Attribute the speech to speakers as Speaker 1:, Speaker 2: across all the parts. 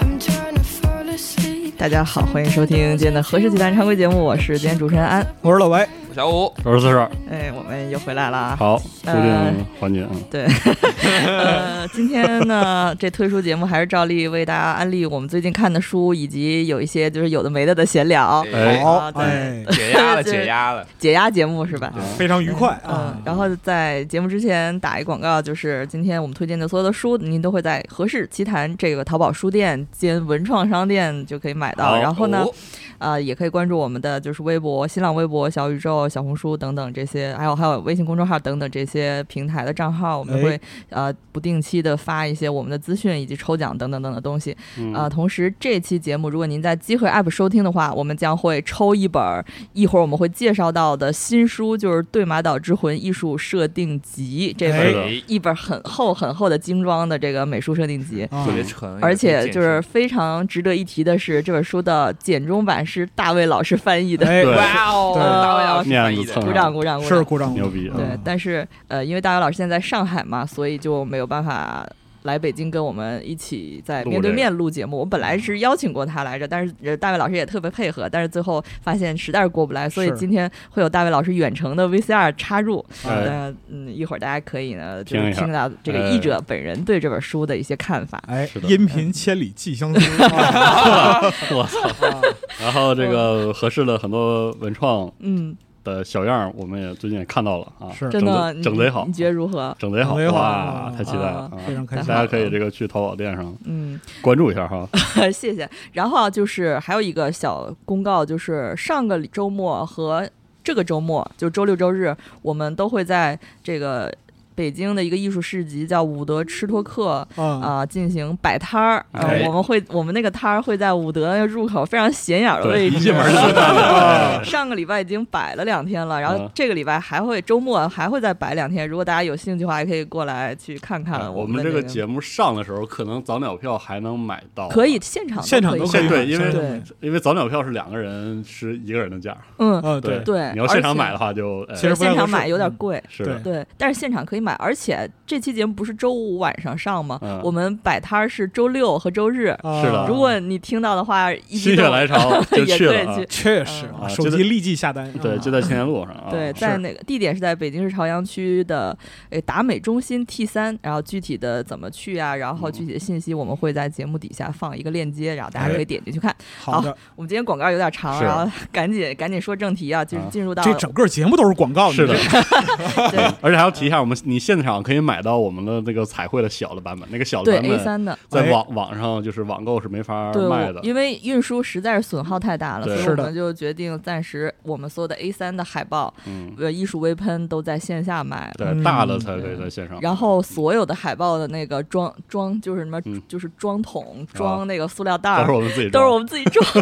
Speaker 1: I'm trying to fall asleep.
Speaker 2: 大家好，欢迎收听今天的《何氏集团》常规节目，我是今天主持人安。
Speaker 3: 我是老白，
Speaker 4: 小五，
Speaker 5: 我是四十二，
Speaker 2: 哎，我们又回来了啊！
Speaker 5: 好，固
Speaker 2: 呃
Speaker 5: 定环节啊，
Speaker 2: 对， 呃，今天呢，这推书节目还是照例为大家安利我们最近看的书，以及有一些就是有的没的的闲聊，
Speaker 4: 哎，
Speaker 2: 好
Speaker 3: 好，
Speaker 2: 对
Speaker 3: 哎，
Speaker 4: 解压了，
Speaker 2: 对
Speaker 4: 解压了，
Speaker 2: 解压节目是吧？
Speaker 3: 非常愉快啊
Speaker 2: 嗯，，然后在节目之前打一广告，就是今天我们推荐的所有的书，您都会在和氏奇谈这个淘宝书店兼文创商店就可以买到。
Speaker 4: 好
Speaker 2: 然后呢
Speaker 4: 哦，
Speaker 2: 呃，也可以关注我们的就是微博、新浪微博、小宇宙、小红书等等这些，还有还有微信公众号等等这些平台的账号，我们
Speaker 3: 哎
Speaker 2: 会、呃不定期的发一些我们的资讯以及抽奖等等等等的东西。
Speaker 3: 嗯
Speaker 2: 啊，同时这期节目如果您在机会 App 收听的话，我们将会抽一本儿一会儿我们会介绍到的新书，就是《对马岛之魂：艺术设定集》这本
Speaker 3: 哎
Speaker 2: 儿、
Speaker 4: 哎
Speaker 2: 一本儿很厚很厚的精装的这个美术设定集。
Speaker 3: 啊
Speaker 4: 特别沉，
Speaker 2: 而且就是
Speaker 4: 也
Speaker 2: 非常值得一提的是，这本书的简中版是大卫老师翻译的，
Speaker 3: 哎，
Speaker 4: 可以健身
Speaker 5: 对
Speaker 4: 哇哦，
Speaker 3: 对
Speaker 4: 大卫老师
Speaker 5: 面
Speaker 4: 翻译
Speaker 5: 子
Speaker 4: 的
Speaker 5: 蹭啊
Speaker 2: 鼓掌鼓掌鼓
Speaker 3: 是
Speaker 2: 掌！
Speaker 3: 鼓掌，
Speaker 5: 牛逼啊！
Speaker 2: 对，但是呃，因为大卫老师现在在上海嘛，所以就没有办法来北京跟我们一起在
Speaker 5: 录
Speaker 2: 面对
Speaker 5: 这个嗯
Speaker 2: 面录节目。我本来是邀请过他来着，但是呃大卫老师也特别配合，但是最后发现实在是过不来，所以
Speaker 3: 是
Speaker 2: 今天会有大卫老师远程的 VCR 插入。
Speaker 5: 哎，
Speaker 2: 呃，嗯，一会儿大家可以呢，就
Speaker 5: 听
Speaker 2: 是
Speaker 5: 一下
Speaker 2: 听到这个
Speaker 5: 哎
Speaker 2: 译者本人对这本书的一些看法。
Speaker 3: 哎
Speaker 5: 是，的
Speaker 3: 音频千里寄相 思，啊
Speaker 5: 我操！然后这个合适的很多文创
Speaker 2: 嗯，
Speaker 5: 的小样儿，我们也最近也看到了啊，
Speaker 3: 是
Speaker 2: 真的，
Speaker 5: 整得整贼好
Speaker 2: 你，觉得如何？
Speaker 5: 整贼好，
Speaker 3: 整贼好
Speaker 5: 哇，
Speaker 3: 啊
Speaker 5: 太期待了啊！
Speaker 3: 非常开
Speaker 5: 大
Speaker 3: 心，
Speaker 5: 家可以这个去淘宝店上
Speaker 2: 嗯，
Speaker 5: 关注一下哈，
Speaker 2: 谢谢。然后啊就是还有一个小公告，就是上个周末和这个周末，就周六周日，我们都会在这个北京的一个艺术市集叫伍德吃托克。
Speaker 3: 啊，
Speaker 2: 啊、进行摆摊儿，呃
Speaker 5: 哎
Speaker 2: 我们会我们那个摊儿会在伍德入口非常显眼儿的
Speaker 5: 对，
Speaker 2: 位
Speaker 5: 一
Speaker 2: 置，
Speaker 5: 进门就看到，哎
Speaker 2: 上个礼拜已经摆了两天了，然后
Speaker 5: 嗯
Speaker 2: 这个礼拜还会周末还会再摆两天。如果大家有兴趣的话，也可以过来去看看
Speaker 5: 啊我
Speaker 2: 啊们
Speaker 5: 们
Speaker 2: 的
Speaker 5: 这
Speaker 2: 那
Speaker 5: 个节目上的时候，可能早鸟票还能买到，啊
Speaker 2: 可以现场
Speaker 3: 现场
Speaker 2: 可
Speaker 3: 都
Speaker 2: 以
Speaker 3: 可以
Speaker 2: 买
Speaker 3: 买，
Speaker 5: 对因为
Speaker 2: 对
Speaker 5: 因为早鸟票是两个人是一个人的价儿，
Speaker 2: 嗯
Speaker 3: 啊，对，
Speaker 2: 对，
Speaker 5: 你要现场
Speaker 2: 而且
Speaker 5: 买的话就，哎
Speaker 3: 其实不太
Speaker 2: 现场
Speaker 3: 合适嗯
Speaker 2: 买有点贵。
Speaker 5: 是的
Speaker 3: 对
Speaker 2: 对，但是现场可以买。而且这期节目不是周五晚上上吗？
Speaker 5: 嗯
Speaker 2: 我们摆摊儿是周六和周日。
Speaker 5: 是的
Speaker 3: 啊
Speaker 2: 如果你听到的话，一激
Speaker 5: 心血
Speaker 2: 动
Speaker 5: 来潮就
Speaker 2: 也
Speaker 5: 去
Speaker 2: 可以
Speaker 5: 了啊
Speaker 2: 去。
Speaker 3: 确实
Speaker 5: 啊
Speaker 2: 嗯
Speaker 3: 啊，手
Speaker 5: 就
Speaker 3: 机
Speaker 5: 在
Speaker 3: 立即下单。
Speaker 5: 对，
Speaker 3: 啊
Speaker 5: 就在青年路上啊。
Speaker 3: 哦
Speaker 2: 对，
Speaker 5: 是
Speaker 2: 在那个地点是在北京市朝阳区的呃达美中心 T 三，然后具体的怎么去啊，然后
Speaker 3: 嗯
Speaker 2: 具体的信息我们会在节目底下放一个链接，然后
Speaker 3: 哎
Speaker 2: 大家可以点进去看。
Speaker 3: 好的，
Speaker 2: 我们今天广告有点长，
Speaker 5: 是
Speaker 2: 然后赶紧赶紧说正题啊，就是
Speaker 5: 啊
Speaker 2: 进入到
Speaker 3: 这整个节目都是广
Speaker 2: 哦
Speaker 3: 告，
Speaker 5: 是的
Speaker 3: 你这，
Speaker 2: 对
Speaker 5: 而且还要提一下，我们你现场可以买到我们的那个彩绘的小的版本，那个小的
Speaker 2: 对
Speaker 5: 版
Speaker 2: A
Speaker 5: 本
Speaker 2: 三的。
Speaker 3: 哎
Speaker 5: 在网网上就是网购是没法
Speaker 2: 对，
Speaker 5: 卖
Speaker 2: 我
Speaker 5: 的。
Speaker 2: 因为运输实在是损耗太大了，
Speaker 5: 对
Speaker 2: 所以
Speaker 3: 是
Speaker 2: 我
Speaker 3: 的
Speaker 2: 们就决定暂时我们所有的 A 三的海报、
Speaker 5: 嗯，
Speaker 2: 呃艺术微喷都在线下卖了。
Speaker 5: 对，
Speaker 3: 嗯
Speaker 5: 大的才可以在线上。
Speaker 2: 然后所有的海报的那个装装就是什么，
Speaker 5: 嗯
Speaker 2: 就是装桶、
Speaker 5: 啊
Speaker 2: 装那个塑料袋
Speaker 5: 都
Speaker 2: 儿
Speaker 5: 是，我们自己
Speaker 2: 都是我
Speaker 5: 装
Speaker 2: 们自己装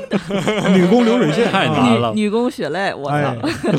Speaker 2: 的，
Speaker 3: 女工流水线
Speaker 5: 太
Speaker 3: 啊
Speaker 5: 难了
Speaker 2: 女女工血泪， 我
Speaker 3: 哎
Speaker 2: 操！，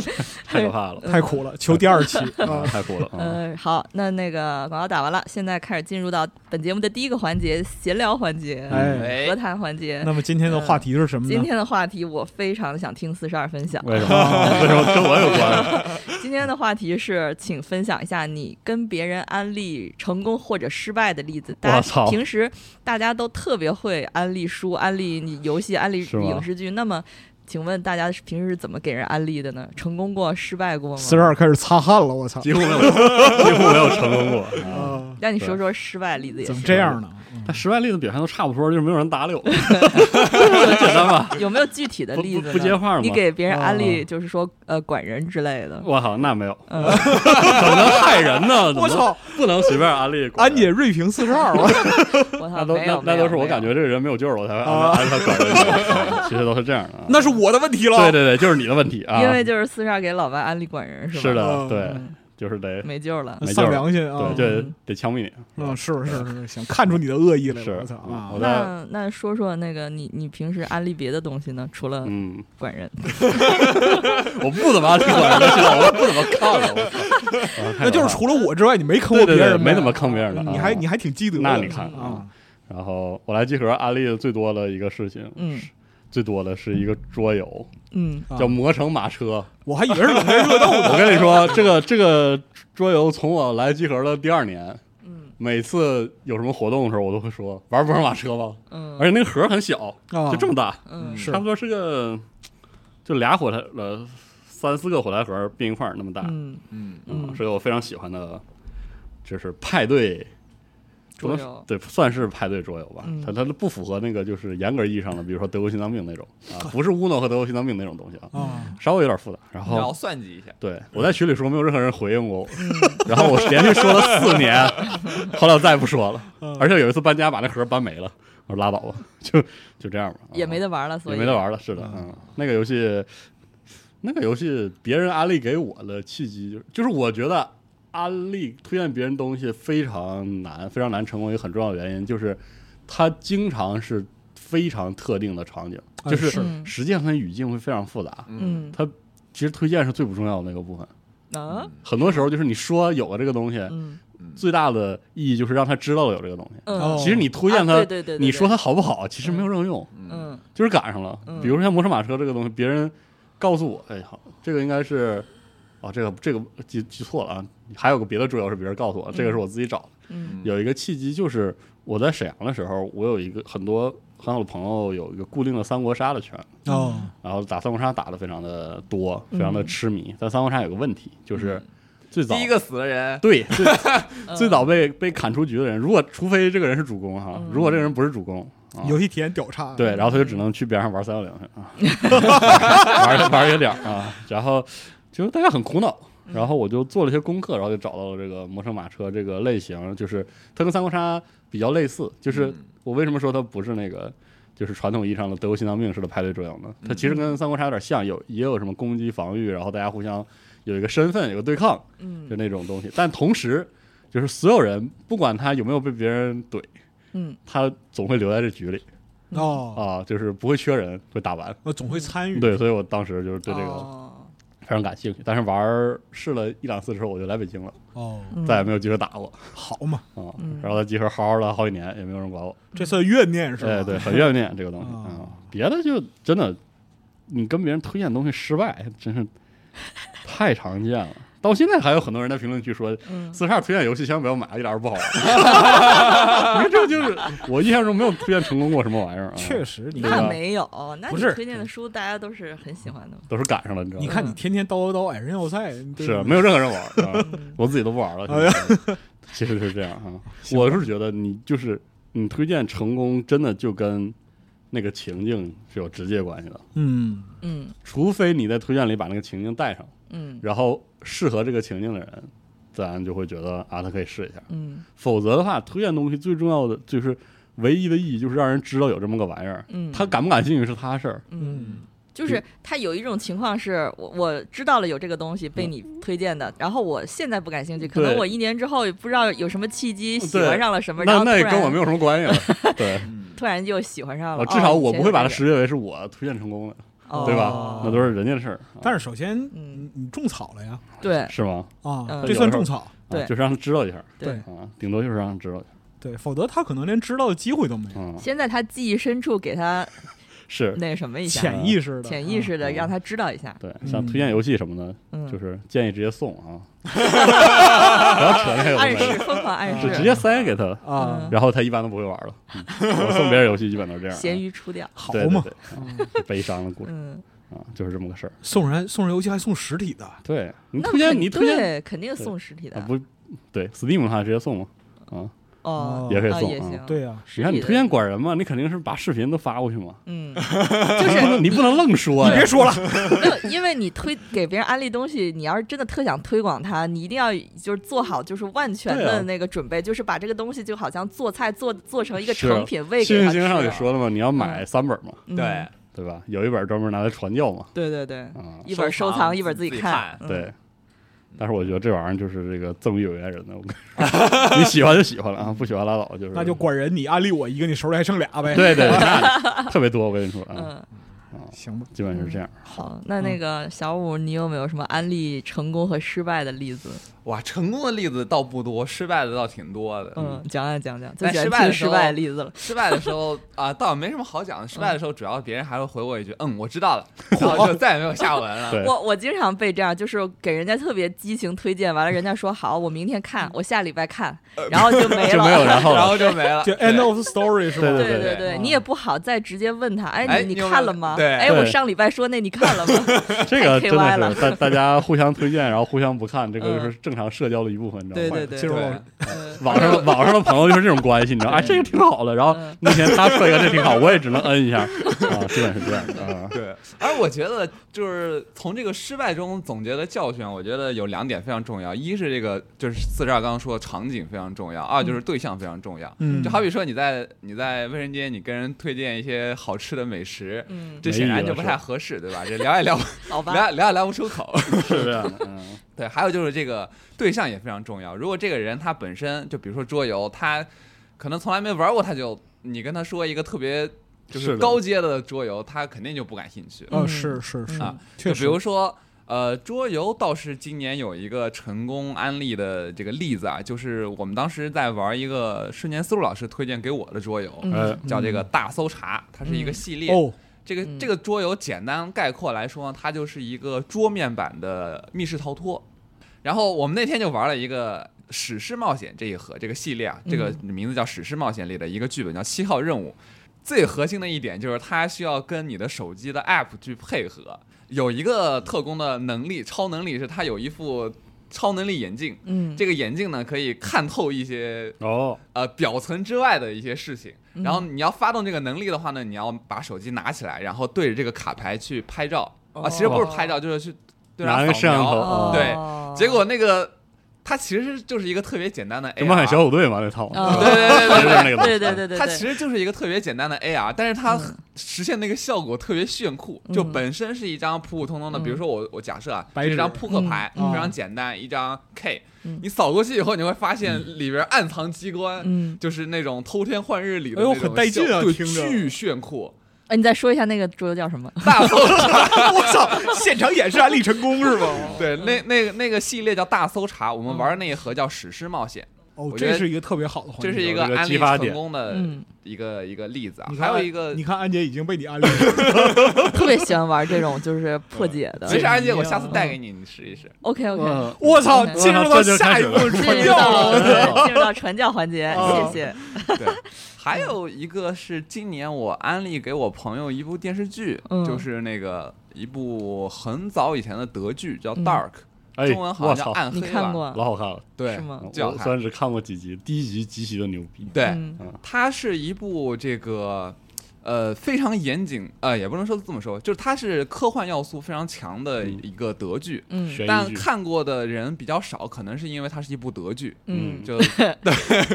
Speaker 5: 太可 怕了，
Speaker 3: 太苦了，求第二期
Speaker 5: 啊
Speaker 3: 啊。
Speaker 5: 太酷了。嗯
Speaker 2: 呃，好，那那个广告打完了，现在开始进入到本节目的第一个环节——闲聊环节、
Speaker 5: 嗯
Speaker 3: 哎，
Speaker 2: 和谈环节。
Speaker 3: 那么今天的话题是什么
Speaker 2: 嗯今
Speaker 3: 呢？
Speaker 2: 天的话题，我非常想听四十二分享。
Speaker 5: 为什么？ 为什么跟我有关？
Speaker 2: 今天的话题是，请分享一下你跟别人安利成功或者失败的例子。大家
Speaker 5: 我操
Speaker 2: 平时大家都特别会安利书、安利你游戏、安利
Speaker 5: 是吗
Speaker 2: 影视剧，那么。请问大家是平时是怎么给人安利的呢？成功过、失败过吗？
Speaker 5: 啊
Speaker 3: 四十二开始擦汗了，我操！
Speaker 5: 几乎没有，几乎没有成功过。啊
Speaker 3: 啊，
Speaker 2: 让你说说失败例子也
Speaker 3: 怎么
Speaker 2: 行，
Speaker 3: 这样呢？
Speaker 5: 那失败例子表现都差不多，就是没有人搭理我，很简单吧？
Speaker 2: 有没有具体的
Speaker 5: 不
Speaker 2: 例子呢？
Speaker 5: 不不接话吗
Speaker 2: 你给别人安利，
Speaker 3: 哦
Speaker 2: 就是说呃管人之类的。
Speaker 5: 嗯我靠，那没有，
Speaker 2: 嗯，
Speaker 5: 怎么能害人呢？怎么
Speaker 3: 我操，
Speaker 5: 不能随便安利。
Speaker 3: 安姐锐评四十二， 我
Speaker 2: 我
Speaker 5: 那
Speaker 2: 操，
Speaker 5: 都
Speaker 2: 啊没
Speaker 5: 那
Speaker 2: 有，
Speaker 5: 那
Speaker 2: 没有
Speaker 5: 都是我
Speaker 2: 没有
Speaker 5: 感觉这个人没有救了，我才会
Speaker 3: 啊
Speaker 5: 安安他管人。 其实都是这样的啊。
Speaker 3: 那是我的问题了。
Speaker 5: 对对对，就是你的问题啊。
Speaker 2: 因为就是四十二给老白安利管人是吧？
Speaker 5: 是的，
Speaker 3: 嗯
Speaker 5: 对，
Speaker 2: 嗯，
Speaker 5: 就是得
Speaker 2: 没救了。
Speaker 5: 没劲儿
Speaker 3: 丧良心啊！
Speaker 5: 对，就得枪毙
Speaker 3: 嗯，是是是，行，看出你的恶意
Speaker 5: 你。
Speaker 3: 来
Speaker 5: 是嗯
Speaker 3: 了，我操啊
Speaker 5: 我！在
Speaker 2: 那那说说那个你你平时安利别的东西呢？除了
Speaker 5: 嗯，
Speaker 2: 管人，
Speaker 5: 我不怎么爱听管人的，我不怎么看了。我 操啊太
Speaker 3: 那就
Speaker 5: 可
Speaker 3: 是
Speaker 5: 怕
Speaker 3: 除
Speaker 5: 了
Speaker 3: 了我之外，你没坑过
Speaker 5: 对对
Speaker 3: 别
Speaker 5: 对，
Speaker 3: 人呗，嗯
Speaker 5: 没怎么坑别人的。
Speaker 3: 你
Speaker 5: 啊
Speaker 3: 还你还挺积德的，
Speaker 5: 那你看嗯
Speaker 3: 啊，
Speaker 5: 然后我来集合安利的最多的一个事情，
Speaker 2: 嗯
Speaker 5: 最多的是一个桌游
Speaker 2: 嗯，
Speaker 3: 啊
Speaker 5: 叫《魔城马车
Speaker 3: 我还以为是冷战热斗》。
Speaker 5: 我跟你说，这个这个桌游从我来集合的第二年，
Speaker 2: 嗯，
Speaker 5: 每次有什么活动的时候，我都会说玩魔城马车吧，
Speaker 2: 嗯
Speaker 5: 而且那个盒很小，
Speaker 3: 啊
Speaker 5: 就这么大，
Speaker 2: 嗯
Speaker 3: 是
Speaker 5: 差不多是个就俩火柴呃三四个火柴盒并一块儿那么大，
Speaker 2: 嗯
Speaker 3: 嗯
Speaker 2: 嗯
Speaker 5: 所以我非常喜欢的，就是派对不能
Speaker 2: 桌游
Speaker 5: 对，算是派对桌游吧。
Speaker 2: 嗯
Speaker 5: 它它不符合那个就是严格意义上的，比如说德国心脏病那种啊，不是 Uno 和德国心脏病那种东西啊，
Speaker 3: 啊，
Speaker 5: 稍微有点复杂。然
Speaker 4: 然后
Speaker 5: 后
Speaker 4: 算计一下，
Speaker 2: 嗯
Speaker 5: 对我在群里说没有任何人回应过我， 然后我连续说了四 年，后来我再也不说了。
Speaker 2: 嗯
Speaker 5: 而且有一次搬家把那盒搬没了，我说拉倒吧， 就就这样吧。啊
Speaker 2: 也没得玩了，所
Speaker 5: 也
Speaker 2: 以
Speaker 5: 没得玩了，是的，嗯，那个游戏，那个游戏别人安利给我的契机就是，就是我觉得安利推荐别人东西非常难，非常难成功，一个很重要的原因就是它经常是非常特定的场景，
Speaker 3: 哎
Speaker 5: 就是
Speaker 2: 嗯
Speaker 5: 实际上它语境会非常复杂。
Speaker 2: 嗯
Speaker 5: 它其实推荐是最不重要的那个部分，
Speaker 2: 啊
Speaker 5: 很多时候就是你说有了这个东西，
Speaker 2: 嗯
Speaker 5: 最大的意义就是让他知道有这个东西。
Speaker 2: 嗯
Speaker 3: 哦
Speaker 5: 其实你推荐
Speaker 2: 啊
Speaker 5: 他，
Speaker 2: 对对对对对
Speaker 5: 你说他好不好，其实没有任何用。
Speaker 2: 嗯
Speaker 5: 就是赶上了
Speaker 2: 嗯。
Speaker 5: 比如说像《魔兽马车》这个东西，别人告诉我，哎呀，这个应该是，哦，这个这个记记错了啊，还有个别的桌游是别人告诉我，这个是我自己找的。
Speaker 2: 嗯
Speaker 5: 有一个契机就是我在沈阳的时候，我有一个很多很好的朋友有一个固定的三国杀的圈，
Speaker 3: 哦，
Speaker 5: 然后打三国杀打的非常的多，
Speaker 2: 嗯
Speaker 5: 非常的痴迷。但三国杀有个问题，就是最早
Speaker 4: 第一个死的人，
Speaker 5: 对 最
Speaker 2: 嗯
Speaker 5: 最早被被砍出局的人，如果除非这个人是主公哈
Speaker 2: 嗯，
Speaker 5: 如果这个人不是主公，啊
Speaker 3: 游戏体验屌差。
Speaker 5: 对，然后他就只能去边上玩三六零去啊， 玩玩一个点儿啊，然后就大家很苦恼。然后我就做了一些功课，然后就找到了这个《魔兽马车》这个类型，就是它跟三国杀比较类似。就是我为什么说它不是那个，就是传统意义上的德国心脏病式的派对桌游呢？它其实跟三国杀有点像，有也有什么攻击、防御，然后大家互相有一个身份，有个对抗，就
Speaker 2: 嗯
Speaker 5: 那种东西。但同时，就是所有人不管他有没有被别人怼，
Speaker 2: 嗯，
Speaker 5: 他总会留在这局里。
Speaker 3: 哦，嗯
Speaker 5: 啊，就是不会缺人，会打完。
Speaker 3: 我总会参与。
Speaker 5: 对，所以我当时就是对这个
Speaker 2: 哦
Speaker 5: 非常感兴趣，但是玩儿试了一两次之后，我就来北京了，
Speaker 3: 哦，
Speaker 2: 嗯
Speaker 5: 再也没有机会打过
Speaker 3: 好嘛，
Speaker 5: 啊
Speaker 2: 嗯。
Speaker 5: 然后在集合好好的好几年，也没有人管我。
Speaker 3: 这算怨念是吧？
Speaker 5: 哎，对，很怨念这个东西
Speaker 3: 啊
Speaker 5: 啊。别的就真的，你跟别人推荐东西失败，真是太常见了。到现在还有很多人在评论区说
Speaker 2: 嗯
Speaker 5: 四十二推荐游戏千万不要买，一点儿都 不好玩。你看这就是我印象中没有推荐成功过什么玩意儿啊，
Speaker 3: 确实，你
Speaker 5: 对
Speaker 2: 那
Speaker 5: 吧
Speaker 2: 没有，那
Speaker 3: 不
Speaker 2: 你
Speaker 3: 是
Speaker 2: 推荐的书大家都是很喜欢的。
Speaker 5: 都是赶上了，你知道
Speaker 3: 你
Speaker 5: 吗？
Speaker 3: 看你天天叨叨叨矮人要塞，对
Speaker 5: 嗯是嗯
Speaker 3: 吧
Speaker 5: 没有任何人玩儿，啊
Speaker 2: 嗯
Speaker 5: 我自己都不玩了。
Speaker 3: 哎呀
Speaker 5: 现在 其实是这样啊，我是觉得你就是你推荐成功，真的就跟那个情境是有直接关系的，
Speaker 3: 嗯，
Speaker 2: 嗯
Speaker 5: 除非你在推荐里把那个情境带上，
Speaker 2: 嗯
Speaker 5: 然后适合这个情境的人，咱就会觉得啊，他可以试一下。
Speaker 2: 嗯
Speaker 5: 否则的话，推荐东西最重要的就是唯一的意义就是让人知道有这么个玩意儿，
Speaker 2: 嗯，
Speaker 5: 他感不感兴趣是他事儿。
Speaker 2: 嗯。就是他有一种情况是我我知道了有这个东西被你推荐的，然后我现在不感兴趣，可能
Speaker 5: 嗯对哦
Speaker 2: 我一年之后也不知道有什么契机喜
Speaker 5: 对
Speaker 2: 欢上了什么，然嗯
Speaker 5: 那
Speaker 2: 后突
Speaker 5: 那也
Speaker 2: 然
Speaker 5: 跟我没有什么关系了，对，
Speaker 2: 突然就喜欢上了。
Speaker 5: 我至少
Speaker 2: 哦
Speaker 5: 我不会把它，
Speaker 2: 以前
Speaker 5: 识别为是我推荐成功的，
Speaker 2: 有这个
Speaker 5: 对吧
Speaker 3: 哦
Speaker 5: 那都是人家的事儿。
Speaker 3: 但
Speaker 5: 是
Speaker 3: 是首先
Speaker 2: 嗯
Speaker 3: 你你种草了呀，
Speaker 2: 对
Speaker 5: 是吗？
Speaker 3: 啊，
Speaker 2: 嗯
Speaker 3: 这算种草，
Speaker 2: 对
Speaker 5: 啊，就是让他知道一下
Speaker 3: 对
Speaker 5: 啊，顶多就是让他知道一下。
Speaker 3: 对，否则他可能连知道的机会都没有，
Speaker 5: 嗯，
Speaker 2: 先在他记忆深处给他
Speaker 5: 是
Speaker 2: 那什么一下，
Speaker 3: 潜意 识的，
Speaker 2: 潜意识的让他知道一下。
Speaker 5: 对，
Speaker 3: 嗯
Speaker 5: 像推荐游戏什么的，
Speaker 2: 嗯，
Speaker 5: 就是建议直接送啊，
Speaker 2: 暗
Speaker 5: 不要扯那个东西
Speaker 2: 示，哦疯狂暗
Speaker 5: 就
Speaker 2: 示，
Speaker 5: 直接塞给他，
Speaker 2: 嗯
Speaker 3: 啊，
Speaker 5: 然后他一般都不会玩 了。嗯我送别人游戏基本都是这样啊，
Speaker 2: 咸鱼出掉。
Speaker 3: 好
Speaker 5: 对对
Speaker 3: 嘛，
Speaker 5: 对， 啊悲伤的故事
Speaker 2: 嗯，
Speaker 5: 啊，就是这么个事儿。
Speaker 3: 送人送人游戏还送实体的，
Speaker 5: 对你
Speaker 2: 那
Speaker 5: 推荐
Speaker 2: 肯
Speaker 5: 你推荐
Speaker 2: 对肯定送实体的
Speaker 5: 啊不？对，Steam 的话直接送嘛，啊，
Speaker 2: 哦，
Speaker 5: 也可以
Speaker 2: 啊
Speaker 5: 送
Speaker 2: 也
Speaker 5: 啊
Speaker 2: 行。
Speaker 3: 对呀，
Speaker 2: 实
Speaker 5: 你看你
Speaker 2: 体的
Speaker 5: 推荐管人嘛，你肯定是把视频都发过去嘛，
Speaker 2: 嗯，
Speaker 5: 就是 你不能愣说呀，
Speaker 3: 别说了，
Speaker 2: 没有，因为你推给别人安利东西，你要是真的特想推广它，你一定要就是做好就是万全
Speaker 5: 对啊
Speaker 2: 的那个准备，就是把这个东西就好像做菜做做成一个
Speaker 5: 是啊
Speaker 2: 成品喂
Speaker 5: 信
Speaker 2: 给
Speaker 5: 息
Speaker 2: 他吃啊
Speaker 5: 经上也
Speaker 2: 了
Speaker 5: 说了嘛，你要买三本嘛，
Speaker 2: 嗯
Speaker 5: 对吧？有一本专门拿来传教嘛，
Speaker 2: 对对对，
Speaker 5: 啊，
Speaker 2: 一本收
Speaker 4: 收
Speaker 2: 藏
Speaker 4: 藏
Speaker 2: 一本自己
Speaker 4: 自己
Speaker 2: 看
Speaker 4: 看，
Speaker 2: 嗯
Speaker 5: 对。但是我觉得这玩意儿就是这个赠与有缘人的，我跟你说你喜欢就喜欢了啊，不喜欢拉倒，就是
Speaker 3: 那就管人你安利我一个，你手里还剩俩呗，
Speaker 5: 对对，对 那特别多，我跟你说啊，
Speaker 2: 嗯，
Speaker 3: 行吧，
Speaker 5: 基本是这样。
Speaker 2: 好，那
Speaker 4: 嗯
Speaker 2: 那个小五，你有没有什么安利成功和失败的例子？
Speaker 4: 哇，成功的例子倒不多，失败的倒挺多的。
Speaker 2: 嗯，讲讲讲讲，最
Speaker 4: 在
Speaker 2: 喜欢
Speaker 4: 哎失
Speaker 2: 听失败的
Speaker 4: 败的时候
Speaker 2: 例子了。
Speaker 4: 失败的时候啊，倒没什么好讲的。失败的时候，主要别人还会回我一句“嗯，我知道了”，然后就再也没有下文了。
Speaker 5: 对，
Speaker 2: 我我经常被这样，就是给人家特别激情推荐，完了人家说好，我明天
Speaker 4: 嗯
Speaker 2: 看，我下礼拜看，然后就没了，
Speaker 5: 就没有 然后
Speaker 4: 然
Speaker 5: 了，
Speaker 4: 后就没了。
Speaker 3: 就 end of story 是吧？
Speaker 5: 对
Speaker 2: 对
Speaker 4: 对
Speaker 2: 对，
Speaker 3: 啊
Speaker 2: 你也不好再直接问他，
Speaker 4: 哎
Speaker 2: 哎，你
Speaker 4: 你有没有
Speaker 2: 看了吗？
Speaker 4: 对
Speaker 2: 哎，我
Speaker 5: 对
Speaker 2: 上礼拜说那你看了吗？
Speaker 5: 这个真
Speaker 2: 太 KY 了嗯
Speaker 5: 的是大大家互相推荐，然后互相不看，这个就是正常社交的一部分，你知道吗？
Speaker 2: 对对
Speaker 3: 进入
Speaker 4: 对
Speaker 5: 网上网上的朋友就是这种关系，你知道？哎，这个挺好的。然后
Speaker 2: 嗯
Speaker 5: 那天他说一个这挺好，我也只能摁一下啊，基本是这样 的啊。
Speaker 4: 对，而我觉得就是从这个失败中总结的教训，我觉得有两点非常重要。一是这个就是四十二刚刚说的场景非常重要，二就是对象非常重要。
Speaker 3: 嗯
Speaker 4: 就好比说你在你在卫生间，你跟人推荐一些好吃的美食，
Speaker 2: 嗯，
Speaker 4: 这显然就不太合适，对吧？这 聊也聊不
Speaker 2: 好吧，
Speaker 4: 聊聊也聊不出口。
Speaker 5: 是这样的，嗯，
Speaker 4: 对，还有就是这个对象也非常重要。如果这个人他本身就比如说桌游，他可能从来没玩过，他就你跟他说一个特别就是是
Speaker 5: 的
Speaker 4: 高阶的桌游，他肯定就不感兴趣。
Speaker 3: 啊，是是是
Speaker 4: 啊，
Speaker 3: 确
Speaker 4: 就比
Speaker 3: 实，
Speaker 4: 如说，呃，桌游倒是今年有一个成功安利的这个例子啊，就是我们当时在玩一个瞬间思路老师推荐给我的桌游，
Speaker 2: 嗯
Speaker 5: 呃，
Speaker 4: 叫这个大搜查，它是一个系列。
Speaker 3: 哦，
Speaker 4: 这个
Speaker 2: 嗯
Speaker 4: 这个桌游简单概括来说，它就是一个桌面版的密室逃脱。然后我们那天就玩了一个史诗冒险这一盒，这个系列啊，这个
Speaker 2: 嗯
Speaker 4: 名字叫史诗冒险里的一个剧本叫七号任务。最核心的一点就是它需要跟你的手机的 App 去配合。有一个特工的能力，超能力是他有一副超能力眼镜，
Speaker 2: 嗯，
Speaker 4: 这个眼镜呢可以看透一些
Speaker 5: 哦，
Speaker 4: 呃表层之外的一些事情。
Speaker 2: 嗯
Speaker 4: 然后你要发动这个能力的话呢，你要把手机拿起来，然后对着这个卡牌去拍照
Speaker 2: 哦
Speaker 4: 啊，其实不是拍照，就是去对
Speaker 5: 拿
Speaker 4: 它
Speaker 5: 那个
Speaker 4: 扫
Speaker 5: 摄像头
Speaker 4: 描。
Speaker 5: 哦
Speaker 4: 对结果那个它其实就是一个特别简单的
Speaker 5: 这冒
Speaker 4: AR，
Speaker 5: 险小虎队嘛那套，
Speaker 2: 啊
Speaker 4: 对 对对对
Speaker 5: 就是那个东西
Speaker 2: 对对对对，
Speaker 4: 它其实就是一个特别简单的 AR，但是它
Speaker 2: 嗯
Speaker 4: 实现那个效果特别炫酷。就
Speaker 2: 嗯
Speaker 4: 本身是一张普普通通的，
Speaker 2: 嗯
Speaker 4: 比如说我我假设啊，
Speaker 3: 白
Speaker 4: 这是一张
Speaker 3: 纸
Speaker 4: 扑克牌，
Speaker 2: 嗯
Speaker 4: 非常简单，一张 K，
Speaker 2: 嗯
Speaker 4: 你扫过去以后，你会发现里边暗藏机关，
Speaker 2: 嗯，
Speaker 4: 就是那种偷天换日里的
Speaker 3: 哎呦
Speaker 4: 那种效，
Speaker 3: 很带劲啊
Speaker 4: 对，
Speaker 3: 听着
Speaker 4: 巨炫酷，
Speaker 2: 哎，你再说一下那个桌游叫什么？
Speaker 4: 大搜查，
Speaker 3: 我操，现场演示安利成功是吧？
Speaker 2: 嗯
Speaker 4: 对，那那个那个系列叫大搜查，我们玩的那一盒叫史诗冒险。
Speaker 3: 哦，
Speaker 4: 我觉
Speaker 3: 这
Speaker 4: 得
Speaker 3: 是一个特别好的环境，
Speaker 4: 这是一
Speaker 5: 有
Speaker 4: 个
Speaker 5: 这个
Speaker 4: 安
Speaker 5: 激
Speaker 4: 利
Speaker 5: 发
Speaker 4: 成
Speaker 5: 点
Speaker 4: 功的
Speaker 2: 嗯，
Speaker 4: 一个一个例子啊
Speaker 3: 你。看
Speaker 4: 还有一个
Speaker 3: 你，看安姐已经被你安利了，
Speaker 2: 特别喜欢玩这种就是破解的。
Speaker 4: 没事，安姐，我
Speaker 3: 啊
Speaker 4: 下次带给你，你试一试。
Speaker 2: OK OK，
Speaker 5: 嗯，
Speaker 3: 我 操，
Speaker 2: 嗯
Speaker 3: 进入到下一步
Speaker 2: 进
Speaker 3: 传
Speaker 2: 入
Speaker 3: 教
Speaker 2: 到
Speaker 3: 了。
Speaker 2: 了进入到传教环节，
Speaker 5: 哦
Speaker 2: 谢谢。
Speaker 4: 对， 还有一个是今年我安利给我朋友一部电视剧，
Speaker 2: 嗯
Speaker 4: 就是那个一部很早以前的德剧，叫《Dark》，
Speaker 5: 哎，
Speaker 4: 中文好
Speaker 5: 我
Speaker 4: 像
Speaker 5: 操
Speaker 4: 叫《暗
Speaker 2: 嗯
Speaker 4: 黑
Speaker 2: 你》
Speaker 4: 吧
Speaker 2: 看？过？
Speaker 5: 老好看了，
Speaker 4: 对
Speaker 2: 是，吗？
Speaker 4: 这好
Speaker 5: 我
Speaker 4: 看
Speaker 5: 虽然只看过几集，第一集极其的牛逼，
Speaker 4: 对，
Speaker 2: 嗯
Speaker 4: 它是一部这个。呃，非常严谨，呃，也不能说这么说，就是它是科幻要素非常强的
Speaker 5: 嗯
Speaker 4: 一个德剧，
Speaker 2: 嗯
Speaker 5: 悬疑
Speaker 4: 但
Speaker 5: 剧，
Speaker 4: 看过的人比较少，可能是因为它是一部德剧，
Speaker 2: 嗯，
Speaker 4: 就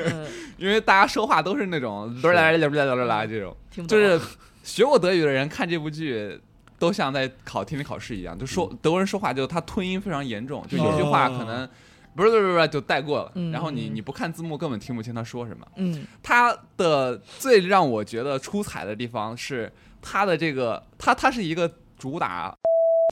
Speaker 2: 嗯
Speaker 4: 因为大家说话都是那种啦啦啦啦啦啦啦 这种，
Speaker 2: 听不懂
Speaker 4: 就是学过德语的人看这部剧，都像在考听力考试一样，就说德国人说话就他吞音非常严重，就有句话可能不是不是不是就带过了，
Speaker 2: 嗯
Speaker 4: 然后你
Speaker 2: 嗯
Speaker 4: 你不看字幕根本听不清他说什么。
Speaker 2: 嗯
Speaker 4: 他的最让我觉得出彩的地方是他的这个，他他是一个主打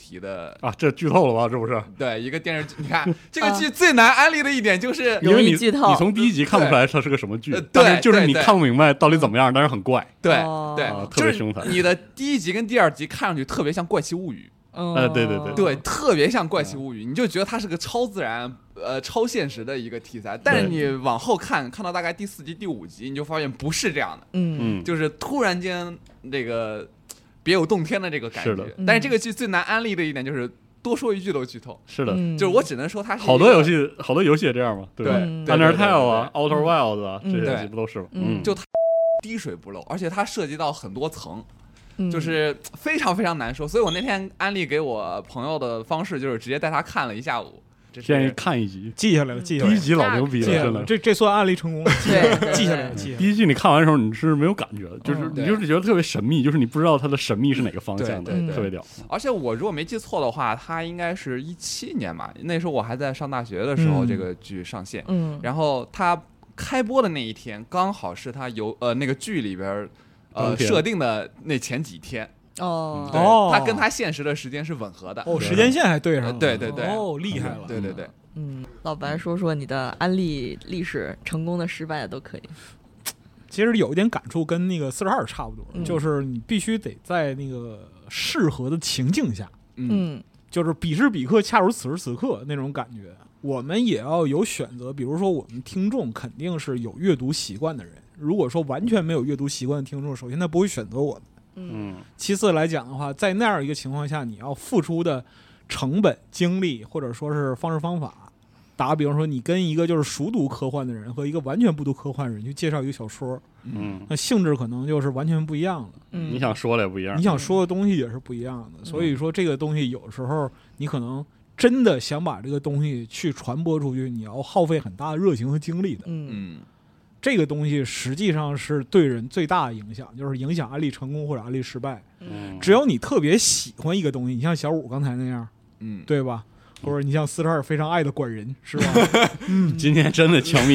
Speaker 4: 题的。
Speaker 5: 啊，这剧透了吧？这不是？
Speaker 4: 对一个电视剧，你看这个剧最难安利的一点就是，
Speaker 2: 容
Speaker 5: 因为
Speaker 2: 易
Speaker 5: 你
Speaker 2: 剧透
Speaker 5: 你从第一集看不出来它是个什么剧
Speaker 4: 呃，对
Speaker 5: 但是就是
Speaker 4: 对
Speaker 5: 你
Speaker 4: 对嗯
Speaker 5: 看不明白到底怎么样，但是很怪。
Speaker 4: 对
Speaker 2: 哦
Speaker 4: 对
Speaker 5: 啊，特
Speaker 4: 就
Speaker 5: 别
Speaker 4: 是
Speaker 5: 凶残
Speaker 4: 你的第一集跟第二集看上去特别像《怪奇物语
Speaker 2: 嗯，
Speaker 5: 呃对对对》，
Speaker 4: 对，特别像《怪奇物语》，你就觉得它是个超自然、呃超现实的一个题材。但是
Speaker 5: 对
Speaker 4: 你往后看，看到大概第四集、第五集，你就发现不是这样的，
Speaker 2: 嗯
Speaker 5: 嗯，
Speaker 4: 就是突然间这个别有洞天的这个感
Speaker 5: 是
Speaker 4: 觉
Speaker 5: 的。
Speaker 2: 嗯
Speaker 4: 但是这个剧最难安利的一点就是多说一句都剧透，
Speaker 5: 是的，
Speaker 2: 嗯
Speaker 4: 就是我只能说它是
Speaker 5: 好
Speaker 4: 一
Speaker 5: 多
Speaker 4: 个
Speaker 5: 游。戏，好多游戏也这样嘛，对
Speaker 4: 对
Speaker 5: 吧？
Speaker 2: 嗯
Speaker 4: 对对对
Speaker 5: Undertale
Speaker 4: 对
Speaker 5: 啊，Outer Wilds 啊，这
Speaker 2: 嗯
Speaker 5: 些游戏
Speaker 4: 对
Speaker 5: 不都是吗？
Speaker 2: 嗯
Speaker 5: 嗯，
Speaker 4: 就滴水不漏，而且它涉及到很多层，
Speaker 2: 嗯
Speaker 4: 就是非常非常难说。所以我那天安利给我朋友的方式就是直接带他看了一下午，这是
Speaker 5: 建议看一集，
Speaker 3: 记下来了，记下
Speaker 5: 第
Speaker 3: 来
Speaker 5: 一
Speaker 3: 了，
Speaker 5: 集老牛逼
Speaker 3: 记
Speaker 5: 了，
Speaker 3: 下来
Speaker 5: 真
Speaker 3: 了，
Speaker 5: 的。
Speaker 3: 这这算案例成功了，记下来
Speaker 2: 对
Speaker 3: 了，
Speaker 2: 对
Speaker 3: 记下来了，
Speaker 2: 对
Speaker 3: 记下来了。
Speaker 5: 第一集你看完的时候，你是没有感觉的，就是
Speaker 2: 嗯
Speaker 5: 你
Speaker 4: 对
Speaker 5: 就是觉得特别神秘，就是你不知道它的神秘是哪个方向的
Speaker 4: 对
Speaker 2: 对，对
Speaker 5: 特别屌。
Speaker 4: 而且我如果没记错的话，它应该是一七年吧，那时候我还在上大学的时候，
Speaker 3: 嗯
Speaker 4: 这个剧上线。
Speaker 2: 嗯
Speaker 4: 然后它开播的那一天，刚好是它游呃那个剧里边儿呃
Speaker 5: 当天
Speaker 4: 设定的那前几天，
Speaker 2: 哦
Speaker 4: 嗯对
Speaker 3: 哦
Speaker 4: 它跟它现实的时间是吻合的。
Speaker 3: 哦，时间线还对上了，
Speaker 4: 对对对
Speaker 3: 哦，厉害了。
Speaker 4: 对对对，
Speaker 2: 嗯，老白说说你的安利历史，成功的、失败的都可以。
Speaker 3: 其实有一点感触跟那个四十二差不多，
Speaker 2: 嗯
Speaker 3: 就是你必须得在那个适合的情境下，
Speaker 4: 嗯
Speaker 2: 嗯
Speaker 3: 就是彼时彼刻，恰如此时此刻那种感觉。我们也要有选择，比如说我们听众肯定是有阅读习惯的人，如果说完全没有阅读习惯的听众，首先他不会选择我们，
Speaker 2: 嗯
Speaker 5: 嗯，
Speaker 3: 其次来讲的话，在那样一个情况下，你要付出的成本、精力，或者说是方式方法，打个比方说，你跟一个就是熟读科幻的人和一个完全不读科幻的人去介绍一个小说，
Speaker 5: 嗯，
Speaker 3: 那性质可能就是完全不一样了。
Speaker 2: 嗯，
Speaker 5: 你想说的也不一样
Speaker 3: 你。想说的东西也是不一样的。所以说，这个东西有时候你可能真的想把这个东西去传播出去，你要耗费很大的热情和精力的。
Speaker 2: 嗯
Speaker 4: 嗯
Speaker 3: 这个东西实际上是对人最大的影响，就是影响案例成功或者案例失败。
Speaker 5: 嗯
Speaker 3: 只要你特别喜欢一个东西，你像小五刚才那样，
Speaker 4: 嗯，
Speaker 3: 对吧？或者你像斯特尔非常爱的管人，是吧？
Speaker 5: 今天真的枪毙你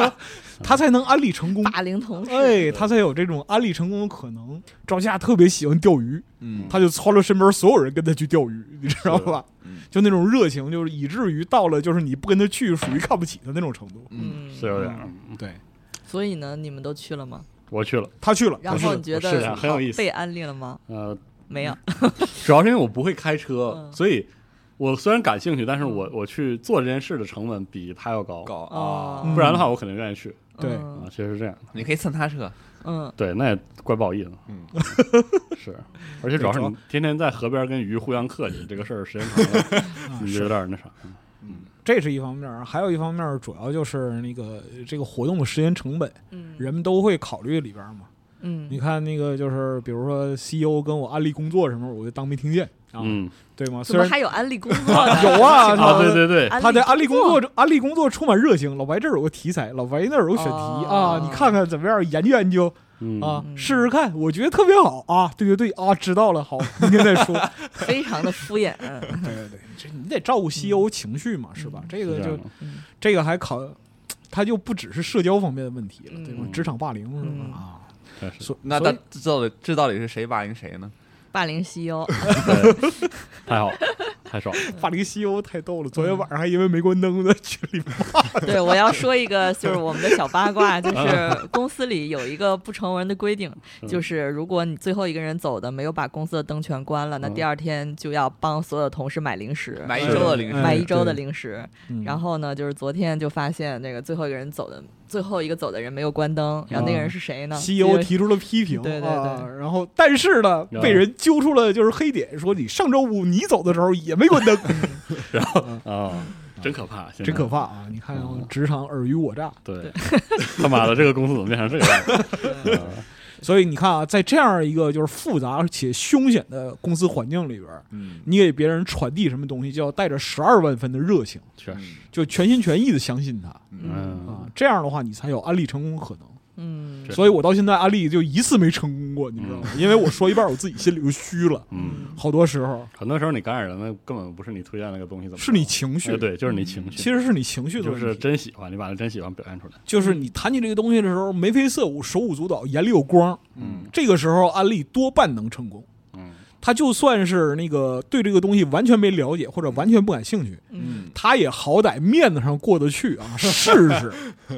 Speaker 5: 了，
Speaker 3: 他才能安利成功，
Speaker 2: 霸凌 同事，
Speaker 3: 哎，他才有这种安利成功的可能。赵夏特别喜欢钓鱼，
Speaker 4: 嗯
Speaker 3: 他就操着身边所有人跟他去钓鱼，你知道吧
Speaker 4: 嗯？
Speaker 3: 就那种热情，就是以至于到了就是你不跟他去，属于看不起他那种程度。
Speaker 4: 嗯，
Speaker 5: 是有点儿。嗯
Speaker 3: 对
Speaker 2: 所以呢，你们都去了吗？
Speaker 5: 我去了，
Speaker 3: 他去了，
Speaker 2: 然
Speaker 3: 他
Speaker 2: 后
Speaker 3: 去
Speaker 2: 你
Speaker 3: 了
Speaker 2: 觉
Speaker 5: 我是
Speaker 2: 得
Speaker 5: 的很有意思
Speaker 2: 被安利了吗？
Speaker 5: 呃，
Speaker 2: 没有，
Speaker 5: 主要是因为我不会开车
Speaker 2: 嗯，
Speaker 5: 所以我虽然感兴趣，但是我我去做这件事的成本比他要高，
Speaker 4: 搞
Speaker 2: 哦
Speaker 4: 啊，
Speaker 3: 嗯
Speaker 5: 不然的话我肯定愿意去
Speaker 3: 对
Speaker 5: 啊
Speaker 2: 嗯。
Speaker 5: 其实是这样，
Speaker 4: 你可以蹭他车，
Speaker 2: 嗯
Speaker 5: 对，那也怪不好意思。
Speaker 4: 嗯，
Speaker 5: 是，而且主要是你天天在河边跟鱼互相客气，这个事儿时间长了，你就有点那啥。
Speaker 3: 这是一方面儿，还有一方面儿主要就是那个这个活动的时间成本，
Speaker 2: 嗯
Speaker 3: 人们都会考虑里边儿嘛。你
Speaker 2: 嗯
Speaker 3: 看那个就是，比如说 CEO 跟我安利工作什么，我就当没听见啊，
Speaker 5: 嗯
Speaker 3: 对吗？
Speaker 2: 怎
Speaker 3: 虽
Speaker 2: 么
Speaker 3: 然
Speaker 2: 还有安利工作呢？
Speaker 3: 有 啊
Speaker 5: 啊，对对对，
Speaker 3: 他对安利
Speaker 2: 利
Speaker 3: 工作，安利工作充满热情。老白这儿有个题材，老白那儿有个选题
Speaker 2: 哦
Speaker 3: 啊，你看看怎么样，研究研究
Speaker 5: 嗯
Speaker 3: 啊
Speaker 2: 嗯，
Speaker 3: 试试看，我觉得特别好啊。对对对啊，知道了， 好，明天再说。
Speaker 2: 非常的敷衍。嗯
Speaker 3: 对对对，这你得照顾 CEO 情绪嘛，是吧？这
Speaker 5: 是
Speaker 3: 个
Speaker 5: 这
Speaker 3: 就
Speaker 5: 样的
Speaker 2: 嗯
Speaker 3: 这个还考，他就不只是社交方面的问题了，对吧
Speaker 5: 嗯？
Speaker 3: 职场霸凌是吧
Speaker 2: 嗯？
Speaker 3: 啊，
Speaker 5: 真是
Speaker 3: 所
Speaker 4: 那
Speaker 3: 所
Speaker 4: 他
Speaker 3: 以
Speaker 4: 这到底这到底是谁霸凌谁呢？
Speaker 2: 霸凌西优，
Speaker 5: 对太好了，太少了。
Speaker 3: 法灵西欧太逗了，昨天晚上还因为没给我弄的去里面。
Speaker 2: 对，我要说一个就是我们的小八卦，
Speaker 3: 嗯
Speaker 2: 就是公司里有一个不成文的规定，就是如果你最后一个人走的没有把公司的灯全关了，那
Speaker 3: 嗯
Speaker 2: 第二天就要帮所有同事买零食，
Speaker 4: 买一周的零食，
Speaker 3: 哎
Speaker 2: 买一周的
Speaker 3: 对嗯
Speaker 2: 零食。然后呢，就是昨天就发现那个最后一个人走的最后一个走的人没有关灯，然后那个人是谁呢？
Speaker 3: 嗯西欧 E 提出了批评，
Speaker 2: 对对对
Speaker 3: 啊，然后但是呢，
Speaker 5: 然后
Speaker 3: 被人揪出了就是黑点，说你上周五你走的时候也没关 灯，
Speaker 5: 啊，真可怕，现在
Speaker 3: 真可怕啊！你看
Speaker 5: 嗯
Speaker 3: 职场尔虞我诈，
Speaker 5: 对，他妈的，这个公司怎么变成这个样子？
Speaker 3: 所以你看啊，在这样一个就是复杂且凶险的公司环境里边，
Speaker 4: 嗯，
Speaker 3: 你给别人传递什么东西，就要带着十二万分的热情，
Speaker 5: 确实，
Speaker 3: 就全心全意的相信他
Speaker 5: 嗯
Speaker 3: 啊，这样的话你才有安利成功的可能。
Speaker 2: 嗯
Speaker 5: 对
Speaker 3: 所以我到现在安利就一次没成功过，你知道吗？因为我说一半，我自己心里就虚了，
Speaker 5: 嗯，
Speaker 3: 好多时候
Speaker 5: 很多时候你感染人的根本不是你推荐那个东西怎么着，
Speaker 3: 是你情绪嗯
Speaker 5: 哎，对，就是你情绪，
Speaker 3: 其实是你情绪的
Speaker 5: 就
Speaker 3: 问题，
Speaker 5: 是真喜欢，你把那真喜欢表现出来，
Speaker 3: 就是你谈起这个东西的时候，眉飞色舞，手舞足蹈，眼里有光。
Speaker 5: 嗯
Speaker 3: 这个时候，安利多半能成功。
Speaker 5: 嗯，
Speaker 3: 他就算是那个对这个东西完全没了解或者完全不感兴趣，
Speaker 2: 嗯，
Speaker 3: 他也好歹面子上过得去啊，试试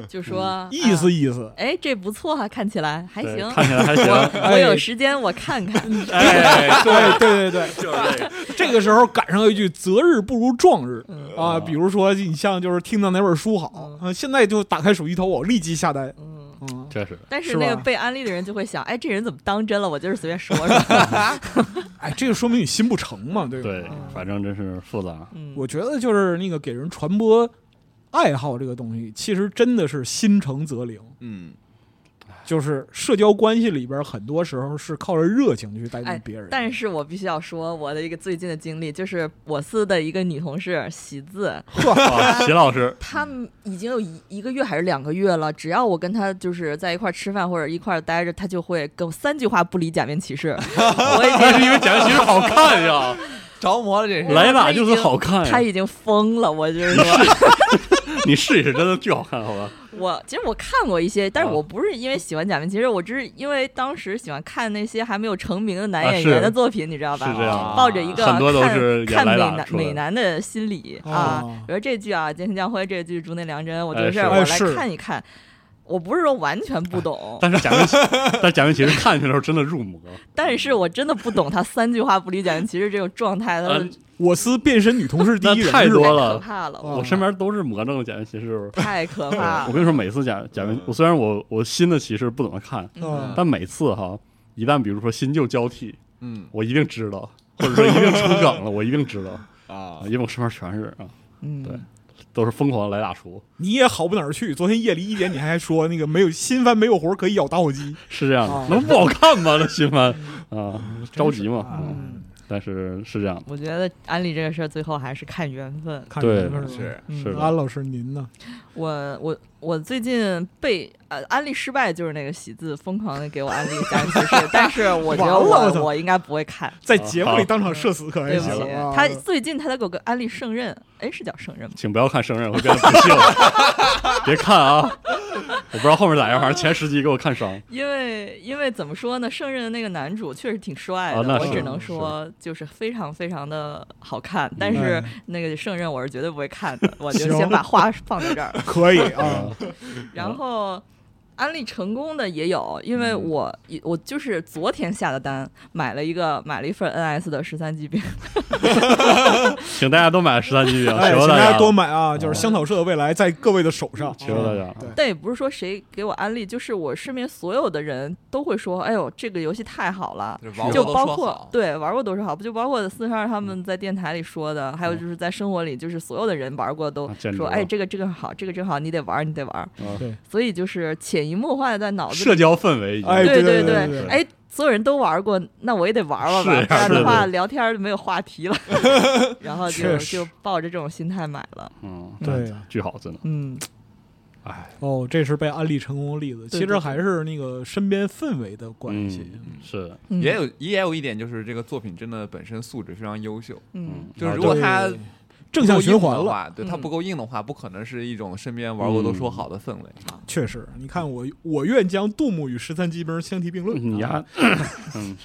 Speaker 2: 就说
Speaker 3: 嗯意思
Speaker 2: 啊
Speaker 3: 意思。
Speaker 2: 哎，这不错啊，看起来还
Speaker 5: 对
Speaker 2: 行。
Speaker 5: 看起来还行，
Speaker 2: 我有
Speaker 3: 哎
Speaker 2: 时间我看 看，啊
Speaker 5: 哎，
Speaker 3: 对对对对，
Speaker 5: 就是这个，
Speaker 3: 这个时候赶上一句“择日不如撞日”啊，
Speaker 5: 啊
Speaker 3: 比如说你像就是听到哪本书好
Speaker 2: 嗯，
Speaker 3: 啊，现在就打开手机淘宝，立即下单。
Speaker 2: 嗯。
Speaker 3: 嗯，
Speaker 5: 确实，
Speaker 2: 但是
Speaker 3: 是吧
Speaker 2: 那个被安利的人就会想，哎，这人怎么当真了？我就是随便说 说。
Speaker 3: 哎，这个说明你心不诚嘛，对吧？
Speaker 5: 对，反正真是复 杂，
Speaker 2: 嗯，
Speaker 3: 我觉得就是那个给人传播爱好这个东西，其实真的是心诚则灵。
Speaker 4: 嗯，
Speaker 3: 就是社交关系里边，很多时候是靠着热情去带
Speaker 2: 哎
Speaker 3: 动别人。
Speaker 2: 但是我必须要说我的一个最近的经历，就是我司的一个女同事喜字，
Speaker 5: 啊齐老师，
Speaker 2: 她们已经有一一个月还是两个月了，只要我跟她就是在一块儿吃饭或者一块儿待着，她就会跟我三句话不理假面骑士。
Speaker 3: 哎
Speaker 2: 我已
Speaker 5: 但
Speaker 2: 经
Speaker 5: 是因为蒋欣好 看呀，
Speaker 4: 着魔了这是。
Speaker 5: 来吧就是好看呀
Speaker 2: 她，已经疯了，我就是说。
Speaker 5: 你试一试，真的巨好看，好吧？
Speaker 2: 我其实我看过一些，但是
Speaker 5: 啊
Speaker 2: 我不是因为喜欢假面骑士，我只是因为当时喜欢看那些还没有成名的男
Speaker 5: 啊
Speaker 2: 演
Speaker 5: 是
Speaker 2: 员的作品，你知道吧？
Speaker 5: 是这样，
Speaker 2: 抱着一个
Speaker 5: 很多都是
Speaker 2: 看看
Speaker 5: 演
Speaker 2: 美
Speaker 5: 来打
Speaker 2: 男
Speaker 5: 出来
Speaker 2: 美男的心理啊
Speaker 3: 哦，
Speaker 2: 比如这句啊，《剑行江辉》这句竹内良真，我觉
Speaker 5: 哎
Speaker 2: 得
Speaker 5: 是哎
Speaker 2: 我
Speaker 3: 哎
Speaker 2: 来
Speaker 3: 是
Speaker 2: 看一看。我不是说完全不懂，
Speaker 5: 但是假面骑，但假面骑士看去的时候真的入魔，
Speaker 2: 但是我真的不懂他三句话不理解，其实这种状态，他
Speaker 5: 呃
Speaker 2: 的，
Speaker 3: 我司变身女同事第一人
Speaker 5: 那太
Speaker 3: 是吧
Speaker 5: 多
Speaker 2: 太
Speaker 5: 了
Speaker 2: 可怕了，
Speaker 3: 哦
Speaker 5: 呃我身边都是魔怔的假面骑士。
Speaker 2: 太可怕
Speaker 5: 我
Speaker 2: 了。
Speaker 5: 跟你说，每次假假面，我虽然我我新的骑士不怎么看，
Speaker 3: 嗯
Speaker 5: 但每次哈，一旦比如说新旧交替，
Speaker 4: 嗯
Speaker 5: 我一定知道，或者说一定出梗了，我一定知道，
Speaker 4: 啊
Speaker 5: 啊，因为我身边全是啊，对
Speaker 2: 嗯，
Speaker 5: 都是疯狂的来打厨，
Speaker 3: 你也好不哪儿去。昨天夜里一点，你还说那个没有新番没有活可以咬打火机，
Speaker 5: 是这样
Speaker 3: 哦
Speaker 5: 的，能不好看吗？那新番啊，着急嘛，
Speaker 3: 啊
Speaker 5: 嗯但是是这样的，
Speaker 2: 我觉得安利这个事儿最后还是看缘分。
Speaker 3: 看
Speaker 5: 对
Speaker 3: 着吧
Speaker 4: 是
Speaker 2: 嗯
Speaker 5: 是的，
Speaker 3: 安老师您呢？
Speaker 2: 我我我最近被呃安利失败，就是那个喜字疯狂的给我安利假面骑 士，但是我觉得
Speaker 3: 完了我操
Speaker 2: 我我应该不会看。
Speaker 3: 在节目
Speaker 5: 好
Speaker 3: 里当场社死可还
Speaker 2: 对不
Speaker 3: 行
Speaker 2: 起
Speaker 3: 啊？，
Speaker 2: 他最近他在给我个安利圣刃，哎，是叫圣刃吗？
Speaker 5: 请不要看生日，会变得不幸，别看啊，我不知道后面咋样，反正前十集给我看伤，
Speaker 2: 因为因为怎么说呢，圣刃的那个男主确实挺帅的，
Speaker 5: 啊那
Speaker 2: 我
Speaker 5: 是
Speaker 2: 只能说就是非常非常的好看。但是那个圣刃我是绝对不会看的，我就
Speaker 3: 行
Speaker 2: 先把话放在这儿。
Speaker 3: 可以
Speaker 2: 嗯
Speaker 3: 啊，
Speaker 5: 嗯
Speaker 2: 然后安利成功的也有，因为
Speaker 4: 嗯
Speaker 2: 我我就是昨天下的单，买了一个买了一份 NS 的十三 GB，
Speaker 5: 请大家都买十三级啊，
Speaker 3: 哎，
Speaker 5: 求
Speaker 3: 请
Speaker 5: 求
Speaker 3: 大
Speaker 5: 大
Speaker 3: 家多买啊！
Speaker 5: 嗯
Speaker 3: 就是香草社的未来在各位的手上，
Speaker 5: 求求大家，
Speaker 3: 对
Speaker 2: 但也不是说谁给我安利，就是我身边所有的人都会说，哎呦，这个游戏太好了。
Speaker 4: 就是网
Speaker 2: 就
Speaker 4: 络都
Speaker 2: 包
Speaker 4: 说
Speaker 2: 括
Speaker 4: 好
Speaker 2: 对玩过都是好，不就包括四十二他们在电台里说的，还有
Speaker 4: 嗯
Speaker 2: 就是在生活里，就是所有的人玩过都
Speaker 5: 啊简直
Speaker 2: 说，
Speaker 5: 了
Speaker 2: 哎，这个这个好，这个这个好，你得玩，你得玩。
Speaker 5: 啊
Speaker 3: 对
Speaker 2: 所以就是潜移默化的在脑子里
Speaker 5: 社交氛围已经
Speaker 3: 哎
Speaker 2: 对
Speaker 3: 对对
Speaker 2: 对
Speaker 3: 对对
Speaker 2: 哎，所有人都玩过，那我也得玩玩吧，
Speaker 5: 是啊
Speaker 2: 不然
Speaker 5: 是
Speaker 2: 的话
Speaker 5: 是
Speaker 2: 聊天就没有话题了。 然后就
Speaker 3: 确实
Speaker 2: 就抱着这种心态买了，
Speaker 5: 嗯，
Speaker 3: 对啊
Speaker 5: 巨好，真的，
Speaker 2: 嗯，
Speaker 5: 哎，
Speaker 3: 哦，这是被安利成功的例子。
Speaker 2: 对
Speaker 3: 其实
Speaker 2: 对
Speaker 3: 还是那个身边氛围的关系。
Speaker 5: 嗯是，
Speaker 2: 嗯
Speaker 4: 也有也有一点就是这个作品真的本身素质非常优秀，
Speaker 2: 嗯
Speaker 5: 嗯，
Speaker 4: 就是如
Speaker 5: 啊
Speaker 4: 果
Speaker 3: 对
Speaker 4: 它
Speaker 3: 正向循环
Speaker 4: 不够硬的
Speaker 3: 了，
Speaker 4: 话，对
Speaker 2: 嗯
Speaker 4: 它不够硬的话，不可能是一种身边玩过都说好的氛围。啊
Speaker 3: 确实。你
Speaker 2: 嗯
Speaker 5: 嗯
Speaker 3: 看我，我愿将杜牧与十三级兵相提并
Speaker 5: 对
Speaker 3: 论。
Speaker 5: 你
Speaker 3: 啊
Speaker 5: 呀，嗯，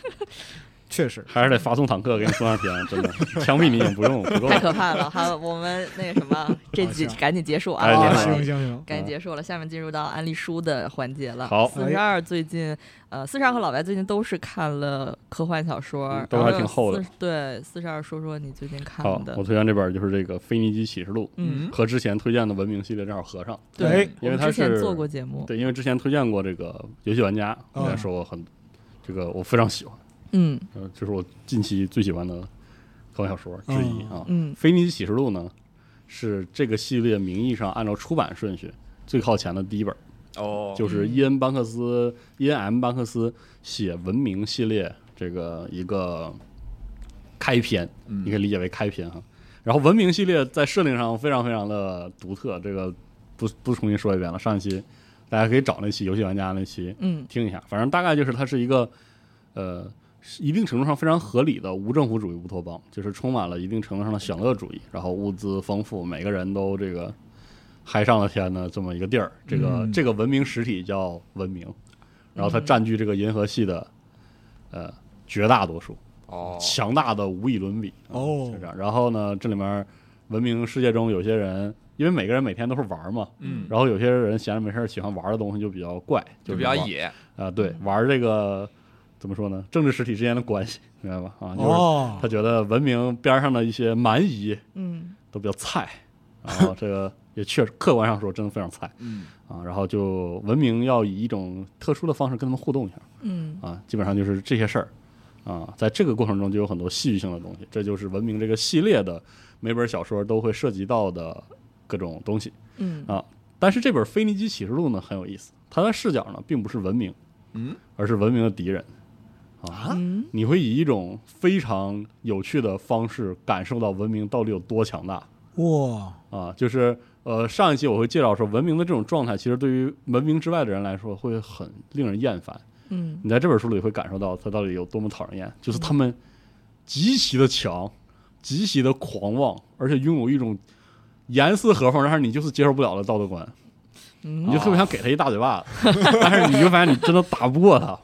Speaker 3: 确实，
Speaker 5: 还是得发送坦克给你送上天， 真的，枪毙你也不用，不够
Speaker 2: 太。可怕了。好，我们那个什 么，这集
Speaker 3: 行
Speaker 2: 赶紧结束啊，
Speaker 5: 哎
Speaker 2: 我
Speaker 5: 行
Speaker 2: 们
Speaker 3: 行行行，
Speaker 2: 赶紧结束了。下面进入到安利书的环节了。
Speaker 5: 好
Speaker 2: 四十二最近，呃，四十二和老白最近都是看了科幻小说，
Speaker 5: 嗯
Speaker 2: 然
Speaker 5: 都还
Speaker 2: 后
Speaker 5: 挺厚的
Speaker 2: 40。对，四十二说说你最近看
Speaker 5: 好，
Speaker 2: 的
Speaker 5: 我。推荐这本就是这个《腓尼基启示录》，
Speaker 2: 嗯，
Speaker 5: 和之前推荐的文明系列正好合上。
Speaker 3: 哎
Speaker 2: 对，我
Speaker 5: 因为
Speaker 2: 们
Speaker 5: 它
Speaker 2: 之前
Speaker 5: 是
Speaker 2: 做过节目。
Speaker 5: 对，因为之前推荐过这个游戏玩家，
Speaker 3: 嗯
Speaker 5: 应该说我很这个我非常喜欢，
Speaker 2: 嗯
Speaker 5: 呃，这是我近期最喜欢的科幻小说之一啊。
Speaker 2: 嗯
Speaker 5: 《腓尼基启示录》呢，是这个系列名义上按照出版顺序最靠前的第一本，
Speaker 4: 哦，
Speaker 5: 就是
Speaker 2: 嗯
Speaker 5: 伊恩·班克斯、伊恩 ·M· 班克斯写文明系列这个一个开篇，
Speaker 2: 嗯
Speaker 5: 你可以理解为开篇哈。然后文明系列在设定上非常非常的独特，这个不不重新说一遍了。上一期大家可以找那期游戏玩家那期
Speaker 2: 嗯
Speaker 5: 听一下，反正大概就是它是一个呃一定程度上非常合理的无政府主义乌托邦，就是充满了一定程度上的享乐主义，然后物资丰富，每个人都这个嗨上了天的这么一个地儿。这个、
Speaker 3: 嗯
Speaker 5: 这个文明实体叫文明，然后它占据这个银河系的呃绝大多数，
Speaker 4: 哦，
Speaker 5: 强大的无以伦比。啊
Speaker 3: 哦
Speaker 5: 就这样。然后呢，这里面文明世界中有些人。因为每个人每天都是玩嘛，
Speaker 4: 嗯，
Speaker 5: 然后有些人闲着没事儿喜欢玩的东西就比较怪，
Speaker 4: 就
Speaker 5: 比
Speaker 4: 比
Speaker 5: 较
Speaker 4: 较
Speaker 5: 野。
Speaker 4: 野，
Speaker 5: 啊、对，玩儿这个怎么说呢？政治实体之间的关系，明白吧？啊，就是
Speaker 3: 哦
Speaker 5: 他，觉得文明边上的一些蛮夷
Speaker 2: 嗯
Speaker 5: 都比较菜，然后这个也确实客观上说真的非常菜
Speaker 4: 嗯，
Speaker 5: 啊。然后就文明要以一种特殊的方式跟他们互动一下
Speaker 2: 嗯
Speaker 5: 啊，基本上就是这些事儿啊。在这个过程中就有很多戏剧性的东西，这就是文明这个系列的每本小说都会涉及到的各种东西。
Speaker 2: 嗯
Speaker 5: 啊。但是这本《腓尼基启示录》呢很有意思，它的视角呢并不是文明，
Speaker 4: 嗯，
Speaker 5: 而是文明的敌人啊。
Speaker 2: 嗯
Speaker 5: 你会以一种非常有趣的方式感受到文明到底有多强大
Speaker 3: 哇，
Speaker 5: 啊！就是呃，上一期我会介绍说，文明的这种状态其实对于文明之外的人来说会很令人厌烦。
Speaker 2: 嗯
Speaker 5: 你在这本书里会感受到它到底有多么讨人厌，就是他们极其的强，极其的狂妄，而且拥有一种严丝合缝，但是你就是接受不了的道德观。
Speaker 2: 嗯
Speaker 5: 你就特别想给他一大嘴巴子， 但是你就发现你真的打不过他，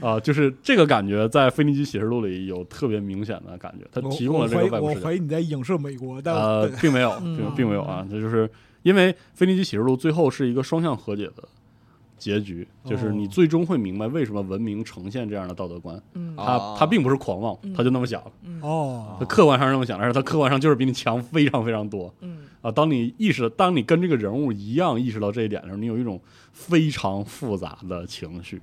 Speaker 5: 啊、就是这个感觉在《腓尼基启示录》里有特别明显的感觉，它
Speaker 3: 我
Speaker 5: 提供了这个外
Speaker 3: 我怀
Speaker 5: 部
Speaker 3: 疑
Speaker 5: 视
Speaker 3: 我怀
Speaker 5: 角，
Speaker 3: 疑你在影射美国，但
Speaker 5: 呃
Speaker 3: 我，
Speaker 5: 并没有，
Speaker 2: 嗯
Speaker 5: 并并没有啊，这就是因为《腓尼基启示录》最后是一个双向和解的结局，就是你
Speaker 3: 哦
Speaker 5: 最终会明白为什么文明呈现这样的道德观，
Speaker 2: 嗯
Speaker 4: 啊
Speaker 5: 他他并不是狂妄，他就那么想，
Speaker 3: 哦
Speaker 5: 他客观上是那么想，但是他客观上就是比你强非常非常多，
Speaker 2: 嗯
Speaker 5: 啊，当你意识，当你跟这个人物一样意识到这一点的时候，你有一种非常复杂的情绪，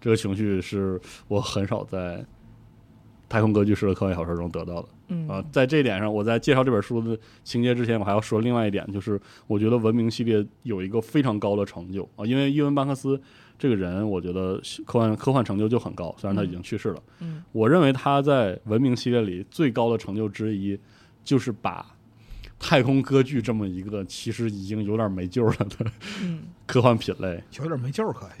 Speaker 5: 这个情绪是我很少在太空歌剧式的科幻小说中得到的
Speaker 2: 嗯
Speaker 5: 啊。在这一点上，我在介绍这本书的情节之前，我还要说另外一点，就是我觉得文明系列有一个非常高的成就啊，因为伊文班克斯这个人，我觉得科幻科幻成就就很高，虽然他已经去世了，
Speaker 2: 嗯
Speaker 5: 我认为他在文明系列里最高的成就之一，就是把太空歌剧这么一个其实已经有点没救了的
Speaker 2: 嗯
Speaker 5: 科幻品类，
Speaker 3: 有点没劲儿，可以，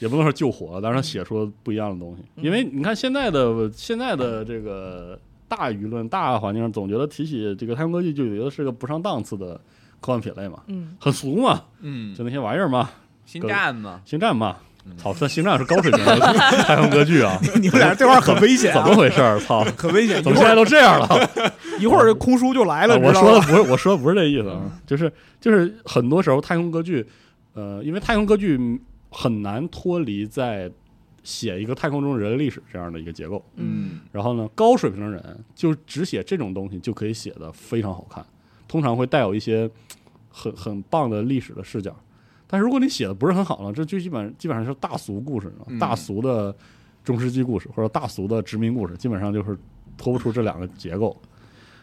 Speaker 5: 也不能说救活了，但是他写出了不一样的东西。因为你看现在的现在的这个大舆论、大环境上，总觉得提起这个太空歌剧，就觉得是个不上档次的科幻品类嘛，
Speaker 2: 嗯
Speaker 5: 很俗嘛，
Speaker 4: 嗯，
Speaker 5: 就那些玩意儿嘛，
Speaker 4: 星战嘛，
Speaker 5: 星战嘛。操，这星战是高水平的 太空歌剧啊！
Speaker 3: 嗯你们俩这对话很危险
Speaker 5: 怎
Speaker 3: 啊，
Speaker 5: 么回事儿？操，
Speaker 3: 很危险，一
Speaker 5: 怎么
Speaker 3: 会
Speaker 5: 现在
Speaker 3: 儿
Speaker 5: 都这样了？
Speaker 3: 一会儿这空叔就来了，
Speaker 5: 啊
Speaker 3: 你
Speaker 5: 我
Speaker 3: 知道
Speaker 5: 说的
Speaker 3: 吧
Speaker 5: 不是， 我说的不是这意思啊，就是就是很多时候太空歌剧，呃，因为太空歌剧很难脱离在写一个太空中人类历史这样的一个结构。
Speaker 2: 嗯
Speaker 5: 然后呢，高水平的人就只写这种东西就可以写的非常好看，通常会带有一些很很棒的历史的视角。但是如果你写的不是很好呢，这就基本基本上是大俗故事了，
Speaker 4: 嗯
Speaker 5: 大俗的中世纪故事或者大俗的殖民故事，基本上就是脱不出这两个结构。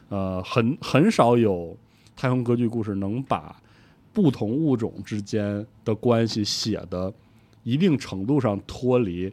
Speaker 5: 呃，很很少有太空歌剧故事能把不同物种之间的关系写的一定程度上脱离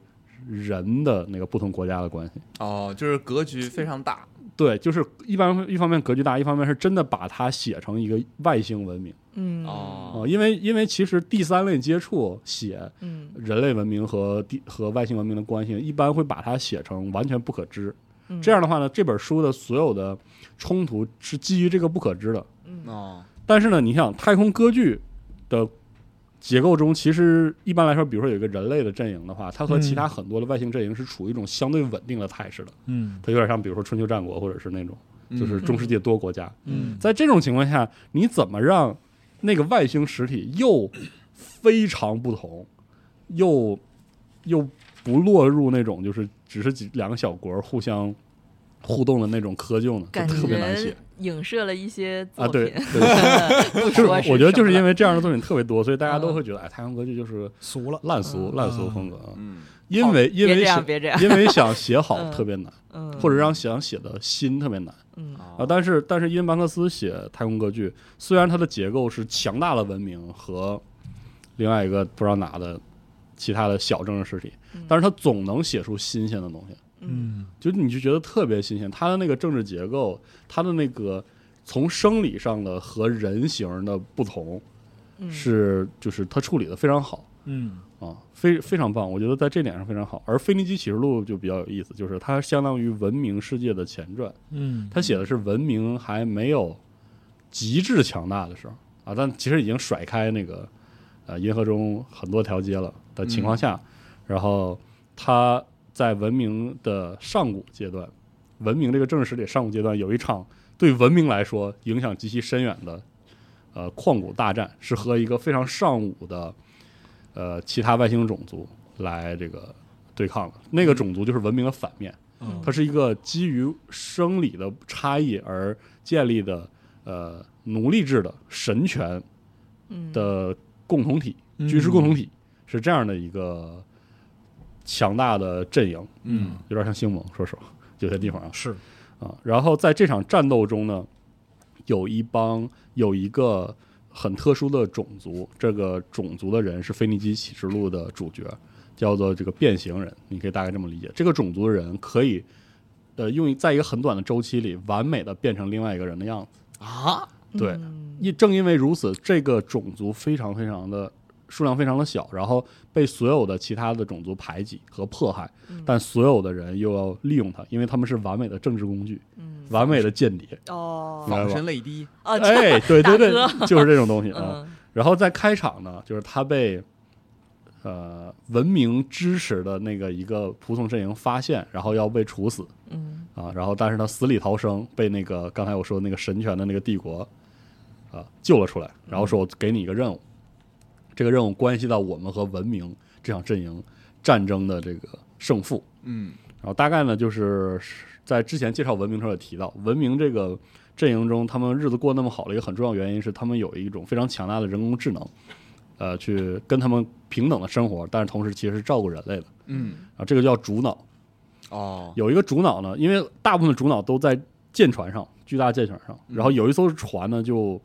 Speaker 5: 人的那个不同国家的关系。
Speaker 4: 哦，就是格局非常大，
Speaker 5: 对，就是一般一方面格局大，一方面是真的把它写成一个外星文明
Speaker 2: 嗯
Speaker 5: 啊、
Speaker 4: 哦，
Speaker 5: 因为因为其实第三类接触写
Speaker 2: 嗯
Speaker 5: 人类文明和地和外星文明的关系，一般会把它写成完全不可知。
Speaker 2: 嗯
Speaker 5: 这样的话呢，这本书的所有的冲突是基于这个不可知的。
Speaker 4: 哦，
Speaker 5: 但是呢，你想太空歌剧的结构中，其实一般来说，比如说有一个人类的阵营的话，它和
Speaker 3: 嗯
Speaker 5: 其他很多的外星阵营是处于一种相对稳定的态势的，
Speaker 3: 嗯
Speaker 5: 它有点像比如说春秋战国或者是那种就是
Speaker 4: 嗯
Speaker 5: 中世纪多国家。
Speaker 3: 嗯
Speaker 5: 在这种情况下，你怎么让那个外星实体又非常不同，又又不落入那种就是只是几两个小国互相互动的那种窠臼呢？就
Speaker 2: 感
Speaker 5: 特别难
Speaker 2: 觉
Speaker 5: 写
Speaker 2: 影射了一些作
Speaker 5: 啊！
Speaker 2: 品。
Speaker 5: 对对，
Speaker 2: 不
Speaker 5: 就是
Speaker 2: 说是
Speaker 5: 我觉得就
Speaker 2: 什么
Speaker 5: 是因
Speaker 2: 了
Speaker 5: 为这样的作品特别多，所以大家都
Speaker 2: 嗯
Speaker 5: 会觉得哎，太阳歌剧就是
Speaker 3: 俗了，
Speaker 5: 烂俗烂俗风格啊，
Speaker 4: 嗯，
Speaker 5: 因为因
Speaker 2: 别
Speaker 5: 为
Speaker 2: 这
Speaker 5: 想
Speaker 2: 样，别这样，
Speaker 5: 因为想写好
Speaker 2: 嗯
Speaker 5: 特别难，
Speaker 2: 嗯，
Speaker 5: 或者让想写的新特别难。
Speaker 2: 嗯
Speaker 4: 哦
Speaker 5: 啊，但是但是因班克斯写太空歌剧，虽然它的结构是强大的文明和另外一个不知道哪的其他的小政治实体，但是它总能写出新鲜的东西，
Speaker 3: 嗯
Speaker 5: 就你就觉得特别新鲜。它的那个政治结构，它的那个从生理上的和人形的不同，
Speaker 2: 嗯
Speaker 5: 是就是它处理的非常好。
Speaker 3: 嗯
Speaker 5: 啊，非非常棒，我觉得在这点上非常好。而《腓尼基启示录》就比较有意思，就是它相当于文明世界的前传，
Speaker 3: 嗯
Speaker 5: 他写的是文明还没有极致强大的时候啊，但其实已经甩开那个呃银河中很多条街了的情况下，然后他在文明的上古阶段，文明这个正史里上古阶段有一场对文明来说影响极其深远的呃旷古大战，是和一个非常上古的呃其他外星种族来这个对抗的，那个种族就是文明的反面。
Speaker 3: 嗯
Speaker 5: 它是一个基于生理的差异而建立的呃奴隶制的神权
Speaker 2: 嗯
Speaker 5: 的共同体、
Speaker 3: 嗯
Speaker 5: 军事共同体，是这样的一个强大的阵营，
Speaker 4: 嗯
Speaker 5: 有点像星盟，说实话，有些地方啊
Speaker 3: 是
Speaker 5: 啊。然后在这场战斗中呢，有一帮有一个很特殊的种族，这个种族的人是《腓尼基启示录》的主角，叫做这个变形人，你可以大概这么理解。这个种族的人可以，呃，用在一个很短的周期里，完美的变成另外一个人的样子。
Speaker 3: 啊，
Speaker 5: 对，
Speaker 2: 嗯
Speaker 5: 也正因为如此，这个种族非常非常的数量非常的小，然后被所有的其他的种族排挤和迫害，
Speaker 2: 嗯
Speaker 5: 但所有的人又要利用它，因为他们是完美的政治工具，
Speaker 2: 嗯
Speaker 5: 完美的间谍。
Speaker 2: 哦
Speaker 5: 明白
Speaker 4: 仿
Speaker 5: 吧
Speaker 4: 生类低，
Speaker 2: 哦，这
Speaker 5: 哎，对对对
Speaker 2: 大，
Speaker 5: 就是这种东西啊。
Speaker 2: 嗯
Speaker 5: 然后在开场呢，就是他被呃文明支持的那个一个仆从阵营发现，然后要被处死
Speaker 2: 嗯
Speaker 5: 啊。然后但是他死里逃生，被那个刚才我说的那个神权的那个帝国啊救了出来，然后说我给你一个任务，这个任务关系到我们和文明这场阵营战争的这个胜负。
Speaker 4: 嗯
Speaker 5: 然后大概呢，就是在之前介绍文明的时候也提到，文明这个阵营中，他们日子过那么好的一个很重要原因是他们有一种非常强大的人工智能，呃，去跟他们平等的生活，但是同时其实是照顾人类的。
Speaker 4: 嗯，
Speaker 5: 啊，这个叫主脑。
Speaker 4: 哦，
Speaker 5: 有一个主脑呢，因为大部分主脑都在舰船上，巨大舰船上，然后有一艘船呢就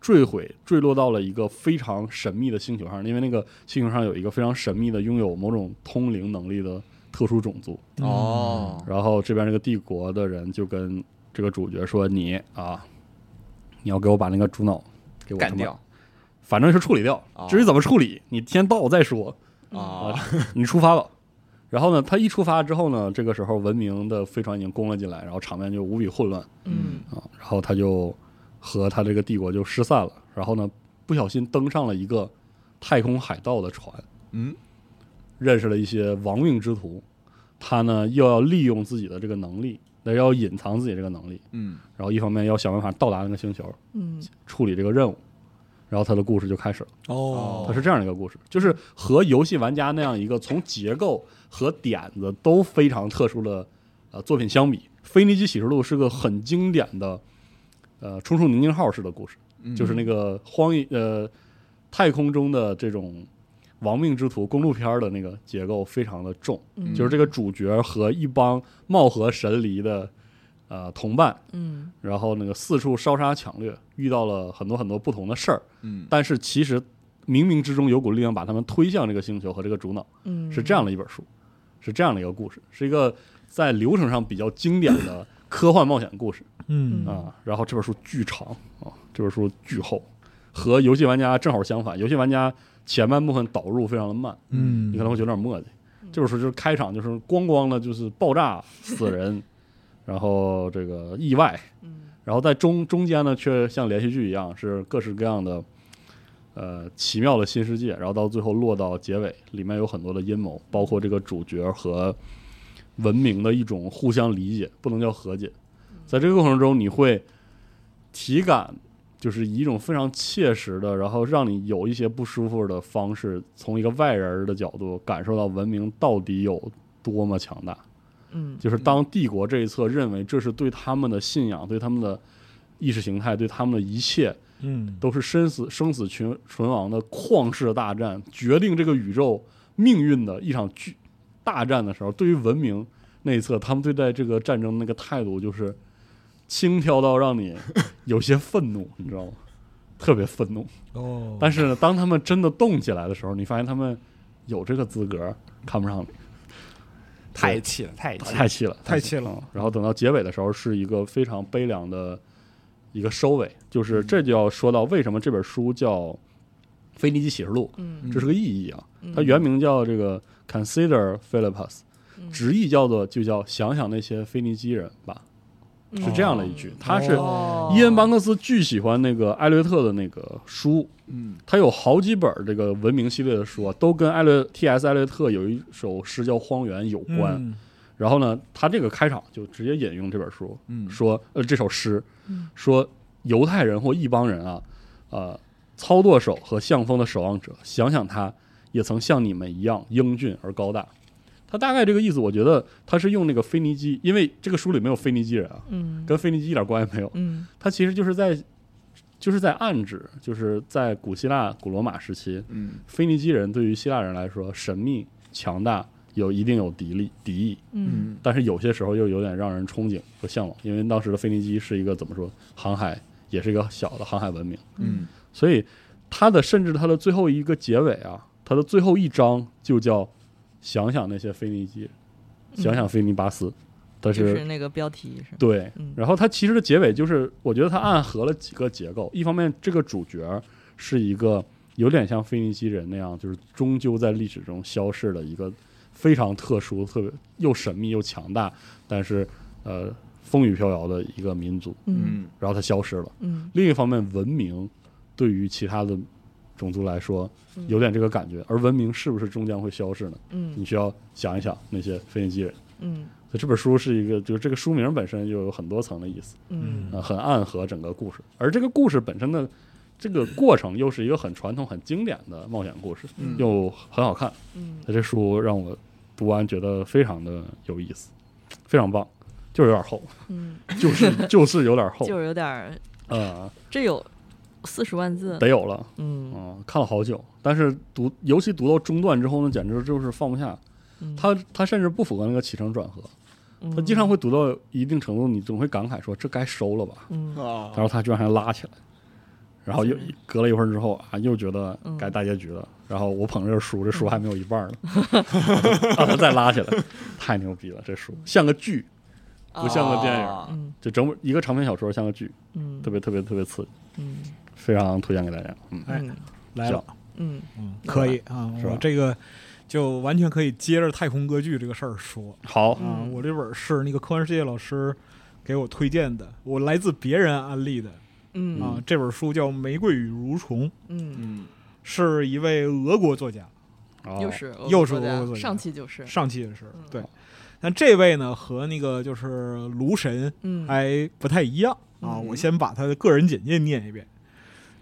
Speaker 5: 坠毁，坠落到了一个非常神秘的星球上，因为那个星球上有一个非常神秘的拥有某种通灵能力的特殊种族。
Speaker 4: 哦，
Speaker 5: 然后这边这个帝国的人就跟这个主角说：“你啊，你要给我把那个主脑给我
Speaker 4: 干
Speaker 5: 他妈
Speaker 4: 掉，
Speaker 5: 反正是处理掉
Speaker 4: 哦。
Speaker 5: 至于怎么处理，你先到我再说。
Speaker 4: 哦，
Speaker 5: 你出发吧。”然后呢，他一出发之后呢，这个时候文明的飞船已经攻了进来，然后场面就无比混乱
Speaker 2: 嗯
Speaker 5: 啊。然后他就和他这个帝国就失散了。然后呢，不小心登上了一个太空海盗的船，
Speaker 4: 嗯，
Speaker 5: 认识了一些亡命之徒。他呢，又要利用自己的这个能力，那要隐藏自己这个能力，
Speaker 4: 嗯
Speaker 5: 然后一方面要想办法到达那个星球，
Speaker 2: 嗯
Speaker 5: 处理这个任务，然后他的故事就开始了。
Speaker 3: 哦
Speaker 5: 它是这样一个故事，就是和游戏玩家那样一个从结构和点子都非常特殊的呃作品相比，《腓尼基启示录》是个很经典的呃冲出宁静号式的故事，就是那个荒野呃太空中的这种亡命之徒公路片儿的那个结构非常的重，
Speaker 2: 嗯
Speaker 5: 就是这个主角和一帮貌合神离的呃同伴，
Speaker 2: 嗯
Speaker 5: 然后那个四处烧杀抢掠，遇到了很多很多不同的事儿。
Speaker 4: 嗯
Speaker 5: 但是其实冥冥之中有股力量把他们推向这个星球和这个主脑，
Speaker 2: 嗯
Speaker 5: 是这样的一本书，是这样的一个故事，是一个在流程上比较经典的科幻冒险故事
Speaker 3: 嗯
Speaker 5: 啊。然后这本书巨长啊，这本书巨厚，和游戏玩家正好相反，游戏玩家前半部分导入非常的慢，
Speaker 3: 嗯
Speaker 5: 你可能会觉得有点磨叽。这本书就是开场就是咣咣的，就是爆炸死人，然后这个意外，
Speaker 2: 嗯
Speaker 5: 然后在中中间呢，却像连续剧一样，是各式各样的呃奇妙的新世界，然后到最后落到结尾，里面有很多的阴谋，包括这个主角和文明的一种互相理解，不能叫和解。在这个过程中，你会体感，就是以一种非常切实的，然后让你有一些不舒服的方式，从一个外人儿的角度感受到文明到底有多么强大。
Speaker 2: 嗯，
Speaker 5: 就是当帝国这一侧认为这是对他们的信仰、对他们的意识形态、对他们的一切
Speaker 3: 嗯，
Speaker 5: 都是生死生死存存亡的旷世大战，决定这个宇宙命运的一场巨大战的时候，对于文明那一侧，他们对待这个战争那个态度就是轻佻到让你有些愤怒，你知道吗？特别愤怒。
Speaker 3: 哦，
Speaker 5: 但是呢，当他们真的动起来的时候，你发现他们有这个资格看不上
Speaker 3: 哦
Speaker 5: 你。
Speaker 6: 太气了，太气了，
Speaker 5: 太气了，
Speaker 3: 太气了
Speaker 5: 嗯然后等到结尾的时候，是一个非常悲凉的一个收尾，就是这就要说到为什么这本书叫《腓尼基启示录》，
Speaker 2: 嗯
Speaker 5: 这是个意义啊。
Speaker 2: 嗯
Speaker 5: 它原名叫这个 Consider Philippus，
Speaker 2: 嗯
Speaker 5: 直译叫做就叫想想那些腓尼基人吧，
Speaker 2: 嗯
Speaker 5: 是这样的一句。它是
Speaker 2: 哦
Speaker 5: 伊恩·班克斯巨喜欢那个艾略特的那个书，
Speaker 4: 嗯，
Speaker 5: 他有好几本这个文明系列的书啊，都跟艾略 T.S. 艾略特有一首诗叫《荒原》有关。
Speaker 3: 嗯
Speaker 5: 然后呢，他这个开场就直接引用这本书，
Speaker 4: 嗯
Speaker 5: 说呃这首诗
Speaker 2: 嗯，
Speaker 5: 说犹太人或一帮人啊，呃，操作手和向风的守望者，想想他也曾像你们一样英俊而高大。他大概这个意思，我觉得他是用那个腓尼基，因为这个书里没有腓尼基人啊，
Speaker 2: 嗯
Speaker 5: 跟腓尼基一点关系没有。
Speaker 2: 嗯
Speaker 5: 他其实就是在就是在暗指，就是在古希腊、古罗马时期，
Speaker 4: 嗯
Speaker 5: 腓尼基人对于希腊人来说神秘、强大，有一定有敌力敌意。
Speaker 2: 嗯
Speaker 5: 但是有些时候又有点让人憧憬和向往，因为当时的腓尼基是一个怎么说，航海也是一个小的航海文明，
Speaker 4: 嗯
Speaker 5: 所以它的甚至它的最后一个结尾啊，它的最后一章就叫“想想那些腓尼基，想想腓尼巴斯”，但、
Speaker 2: 就是是那个标题是吧
Speaker 5: 对
Speaker 2: 嗯，
Speaker 5: 然后它其实的结尾就是，我觉得它暗合了几个结构，一方面这个主角是一个有点像腓尼基人那样，就是终究在历史中消逝的一个非常特殊、特别又神秘又强大，但是呃风雨飘摇的一个民族，
Speaker 2: 嗯
Speaker 4: 嗯
Speaker 5: 然后它消失了。
Speaker 2: 嗯
Speaker 5: 另一方面，文明对于其他的种族来说有点这个感觉，而文明是不是终将会消逝呢？你
Speaker 2: 嗯
Speaker 5: 需要想一想那些腓尼基人。
Speaker 2: 嗯
Speaker 5: 所以这本书是一个，就是这个书名本身就有很多层的意思，
Speaker 2: 嗯
Speaker 5: 呃，很暗合整个故事。而这个故事本身的这个过程又是一个很传统、很经典的冒险故事，
Speaker 4: 嗯
Speaker 5: 又很好看。
Speaker 2: 嗯
Speaker 5: 那这书让我读完觉得非常的有意思，非常棒，就是有点厚，
Speaker 2: 嗯，
Speaker 5: 就是就是有点厚，
Speaker 2: 就是有点儿，
Speaker 5: 呃，
Speaker 2: 这有四十万字，
Speaker 5: 得有了，嗯、
Speaker 2: 嗯
Speaker 5: 看了好久。但是读，尤其读到中段之后呢，简直就是放不下。
Speaker 2: 嗯，
Speaker 5: 它它甚至不符合那个起承转合，它
Speaker 2: 他
Speaker 5: 经常会读到一定程度，你总会感慨说这该收了吧。
Speaker 2: 嗯
Speaker 6: 啊
Speaker 5: 然后他居然还拉起来，然后又隔了一会儿之后啊，又觉得
Speaker 2: 嗯
Speaker 5: 该大结局了。然后我捧着这书，这书还没有一 半儿呢，让他再拉起来，太牛逼了！这书像个剧，不像个电影，
Speaker 4: 啊
Speaker 2: 嗯
Speaker 5: 就整本一个长篇小说像个剧，
Speaker 2: 嗯
Speaker 5: 特别特别特别刺激，
Speaker 2: 嗯
Speaker 5: 非常推荐给大家。嗯，
Speaker 3: 哎
Speaker 2: 嗯
Speaker 3: 来了，
Speaker 2: 嗯
Speaker 3: 嗯，可以啊，
Speaker 5: 是吧
Speaker 3: 我这个就完全可以接着太空歌剧这个事儿说
Speaker 5: 好，
Speaker 3: 啊
Speaker 2: 嗯。
Speaker 3: 我这本是那个科幻世界老师给我推荐的，我来自别人安利的
Speaker 2: 嗯
Speaker 3: 啊。这本书叫《玫瑰与蠕虫》，
Speaker 2: 嗯，
Speaker 4: 嗯
Speaker 3: 是一位俄国作家，
Speaker 5: 哦
Speaker 2: 又是俄
Speaker 3: 又
Speaker 2: 国
Speaker 3: 是
Speaker 2: 作家
Speaker 3: 俄国作家
Speaker 2: 上期就是
Speaker 3: 上期也是
Speaker 2: 嗯
Speaker 3: 对。但这位呢，和那个就是卢神
Speaker 2: 嗯
Speaker 5: 哎
Speaker 3: 还不太一样啊。
Speaker 2: 嗯
Speaker 3: 我先把他的个人简介念一遍。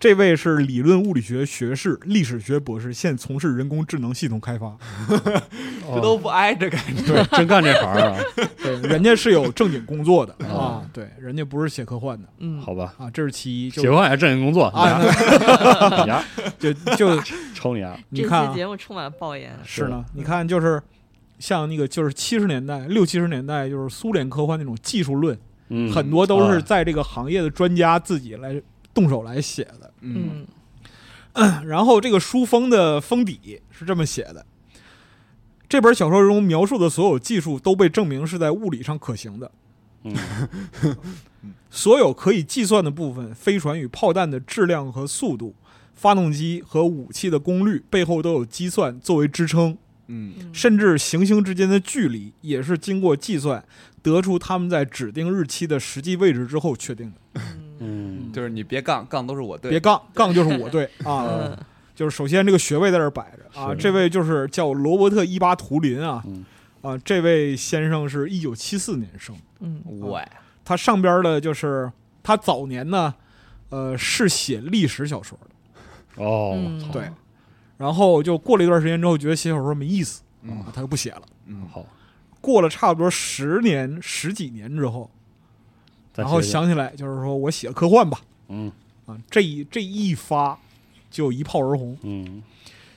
Speaker 3: 这位是理论物理学学士、历史学博士，现从事人工智能系统 开发。
Speaker 4: 这都不挨着感 觉，
Speaker 5: 对，真干这行啊？
Speaker 3: 对，人家是有正经工作的
Speaker 5: 哦
Speaker 3: 啊，对，人家不是写科幻的
Speaker 2: 嗯
Speaker 5: 好吧，
Speaker 3: 啊，这是其一。
Speaker 5: 喜
Speaker 3: 就
Speaker 5: 欢也正经工作，
Speaker 3: 啊，
Speaker 5: 你呀，
Speaker 3: 就就
Speaker 5: 抽你啊！
Speaker 2: 这
Speaker 3: 你看
Speaker 2: 期
Speaker 3: 啊
Speaker 2: 节目充满爆言，
Speaker 3: 是呢，你看就是像那个就是七十年代六七十年代就是苏联科幻那种技术论，
Speaker 5: 嗯，
Speaker 3: 很多都是
Speaker 5: 啊
Speaker 3: 在这个行业的专家自己来动手来写的。
Speaker 2: 嗯
Speaker 3: 然后这个书封的封底是这么写的：这本小说中描述的所有技术都被证明是在物理上可行的。
Speaker 5: 嗯
Speaker 3: 所有可以计算的部分，飞船与炮弹的质量和速度，发动机和武器的功率背后都有计算作为支撑，
Speaker 4: 嗯
Speaker 2: 嗯
Speaker 3: 甚至行星之间的距离也是经过计算得出它们在指定日期的实际位置之后确定的。
Speaker 2: 嗯
Speaker 5: 嗯，
Speaker 4: 就是你别杠，杠都是我对。
Speaker 3: 别杠，杠就是我对 啊。
Speaker 2: 嗯，
Speaker 3: 就是首先这个学位在这儿摆着啊，
Speaker 5: 是
Speaker 3: 这位就是叫罗伯特·伊巴图林啊
Speaker 5: 嗯，
Speaker 3: 啊，这位先生是一九七四年生，
Speaker 2: 嗯，
Speaker 4: 我呀，
Speaker 3: 他上边儿的就是他早年呢，呃，是写历史小说的，
Speaker 5: 哦，
Speaker 2: 嗯
Speaker 5: 操
Speaker 3: 对，然后就过了一段时间之后，觉得写小说没意思，
Speaker 4: 嗯
Speaker 3: 啊，他就不写了。
Speaker 4: 嗯，
Speaker 5: 好，
Speaker 3: 过了差不多十年、十几年之后，
Speaker 5: 再
Speaker 3: 然后
Speaker 5: 写写，
Speaker 3: 想起来就是说我写科幻吧，
Speaker 5: 嗯
Speaker 3: 啊，这一这一发就一炮而红。
Speaker 5: 嗯，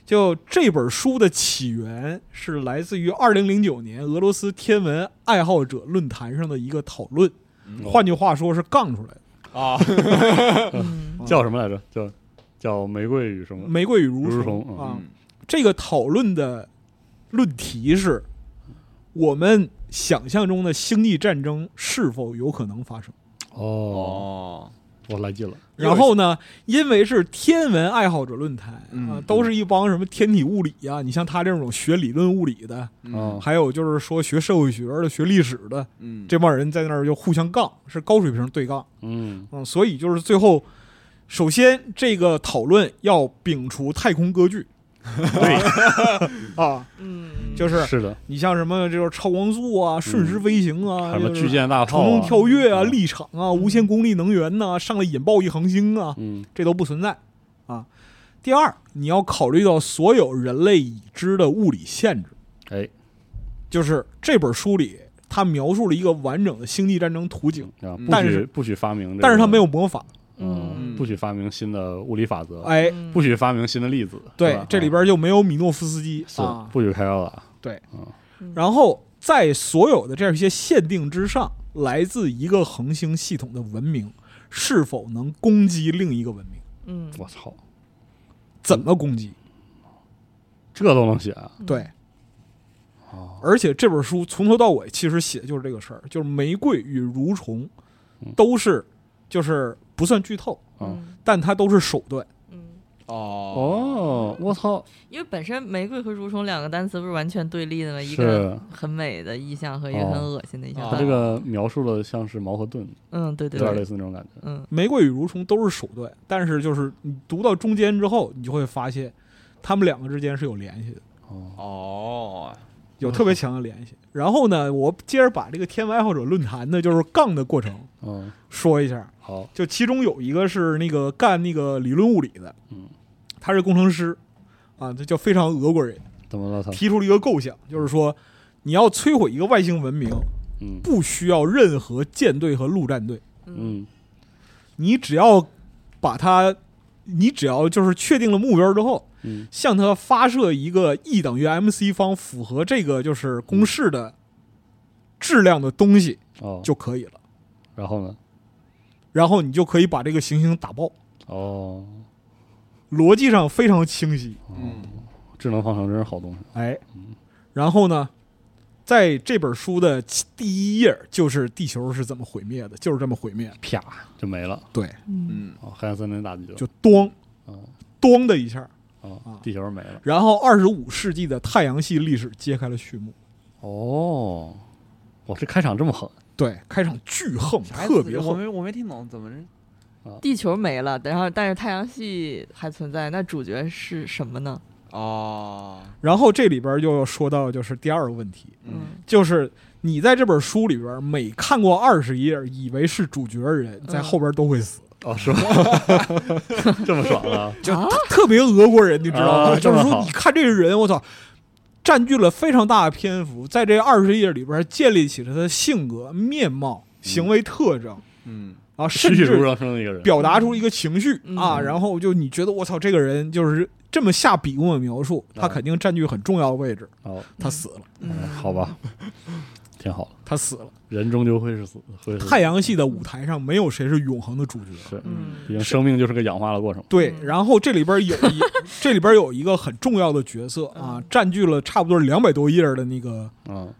Speaker 3: 就这本书的起源是来自于2009年俄罗斯天文爱好者论坛上的一个讨论，
Speaker 5: 哦
Speaker 3: 换句话说是杠出来的。
Speaker 4: 啊，
Speaker 2: 嗯
Speaker 5: 叫什么来着？叫叫玫瑰与什么？
Speaker 3: 玫瑰与
Speaker 5: 嗯如
Speaker 3: 蠕
Speaker 5: 虫
Speaker 3: 啊，
Speaker 4: 嗯
Speaker 3: 这个讨论的论题是：我们想象中的星际战争是否有可能发生？
Speaker 5: 哦，
Speaker 4: 哦，
Speaker 5: 我来劲了，
Speaker 3: 然后呢，因为是天文爱好者论坛啊
Speaker 4: 嗯，
Speaker 3: 都是一帮什么天体物理啊，你像他这种学理论物理的，
Speaker 5: 嗯
Speaker 3: 还有就是说学社会学的、学历史的
Speaker 4: 嗯，
Speaker 3: 这帮人在那儿就互相杠，是高水平对杠。
Speaker 5: 嗯
Speaker 3: 嗯，所以就是最后，首先这个讨论要摒除太空歌剧，对 啊，
Speaker 2: 嗯，
Speaker 3: 就是
Speaker 5: 是的，
Speaker 3: 你像什么就是超光速啊、瞬时飞行啊，
Speaker 5: 嗯什么
Speaker 3: 就是
Speaker 5: 巨舰大
Speaker 3: 长
Speaker 5: 炮
Speaker 3: 空
Speaker 5: 啊，
Speaker 3: 跳跃啊、
Speaker 5: 嗯
Speaker 3: 立场啊、无限功率能源呐、上来引爆一恒星啊，
Speaker 5: 嗯
Speaker 3: 这都不存在啊。第二，你要考虑到所有人类已知的物理限制，
Speaker 5: 哎
Speaker 3: 就是这本书里它描述了一个完整的星际战争图景，
Speaker 5: 啊，
Speaker 4: 嗯
Speaker 5: 不
Speaker 3: 但
Speaker 5: 许
Speaker 3: 是
Speaker 5: 不许发明这个，
Speaker 3: 但是它没有魔法，
Speaker 5: 嗯，
Speaker 2: 嗯
Speaker 5: 不许发明新的物理法则，
Speaker 3: 哎，
Speaker 2: 嗯
Speaker 5: 不许发明新的粒子，是
Speaker 3: 对
Speaker 5: 吧，
Speaker 3: 这里边就没有米诺夫斯基
Speaker 5: 啊是啊
Speaker 3: 啊。
Speaker 5: 不许开高达，
Speaker 3: 然后在所有的这些限定之上，来自一个恒星系统的文明是否能攻击另一个文明？
Speaker 2: 嗯，
Speaker 5: 我操，
Speaker 3: 怎么攻击？
Speaker 5: 这都能写啊？
Speaker 3: 对，
Speaker 5: 哦
Speaker 3: 而且这本书从头到尾其实写的就是这个事儿，就是玫瑰与蠕虫
Speaker 5: 嗯
Speaker 3: 都是，就是不算剧透，
Speaker 5: 哦
Speaker 2: 嗯
Speaker 3: 但它都是手段。
Speaker 2: 嗯，
Speaker 4: 哦
Speaker 5: 哦，我操，
Speaker 2: 因为本身玫瑰和蠕虫两个单词不是完全对立的吗？一个
Speaker 5: 是
Speaker 2: 很美的意象和一个很恶心的意
Speaker 3: 哦
Speaker 2: 象。
Speaker 5: 他这个描述的像是矛和盾，
Speaker 2: 嗯，对对
Speaker 5: 有点类
Speaker 2: 对，
Speaker 5: 似那种感觉，
Speaker 2: 嗯
Speaker 3: 玫瑰与蠕虫都是手段，但是就是你读到中间之后，你就会发现，他们两个之间是有联系的，
Speaker 5: 哦，
Speaker 4: 哦，
Speaker 3: 有特别强的联系。然后呢，我接着把这个天文爱好者论坛的就是杠的过程
Speaker 5: 嗯，
Speaker 3: 说一下。
Speaker 5: 好，
Speaker 3: 就其中有一个是那个干那个理论物理的，
Speaker 5: 嗯，
Speaker 3: 他是工程师，啊，这叫非常俄国人。
Speaker 5: 怎么了他？
Speaker 3: 提出了一个构想，就是说，你要摧毁一个外星文明，
Speaker 5: 嗯
Speaker 3: 不需要任何舰队和陆战队，
Speaker 5: 嗯
Speaker 3: 你只要把它，你只要就是确定了目标之后，
Speaker 5: 嗯
Speaker 3: 向它发射一个 E 等于 mc 方符合这个就是公式的质量的东西
Speaker 5: 哦，
Speaker 3: 就可以了，
Speaker 5: 然后呢？
Speaker 3: 然后你就可以把这个行星打爆。
Speaker 5: 哦，
Speaker 3: 逻辑上非常清晰，
Speaker 4: 嗯，
Speaker 5: 智能方程真是好东西，
Speaker 3: 哎
Speaker 5: 哦嗯，
Speaker 3: 然后呢，在这本书的其第一页就是地球是怎么毁灭的，就是这么毁灭的，
Speaker 5: 啪就没了，
Speaker 2: 嗯
Speaker 4: 嗯，
Speaker 5: 哦，黑暗森林大局了，
Speaker 3: 就咣
Speaker 5: 嗯
Speaker 3: 咣的一下，
Speaker 5: 哦
Speaker 3: 啊，
Speaker 5: 地球没了，
Speaker 3: 然后二十五世纪的太阳系历史揭开了序幕。
Speaker 5: 哦，哇，这开场这么狠
Speaker 3: 对，开场巨横，
Speaker 4: 啥意
Speaker 3: 特
Speaker 4: 思
Speaker 3: 别
Speaker 4: 我
Speaker 3: 横。
Speaker 4: 没我没听懂，怎么是
Speaker 2: 地球没了，然后但是太阳系还存在，那主角是什么呢？
Speaker 4: 哦，
Speaker 3: 然后这里边又说到就是第二个问题，
Speaker 4: 嗯
Speaker 2: 嗯
Speaker 3: 就是你在这本书里边每看过二十页，以为是主角的人，在后边都会死，
Speaker 5: 哦，是吗？这么爽啊？
Speaker 3: 就特别俄国人，你知道吗？
Speaker 5: 啊
Speaker 3: 就
Speaker 5: 这
Speaker 3: 是
Speaker 5: 么
Speaker 3: 说
Speaker 5: 好
Speaker 3: 你看这个人，我操。占据了非常大的篇幅，在这二十页里边建立起了他的性格、面貌、行为特征，
Speaker 4: 嗯
Speaker 3: 啊，
Speaker 5: 栩
Speaker 3: 甚
Speaker 5: 栩
Speaker 3: 至
Speaker 5: 如生的一个人，
Speaker 3: 表达出一个情绪、
Speaker 2: 嗯
Speaker 3: 啊，然后就你觉得我操，这个人就是这么下笔墨描述，
Speaker 5: 啊
Speaker 3: 他肯定占据很重要的位置，
Speaker 5: 哦，
Speaker 3: 他死了，
Speaker 5: 哎
Speaker 2: 嗯，
Speaker 5: 好吧，挺好的，
Speaker 3: 他死了。
Speaker 5: 人终究会是死，会是死
Speaker 3: 太阳系的舞台上没有谁是永恒的主角，
Speaker 5: 是，毕
Speaker 2: 嗯
Speaker 5: 竟生命就是个氧化的过程，
Speaker 3: 对。
Speaker 2: 嗯
Speaker 3: 然后这里边有一这里边有一个很重要的角色啊
Speaker 2: 嗯，
Speaker 3: 占据了差不多两百多页的那个
Speaker 5: 嗯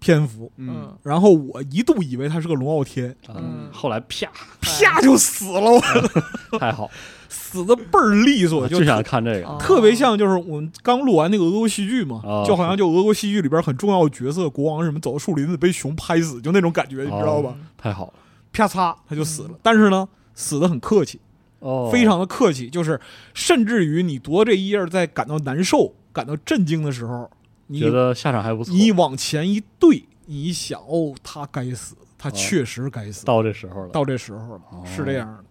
Speaker 3: 篇幅。
Speaker 4: 嗯，
Speaker 2: 嗯
Speaker 3: 然后我一度以为他是个龙傲天，
Speaker 5: 啊
Speaker 2: 嗯
Speaker 5: 后来啪，
Speaker 3: 啪就死了，我
Speaker 5: 太好，
Speaker 3: 死的倍儿利索，
Speaker 5: 我
Speaker 3: 就
Speaker 5: 啊就想
Speaker 3: 特
Speaker 5: 看这个，
Speaker 2: 哦
Speaker 3: 特别像就是我们刚录完那个俄国戏剧嘛，
Speaker 5: 啊
Speaker 3: 就好像就俄国戏剧里边很重要的角色，国王什么走到
Speaker 5: 哦
Speaker 3: 树林子被熊拍死，就那种感觉，你知道吧？
Speaker 2: 嗯
Speaker 5: 太好了，
Speaker 3: 啪嚓他就死了。但是呢，死的很客气，
Speaker 5: 哦，
Speaker 3: 非常的客气，就是甚至于你读到这一页儿，在感到难受、感到震惊的时候，你
Speaker 5: 觉得下场还不错。
Speaker 3: 你往前一对，你一想，哦，他该死，他
Speaker 5: 哦
Speaker 3: 确实该死，
Speaker 5: 到这时候了，
Speaker 3: 到这时候了，
Speaker 5: 哦
Speaker 3: 是这样的。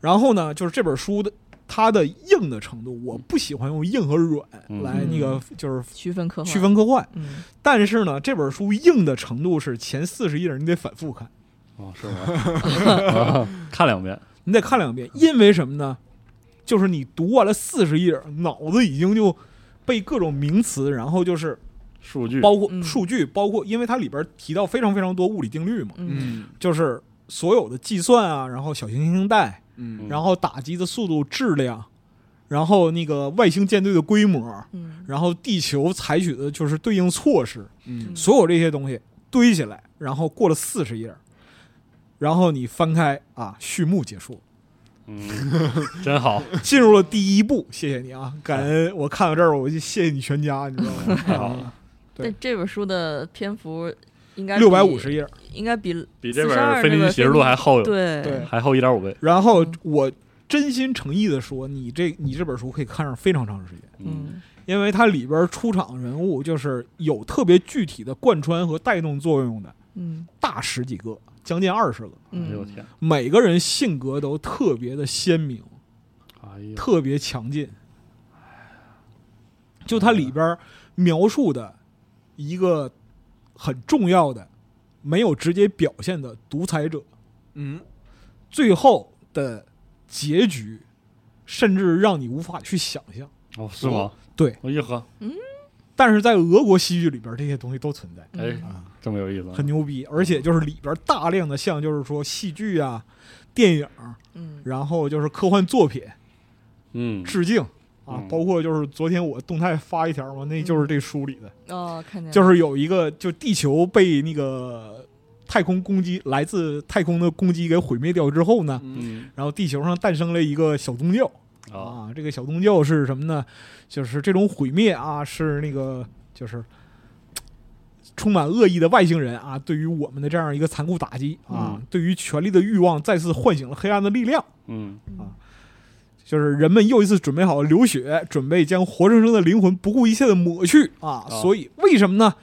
Speaker 3: 然后呢，就是这本书的它的硬的程度，我不喜欢用硬和软
Speaker 5: 嗯
Speaker 3: 来那个就是
Speaker 2: 区分科幻，
Speaker 3: 区，分科幻，
Speaker 2: 嗯，
Speaker 3: 但是呢，这本书硬的程度是前四十页你得反复看，
Speaker 5: 哦，是吗？ 啊看两遍，
Speaker 3: 你得看两遍，因为什么呢？就是你读完了四十页，脑子已经就被各种名词，然后就是
Speaker 5: 数据
Speaker 3: 包括
Speaker 2: 嗯
Speaker 3: 数据，包括因为它里边提到非常非常多物理定律嘛，
Speaker 2: 嗯，
Speaker 3: 就是所有的计算啊，然后小行星带，
Speaker 4: 嗯
Speaker 3: 然后打击的速度、质量，然后那个外星舰队的规模，
Speaker 2: 嗯，
Speaker 3: 然后地球采取的就是对应措施，
Speaker 4: 嗯
Speaker 3: 所有这些东西堆起来，然后过了四十页，然后你翻开啊，序幕结束，
Speaker 5: 嗯，真好，
Speaker 3: 进入了第一步。谢谢你啊，感恩！我看到这儿，我就谢谢你全家，你知道吗？
Speaker 5: 太好了，
Speaker 3: 对
Speaker 2: 但这本书的篇幅应 该
Speaker 3: 六百五十，页，
Speaker 2: 应该比
Speaker 5: 比这
Speaker 2: 四十二
Speaker 5: 本《飞
Speaker 2: 那
Speaker 5: 行
Speaker 2: 本
Speaker 5: 启示录》还厚，
Speaker 2: 对
Speaker 3: 对
Speaker 5: 还厚一点五倍。
Speaker 3: 然后我真心诚意的说，你这你这本书可以看上非常长时间。
Speaker 5: 嗯，
Speaker 3: 因为它里边出场人物就是有特别具体的贯穿和带动作用的，
Speaker 2: 嗯
Speaker 3: 大十几个，将近二十个，
Speaker 5: 哎呦
Speaker 2: 嗯
Speaker 5: 我天，
Speaker 3: 每个人性格都特别的鲜明，
Speaker 5: 哎呦，
Speaker 3: 特别强劲。就它里边描述的一个很重要的、没有直接表现的独裁者，
Speaker 4: 嗯
Speaker 3: 最后的结局，甚至让你无法去想象。
Speaker 5: 哦，是吗？哦
Speaker 3: 对，
Speaker 5: 我一喝，
Speaker 3: 但是在俄国戏剧里边，这些东西都存在。
Speaker 5: 哎
Speaker 2: 嗯，
Speaker 5: 这么有意思啊，
Speaker 3: 很牛逼，而且就是里边大量的像就是说戏剧啊、电影，
Speaker 2: 嗯
Speaker 3: 然后就是科幻作品
Speaker 5: 嗯，
Speaker 3: 致敬啊
Speaker 5: 嗯，
Speaker 3: 包括就是昨天我动态发一条嘛，那就是这书里的，
Speaker 2: 哦，看见了
Speaker 3: 就是有一个就地球被那个太空攻击来自太空的攻击给毁灭掉之后呢，
Speaker 4: 嗯
Speaker 5: 嗯
Speaker 3: 然后地球上诞生了一个小宗教
Speaker 5: 啊，
Speaker 3: 啊，这个小宗教是什么呢？就是这种毁灭啊，是那个就是。充满恶意的外星人啊，对于我们的这样一个残酷打击啊，
Speaker 5: 嗯
Speaker 3: 对于权力的欲望再次唤醒了黑暗的力量，
Speaker 5: 嗯，
Speaker 3: 就是人们又一次准备好流血，准备将活生生的灵魂不顾一切的抹去啊。
Speaker 5: 哦
Speaker 3: 所以为什么呢？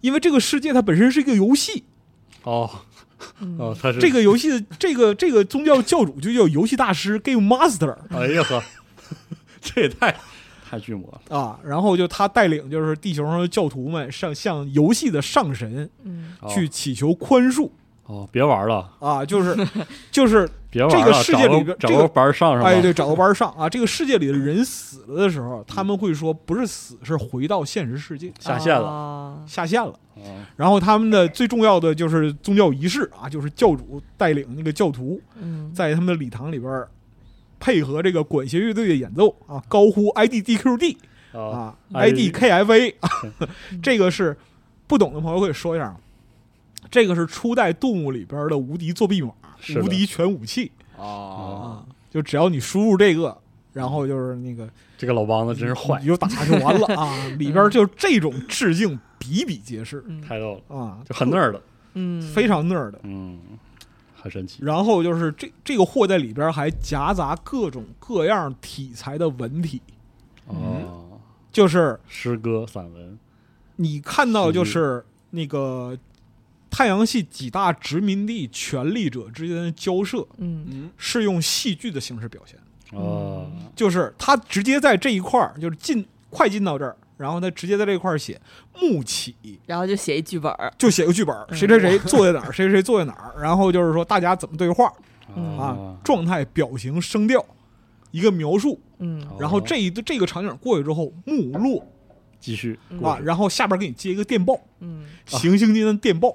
Speaker 3: 因为这个世界它本身是一个游戏，
Speaker 5: 哦
Speaker 2: 嗯
Speaker 5: 哦，他是
Speaker 3: 这，个游戏的这个这个宗教教主就叫游戏大师 Game Master
Speaker 5: 哎呀 呵，这也太太巨魔了，
Speaker 3: 啊，然后就他带领就是地球上的教徒们上向游戏的上神
Speaker 2: 嗯
Speaker 5: 哦
Speaker 3: 去祈求宽恕
Speaker 5: 哦，别玩了，
Speaker 3: 啊，就是 就是
Speaker 5: 别玩了，
Speaker 3: 这个世界
Speaker 5: 找
Speaker 3: 里
Speaker 5: 个
Speaker 3: 边
Speaker 5: 找
Speaker 3: 这
Speaker 5: 个
Speaker 3: 个
Speaker 5: 班上上吧，
Speaker 3: 哎对，找个班上啊，这个世界里的人死了的时候，他们会说不是死，是回到现实世界
Speaker 5: 下线了，
Speaker 2: 了，
Speaker 3: 下线了。
Speaker 5: 哦
Speaker 3: 然后他们的最重要的就是宗教仪式啊，就是教主带领那个教徒
Speaker 2: 嗯，
Speaker 3: 在他们的礼堂里边儿配合这个管弦乐队的演奏啊，高呼 I D D Q D
Speaker 5: 哦，
Speaker 3: 啊
Speaker 5: 嗯
Speaker 3: ，I D K F A，啊
Speaker 2: 嗯
Speaker 3: 这个是不懂的朋友可以说一下啊，这个是初代杜牧里边的无敌作弊码
Speaker 5: 是的，
Speaker 3: 无敌全武器
Speaker 4: 哦，
Speaker 3: 啊，就只要你输入这个。然后就是那个，
Speaker 5: 这个老梆子真是坏
Speaker 3: 你，就打就完了 啊！里边就这种致敬比比皆是
Speaker 2: 嗯
Speaker 5: 太逗了，
Speaker 3: 啊，
Speaker 5: 就很那 儿的，
Speaker 2: 嗯
Speaker 3: 非常 nerd 的。
Speaker 5: 嗯，很神奇，
Speaker 3: 然后就是这这个货在里边还夹杂各种各样题材的文体，嗯
Speaker 5: 哦，
Speaker 3: 就是
Speaker 5: 诗歌、散文，
Speaker 3: 你看到就是那个太阳系几大殖民地权力者之间的交涉，
Speaker 2: 嗯
Speaker 4: 嗯
Speaker 3: 是用戏剧的形式表现，
Speaker 5: 哦，
Speaker 3: 嗯就是他直接在这一块儿就是进快进到这儿，然后他直接在这一块儿写幕起，
Speaker 2: 然后就写一剧本儿，
Speaker 3: 就写个剧本，
Speaker 2: 嗯
Speaker 3: 谁谁谁坐在哪儿，谁谁谁坐在哪儿，然后就是说大家怎么对话
Speaker 2: 嗯
Speaker 5: 哦
Speaker 3: 啊，，状态、表情、声调，一个描述。
Speaker 5: 哦
Speaker 2: 嗯
Speaker 3: 然后这一这个场景过去之后，幕落
Speaker 5: 继续
Speaker 2: 嗯
Speaker 3: 啊，然后下边给你接一个电报，
Speaker 2: 嗯
Speaker 3: 行星间的电报，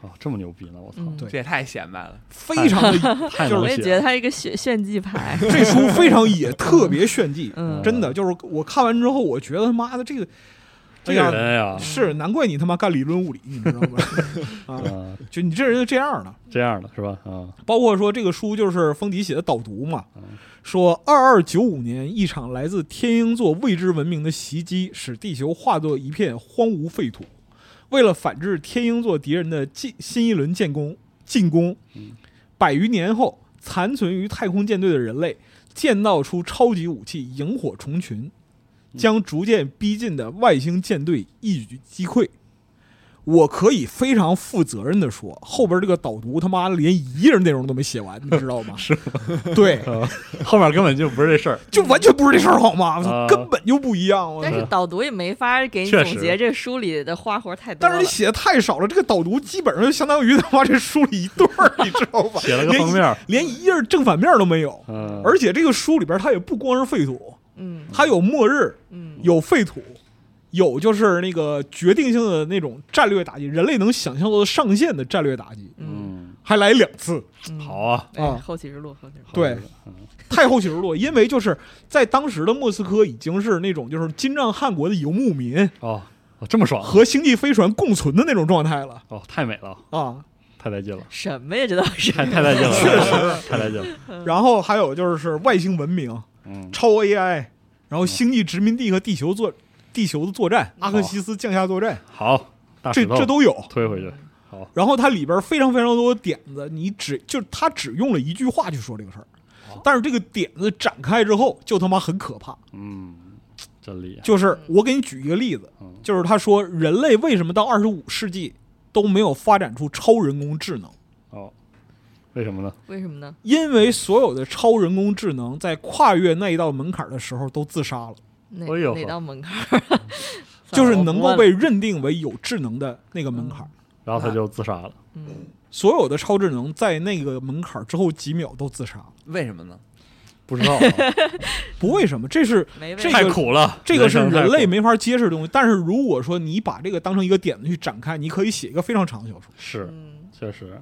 Speaker 5: 哦，这么牛逼呢！我操，
Speaker 2: 嗯，
Speaker 3: 对
Speaker 4: 这也太显摆了，
Speaker 3: 非常 的
Speaker 5: 太
Speaker 3: 就是
Speaker 5: 能
Speaker 2: 我也
Speaker 5: 写
Speaker 2: 觉得
Speaker 5: 了，
Speaker 2: 他是一个炫炫技牌，
Speaker 3: 这书非常野，特别炫技，
Speaker 2: 嗯
Speaker 3: 真的就是我看完之后，我觉得他妈的这个这
Speaker 5: 这个
Speaker 3: 样
Speaker 5: 人呀，
Speaker 3: 是难怪你他妈干理论物理，你知道吗？ 啊，
Speaker 5: 嗯，
Speaker 3: 就你这人就这样的。
Speaker 5: 这样的是吧？ 啊，
Speaker 3: 包括说这个书就是封迪写的导读嘛
Speaker 5: 嗯，
Speaker 3: 说二二九五年，一场来自天鹰座未知文明的袭击，使地球化作一片荒芜废土。为了反制天鹰座敌人的进新一轮建攻进攻
Speaker 5: 嗯，
Speaker 3: 百余年后，残存于太空舰队的人类建造出超级武器萤火虫群，将逐渐逼近的外星舰队一举击溃。我可以非常负责任的说，后边这个导读他妈连一页内容都没写完，你知道吗？是，对，
Speaker 5: 后面根本就不是这事儿。
Speaker 3: 就完全不是这事儿好吗？我操，
Speaker 5: 啊
Speaker 3: 根本就不一样。啊我操
Speaker 2: 但是导读也没法给你
Speaker 5: 确
Speaker 2: 总
Speaker 5: 实
Speaker 2: 结，这书里的花活太多
Speaker 3: 但是
Speaker 2: 了
Speaker 3: 你。写的太少了，这个导读基本上就相当于他妈这书里一对儿，你知道 吧？
Speaker 5: 写了个封面 儿，
Speaker 3: 连一页正反面都没有。
Speaker 5: 嗯，
Speaker 3: 而且这个书里边它也不光是废土，
Speaker 2: 嗯
Speaker 3: 它有末日，
Speaker 2: 嗯
Speaker 3: 有废土，有就是那个决定性的那种战略打击，人类能想象到的上限的战略打击，
Speaker 2: 嗯
Speaker 5: 嗯，
Speaker 3: 还来两次。
Speaker 2: 嗯，
Speaker 5: 好啊，
Speaker 2: 哎，
Speaker 3: 啊
Speaker 2: 后启示录，后启示录，
Speaker 3: 对，太后启示录，因为就是在当时的莫斯科已经是那种就是金帐汗国的游牧民
Speaker 5: 哦，哦这么爽，
Speaker 3: 和星际飞船共存的那种状态了
Speaker 5: 哦，太美了，
Speaker 3: 啊。
Speaker 5: 太带劲 了，
Speaker 2: 什么呀？这都是
Speaker 5: 太太带劲了，确实太带劲了，
Speaker 3: 然后还有就是外星文明、
Speaker 5: 嗯，
Speaker 3: 超 AI，然后星际殖民地和地球作地球的作战、阿克西斯降下作战，
Speaker 5: 好，大
Speaker 3: 这
Speaker 5: 石头
Speaker 3: 这都有。
Speaker 5: 推回去，好，
Speaker 3: 然后它里边非常非常多的点子，你只就他只用了一句话去说这个事儿，但是这个点子展开之后就他妈很可怕。
Speaker 5: 嗯，真厉害，
Speaker 3: 就是我给你举一个例子
Speaker 5: 嗯，
Speaker 3: 就是他说人类为什么到二十五世纪都没有发展出超人工智能？
Speaker 5: 哦，为什么呢？
Speaker 2: 为什么呢？
Speaker 3: 因为所有的超人工智能在跨越那一道门槛的时候都自杀了，
Speaker 2: 哪
Speaker 5: 哎呦
Speaker 2: 哪道门槛儿？
Speaker 3: 就是能够被认定为有智能的那个门槛。
Speaker 5: 然后他就自杀了，
Speaker 2: 嗯
Speaker 3: 所有的超智能在那个门槛之后几秒都自杀了，
Speaker 4: 为什么呢？
Speaker 5: 不知道 啊，
Speaker 3: 不为什么，这是
Speaker 2: 没问
Speaker 3: 这个
Speaker 5: 太苦了，
Speaker 3: 这个是
Speaker 5: 生太
Speaker 3: 人
Speaker 5: 苦
Speaker 3: 类没法揭示的东西。但是如果说你把这个当成一个点子去展开，你可以写一个非常长的小说。
Speaker 5: 是，
Speaker 2: 嗯
Speaker 5: 确实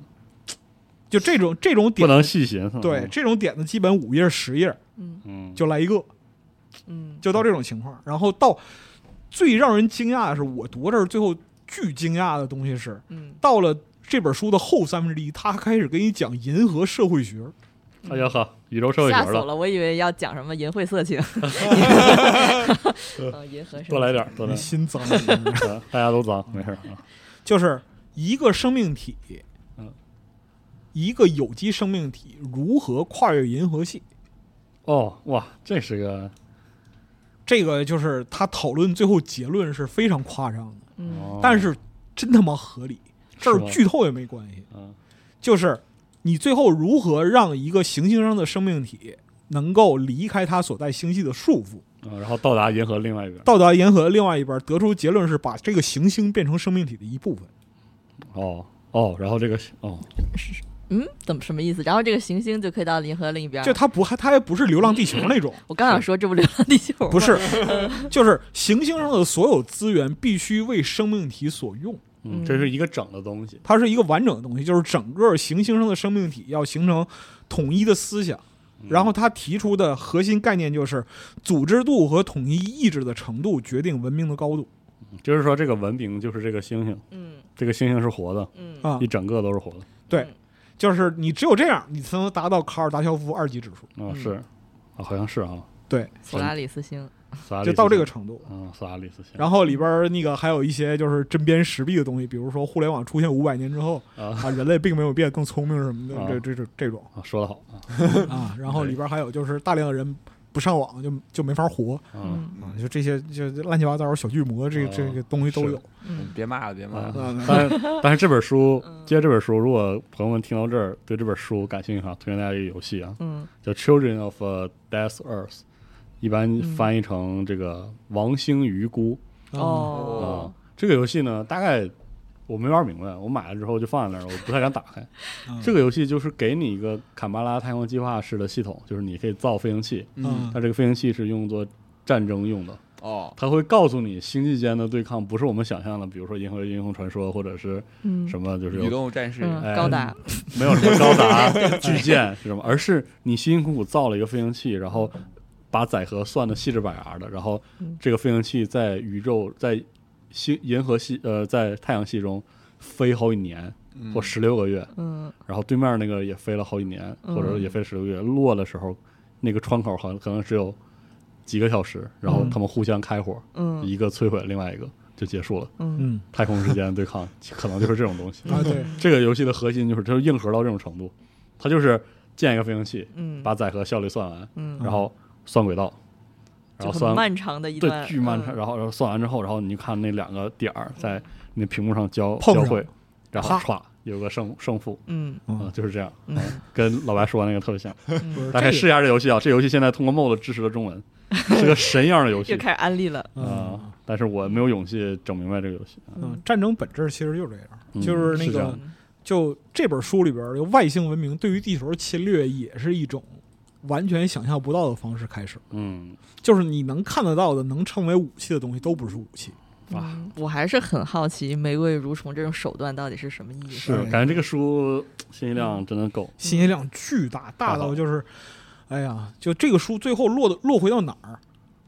Speaker 3: 就这种这种
Speaker 5: 不
Speaker 3: 点，
Speaker 5: 能细寻，
Speaker 3: 对，这种点子基本五页十页
Speaker 2: 嗯
Speaker 5: 嗯，
Speaker 3: 就来一个，
Speaker 2: 嗯，
Speaker 3: 就到这种情况。然后到最让人惊讶的是，我读这儿最后巨惊讶的东西是，
Speaker 2: 嗯
Speaker 3: 到了这本书的后三分之一，他开始给你讲银河社会学。
Speaker 5: 哎呀呵，宇宙社会学
Speaker 2: 吓死我
Speaker 5: 了，
Speaker 2: 了！我以为要讲什么淫秽色情， 嗯，银河是
Speaker 5: 多来点儿，多
Speaker 3: 你
Speaker 5: 来点
Speaker 3: 心脏，
Speaker 5: 儿，嗯大家都脏，没事儿啊，
Speaker 3: 就是一个生命体
Speaker 5: 嗯，
Speaker 3: 一个有机生命体如何跨越银河系。
Speaker 5: 哦，哇，这是个，
Speaker 3: 这个就是他讨论最后结论是非常夸张的，
Speaker 2: 嗯
Speaker 5: 哦
Speaker 3: 但是真他妈合理，这儿
Speaker 5: 是吗
Speaker 3: 剧透也没关系。
Speaker 5: 嗯
Speaker 3: 就是你最后如何让一个行星上的生命体能够离开它所在星系的束缚，
Speaker 5: 嗯，然后到达银河另外一边，
Speaker 3: 到达银河的另外一边，得出结论是把这个行星变成生命体的一部分。
Speaker 5: 哦哦，然后这个哦，
Speaker 2: 嗯，怎么什么意思？然后这个行星就可以到银河另一边儿。
Speaker 3: 就它不还它还不是流浪地球那种，
Speaker 2: 我刚想说，这不流浪地球吗
Speaker 3: 不是， 就是行星上的所有资源必须为生命体所用。
Speaker 5: 嗯，
Speaker 2: 嗯
Speaker 5: 这是一个整的东西，
Speaker 3: 它是一个完整的东西，就是整个行星上的生命体要形成统一的思想。然后他提出的核心概念就是，组织度和统一意志的程度决定文明的高度
Speaker 5: 就是说这个文明就是这个星星，
Speaker 2: 嗯
Speaker 5: 这个星星是活的，
Speaker 2: 嗯
Speaker 3: 啊
Speaker 5: 一，整个都是活的
Speaker 3: 就是你只有这样，你才能达到卡尔达肖夫二级指数，
Speaker 5: 啊，是啊，好像是啊，
Speaker 3: 对，
Speaker 2: 索拉里斯星，
Speaker 5: 索拉
Speaker 3: 就
Speaker 5: 里斯
Speaker 3: 到这个
Speaker 5: 星
Speaker 3: 程度。
Speaker 5: 嗯，索拉里斯星
Speaker 3: 然后里边儿那个还有一些就是针砭时弊的东西，比如说互联网出现五百年之后
Speaker 5: 啊
Speaker 3: 啊，人类并没有变得更聪明什么的，
Speaker 5: 啊
Speaker 3: 这这这这种
Speaker 5: 啊，说得好啊，
Speaker 3: 啊。然后里边儿还有就是大量的人不上网就就没法活
Speaker 5: 嗯，
Speaker 2: 嗯
Speaker 3: 啊，就这些就乱七八糟小巨魔这个
Speaker 5: 啊
Speaker 3: 这个东西都
Speaker 5: 是
Speaker 3: 有。
Speaker 2: 嗯
Speaker 4: 别骂了，别骂
Speaker 5: 啊
Speaker 4: 了。
Speaker 3: 嗯
Speaker 5: 但是但是这本书，
Speaker 2: 嗯
Speaker 5: 接这本书，如果朋友们听到这儿对这本书感兴趣的话，推荐大家一个游戏啊，
Speaker 2: 嗯
Speaker 5: 叫《Children of a Death Earth》，一般
Speaker 2: 嗯
Speaker 5: 翻译成这个“王星鱼姑”啊、
Speaker 2: 哦，
Speaker 5: 这个游戏呢，大概我没玩明白，我买了之后就放在那儿，我不太敢打开。
Speaker 3: 嗯
Speaker 5: 这个游戏就是给你一个坎巴拉太空计划式的系统，就是你可以造飞行器，
Speaker 3: 啊
Speaker 4: 嗯，
Speaker 5: 它这个飞行器是用作战争用的。
Speaker 4: 哦，
Speaker 5: 它会告诉你，星际间的对抗不是我们想象的，比如说《银河英雄传说》或者是
Speaker 2: 嗯
Speaker 5: 什么，就是有
Speaker 4: 宇宙战士，
Speaker 2: 嗯
Speaker 5: 哎
Speaker 2: 高达，
Speaker 5: 没有什么高 达、巨舰是什么，而是你辛辛苦苦造了一个飞行器，然后把载荷算的细致板牙的，然后
Speaker 2: 嗯
Speaker 5: 这个飞行器在宇宙、在星银河系呃在太阳系中飞好几年
Speaker 4: 嗯
Speaker 5: 或十六个月，
Speaker 2: 嗯
Speaker 5: 然后对面那个也飞了好几年，
Speaker 2: 嗯
Speaker 5: 或者也飞十六个月，落的时候那个窗口好像可能只有几个小时，然后他们互相开火，
Speaker 2: 嗯
Speaker 5: 一个摧毁另外一个就结束了，
Speaker 2: 嗯
Speaker 3: 嗯
Speaker 5: 太空之间对抗 可能就是这种东西。
Speaker 3: 啊对，
Speaker 5: 这个游戏的核心就是它就硬核到这种程度，它就是建一个飞行器，
Speaker 2: 嗯，
Speaker 5: 把载荷效率算完，
Speaker 2: 嗯，
Speaker 5: 然后算轨道，
Speaker 2: 就
Speaker 5: 然后
Speaker 2: 很
Speaker 5: 算
Speaker 2: 漫长的一
Speaker 5: 对
Speaker 2: 段，
Speaker 5: 巨漫长，
Speaker 2: 嗯
Speaker 5: 然后然后算完之后，然后你看那两个点儿在那屏幕上交
Speaker 3: 碰
Speaker 5: 交
Speaker 3: 上
Speaker 5: 汇，然后
Speaker 3: 啪
Speaker 5: 歘有个胜胜负
Speaker 2: 嗯
Speaker 5: 啊
Speaker 3: 嗯，，
Speaker 5: 就是这样，
Speaker 2: 嗯
Speaker 5: 跟老白说的那个特别像。
Speaker 3: 不是
Speaker 5: 大家可
Speaker 3: 这
Speaker 5: 以试一下这游戏啊，这游戏现在通过 MOD 支持了中 文，是个神样的游戏
Speaker 2: 又开始安利了，
Speaker 3: 个
Speaker 5: 啊、
Speaker 3: 嗯
Speaker 5: 但是我没有勇气整明白这个游戏，
Speaker 3: 嗯，战争本质其实就是这样，
Speaker 5: 嗯
Speaker 3: 就是那
Speaker 5: 是这
Speaker 3: 个
Speaker 5: 样
Speaker 2: 嗯
Speaker 3: 就这本书里边儿，这个外星文明对于地球的侵略也是一种完全想象不到的方式开始，
Speaker 5: 嗯
Speaker 3: 就是你能看得到的、能称为武器的东西都不是武器。
Speaker 5: 啊，
Speaker 2: 嗯我还是很好奇“玫瑰蠕虫”这种手段到底是什么意思。
Speaker 5: 是感觉这个书信息量真的够，
Speaker 3: 信息量巨大，大到就是，哎呀，就这个书最后落的落回到哪儿？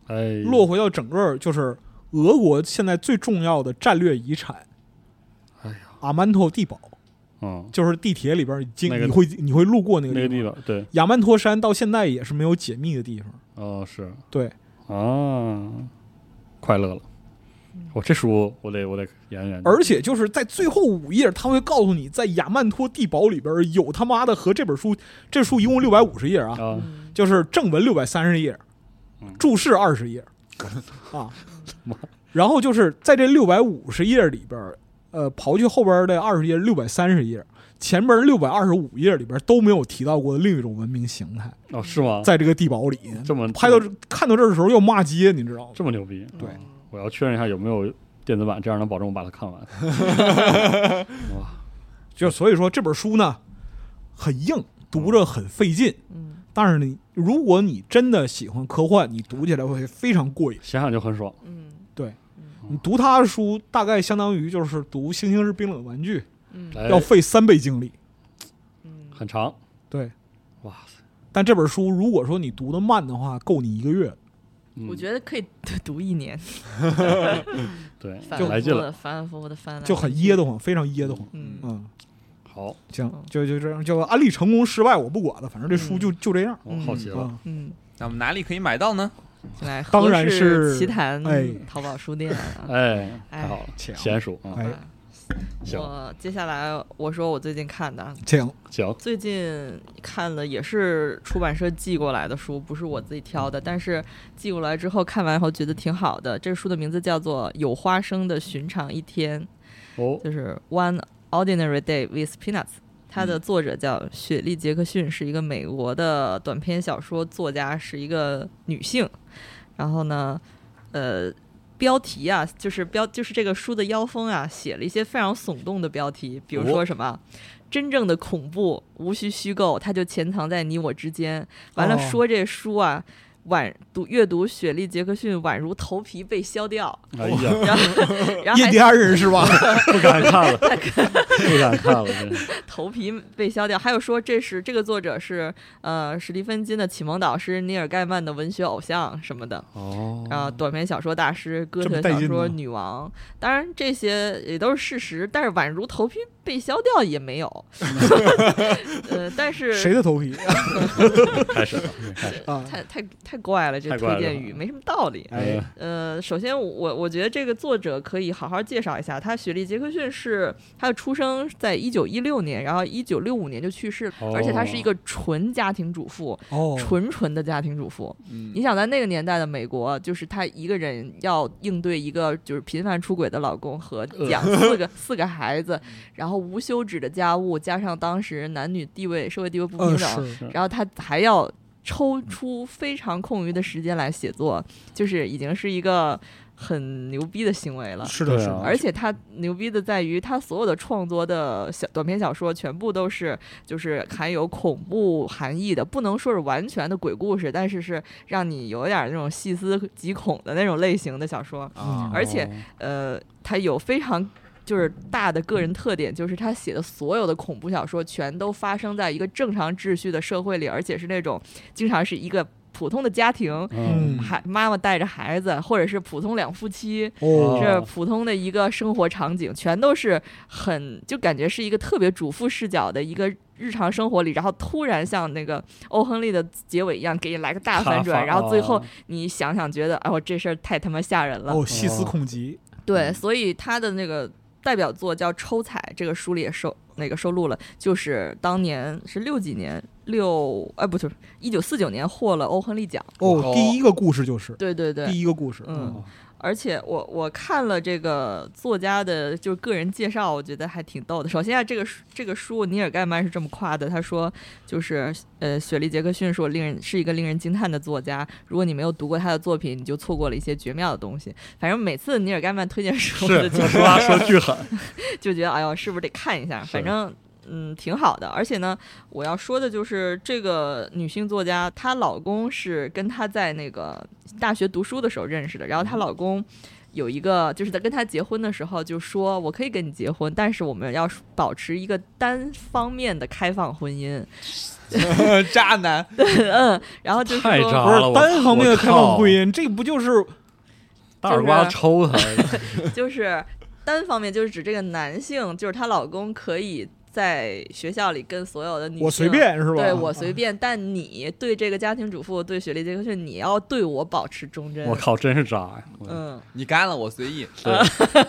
Speaker 5: 哎，
Speaker 3: 落回到整个就是俄国现在最重要的战略遗产
Speaker 5: 哎呀，
Speaker 3: ——阿曼托地堡，
Speaker 5: 嗯，
Speaker 3: 就是地铁里边儿经、
Speaker 5: 那个
Speaker 3: 你会你会路过那个
Speaker 5: 那个地
Speaker 3: 方。
Speaker 5: 方对，
Speaker 3: 亚曼托山到现在也是没有解密的地方。
Speaker 5: 哦是
Speaker 3: 对，
Speaker 5: 啊，快乐了，我这书我得我得研研究，
Speaker 3: 嗯而且就是在最后五页，他会告诉你，在亚曼托地堡里边儿有他妈的和这本书，这书一共六百五十页啊，
Speaker 5: 啊，
Speaker 2: 嗯
Speaker 3: 就是正文六百三十页
Speaker 5: 嗯，
Speaker 3: 注释二十 页啊。然后就是在这六百五十页里边儿，呃，刨去后边的二十页、六百三十页，前边六百二十五页里边都没有提到过的另一种文明形态，
Speaker 5: 哦是吗？
Speaker 3: 嗯在这个地堡里。
Speaker 5: 这么
Speaker 3: 拍到这看到这儿的时候要骂街，你知道吗？
Speaker 5: 这么牛逼，
Speaker 3: 对
Speaker 5: 嗯我要确认一下有没有电子版，这样能保证我把 它看完，哇，
Speaker 3: 就所以说这本书呢，很硬，读着很费劲。
Speaker 2: 嗯
Speaker 3: 但是你如果你真的喜欢科幻，你读起来会非常过瘾。
Speaker 5: 想想就很爽，
Speaker 2: 嗯
Speaker 3: 你读他的书，大概相当于就是读《星星是冰冷的玩具》，
Speaker 2: 嗯
Speaker 5: 哎
Speaker 3: 要费三倍精力。
Speaker 2: 嗯
Speaker 5: 很长，
Speaker 3: 对，
Speaker 5: 哇
Speaker 3: 塞！但这本书如果说你读的慢的话，够你一个月。
Speaker 5: 嗯
Speaker 2: 我觉得可以读一年，
Speaker 5: 对，
Speaker 2: 反
Speaker 5: 来
Speaker 2: 反
Speaker 5: 劲
Speaker 2: 复
Speaker 5: 了，
Speaker 2: 的反反复复的翻来翻去，
Speaker 3: 就很噎得慌，非常噎得慌。
Speaker 2: 嗯
Speaker 3: 嗯，
Speaker 5: 好，
Speaker 3: 行
Speaker 2: 嗯，
Speaker 3: 就就这样，就安利成功失败我不管了，反正这书就就这样。
Speaker 5: 我好奇了，
Speaker 3: 啊，
Speaker 2: 嗯，
Speaker 4: 那我们哪里可以买到呢？
Speaker 2: 进来
Speaker 3: 当然是
Speaker 2: 奇谈
Speaker 3: 哎
Speaker 2: 淘宝书店啊。
Speaker 5: 哎，
Speaker 2: 哎
Speaker 5: 太好了，
Speaker 3: 请
Speaker 5: 娴熟啊，
Speaker 3: 哎
Speaker 2: 啊
Speaker 5: 行
Speaker 2: 我接下来我说我最近看的啊，
Speaker 3: 请
Speaker 5: 行，
Speaker 2: 最近看的也是出版社寄过来的书，不是我自己挑的，但是寄过来之后看完以后觉得挺好的。这书的名字叫做《有花生的寻常一天》，
Speaker 5: 哦，
Speaker 2: 就是 One Ordinary Day with Peanuts。它
Speaker 3: 嗯
Speaker 2: 的作者叫雪莉·杰克逊，是一个美国的短篇小说作家，是一个女性。然后呢，呃，标题啊，就是标就是这个书的腰封啊，写了一些非常耸动的标题，比如
Speaker 3: 哦
Speaker 2: 说什么。真正的恐怖无需虚构，它就潜藏在你我之间。完了，
Speaker 3: 哦
Speaker 2: 说这书啊，宛读阅读雪莉·杰克逊宛如头皮被削掉，
Speaker 5: 哎呀，
Speaker 2: 然后然后
Speaker 3: 印
Speaker 2: 还
Speaker 3: 第安人是吧？
Speaker 5: 不敢看了，不敢看了，真是，
Speaker 2: 头皮被削掉。还有说这是这个作者是呃史蒂芬金的启蒙导师，尼尔盖曼的文学偶像什么的，
Speaker 5: 哦，
Speaker 2: 啊、短篇小说大师，哥
Speaker 3: 这么
Speaker 2: 特
Speaker 3: 带
Speaker 2: 小
Speaker 3: 劲
Speaker 2: 说
Speaker 3: 吗
Speaker 2: 女王。当然这些也都是事实，但是宛如头皮被削掉也没 有。呃，但是
Speaker 3: 谁的头皮
Speaker 5: 开始了，开始了，
Speaker 3: 啊？
Speaker 2: 太太太怪了，这
Speaker 5: 太怪
Speaker 2: 推荐
Speaker 5: 了
Speaker 2: 语没什么道理。
Speaker 3: 哎，
Speaker 2: 呃，首先我我觉得这个作者可以好好介绍一下，他雪莉·杰克逊是他的出生在一九一六年，然后一九六五年就去世了，而且他是一个纯家庭主妇，
Speaker 3: 哦，
Speaker 2: 纯纯的家庭主妇。你
Speaker 4: 嗯，
Speaker 2: 想在那个年代的美国，就是她一个人要应对一个就是频繁出轨的老公和养四个、四个孩子，然后无休止的家务，加上当时男女地位社会地位不平
Speaker 3: 嗯
Speaker 2: 等，
Speaker 3: 是，
Speaker 2: 然后他还要抽出非常空余的时间来写作，就是已经是一个很牛逼的行为了。
Speaker 3: 是
Speaker 5: 对
Speaker 3: 的，
Speaker 5: 啊
Speaker 3: 是的，
Speaker 2: 而且他牛逼的在于，他所有的创作的小短篇小说全部都是就是含有恐怖含义的，不能说是完全的鬼故事，但是是让你有点那种细思极恐的那种类型的小说。
Speaker 3: 啊
Speaker 2: 而且
Speaker 5: 哦
Speaker 2: 呃，他有非常就是大的个人特点，就是他写的所有的恐怖小说全都发生在一个正常秩序的社会里，而且是那种经常是一个普通的家庭，
Speaker 3: 嗯
Speaker 5: 嗯，
Speaker 2: 孩妈妈带着孩子，或者是普通两夫妻，
Speaker 3: 哦，
Speaker 2: 这普通的一个生活场景，全都是很就感觉是一个特别主妇视角的一个日常生活里，然后突然像那个欧亨利的结尾一样，给你来个大反转，然后最
Speaker 5: 哦啊
Speaker 2: 后你想想觉得，哎呦，这事儿太他妈吓人了。
Speaker 3: 哦，细思恐极，
Speaker 2: 对，所以他的那个代表作叫《抽彩》，这个书里也收那个收录了，就是当年是六几年。六哎，不是一九四九年获了欧亨利奖。
Speaker 3: 哦，第一个故事就是
Speaker 2: 对对嗯对，
Speaker 3: 第一个故事，
Speaker 2: 嗯，而且我我看了这个作家的就是个人介绍，我觉得还挺逗的。首先啊，这个书这个书尼尔盖曼是这么夸的，他说就是呃，雪莉杰克逊是我令人是一个令人惊叹的作家。如果你没有读过他的作品，你就错过了一些绝妙的东西。反正每次尼尔盖曼推荐书，我就觉 得
Speaker 5: 他说巨狠，
Speaker 2: 就觉得哎呦，是不是得看一下？
Speaker 5: 是
Speaker 2: 反正。嗯，挺好的。而且呢，我要说的就是这个女性作家，她老公是跟她在那个大学读书的时候认识的。然后她
Speaker 5: 嗯
Speaker 2: 老公有一个，就是在跟她结婚的时候就说：“我可以跟你结婚，但是我们要保持一个单方面的开放婚 姻。
Speaker 6: 渣男，”
Speaker 2: 嗯，然后就是
Speaker 5: 太渣
Speaker 2: 说，
Speaker 3: 不是
Speaker 5: 了，我
Speaker 3: 单方面的开放婚，
Speaker 5: 我靠
Speaker 3: 姻，这不就是
Speaker 5: 大耳刮子抽他，
Speaker 2: 啊就是单方面，就是指这个男性，就是她老公可以在学校里跟所有的女性
Speaker 3: 我随便是吧？
Speaker 2: 对我随便，但你对这个家庭主妇，对雪莉·杰克逊，你要对我保持忠贞。
Speaker 5: 我靠，真是渣呀！我
Speaker 2: 嗯，
Speaker 4: 你干了我随意，
Speaker 5: 对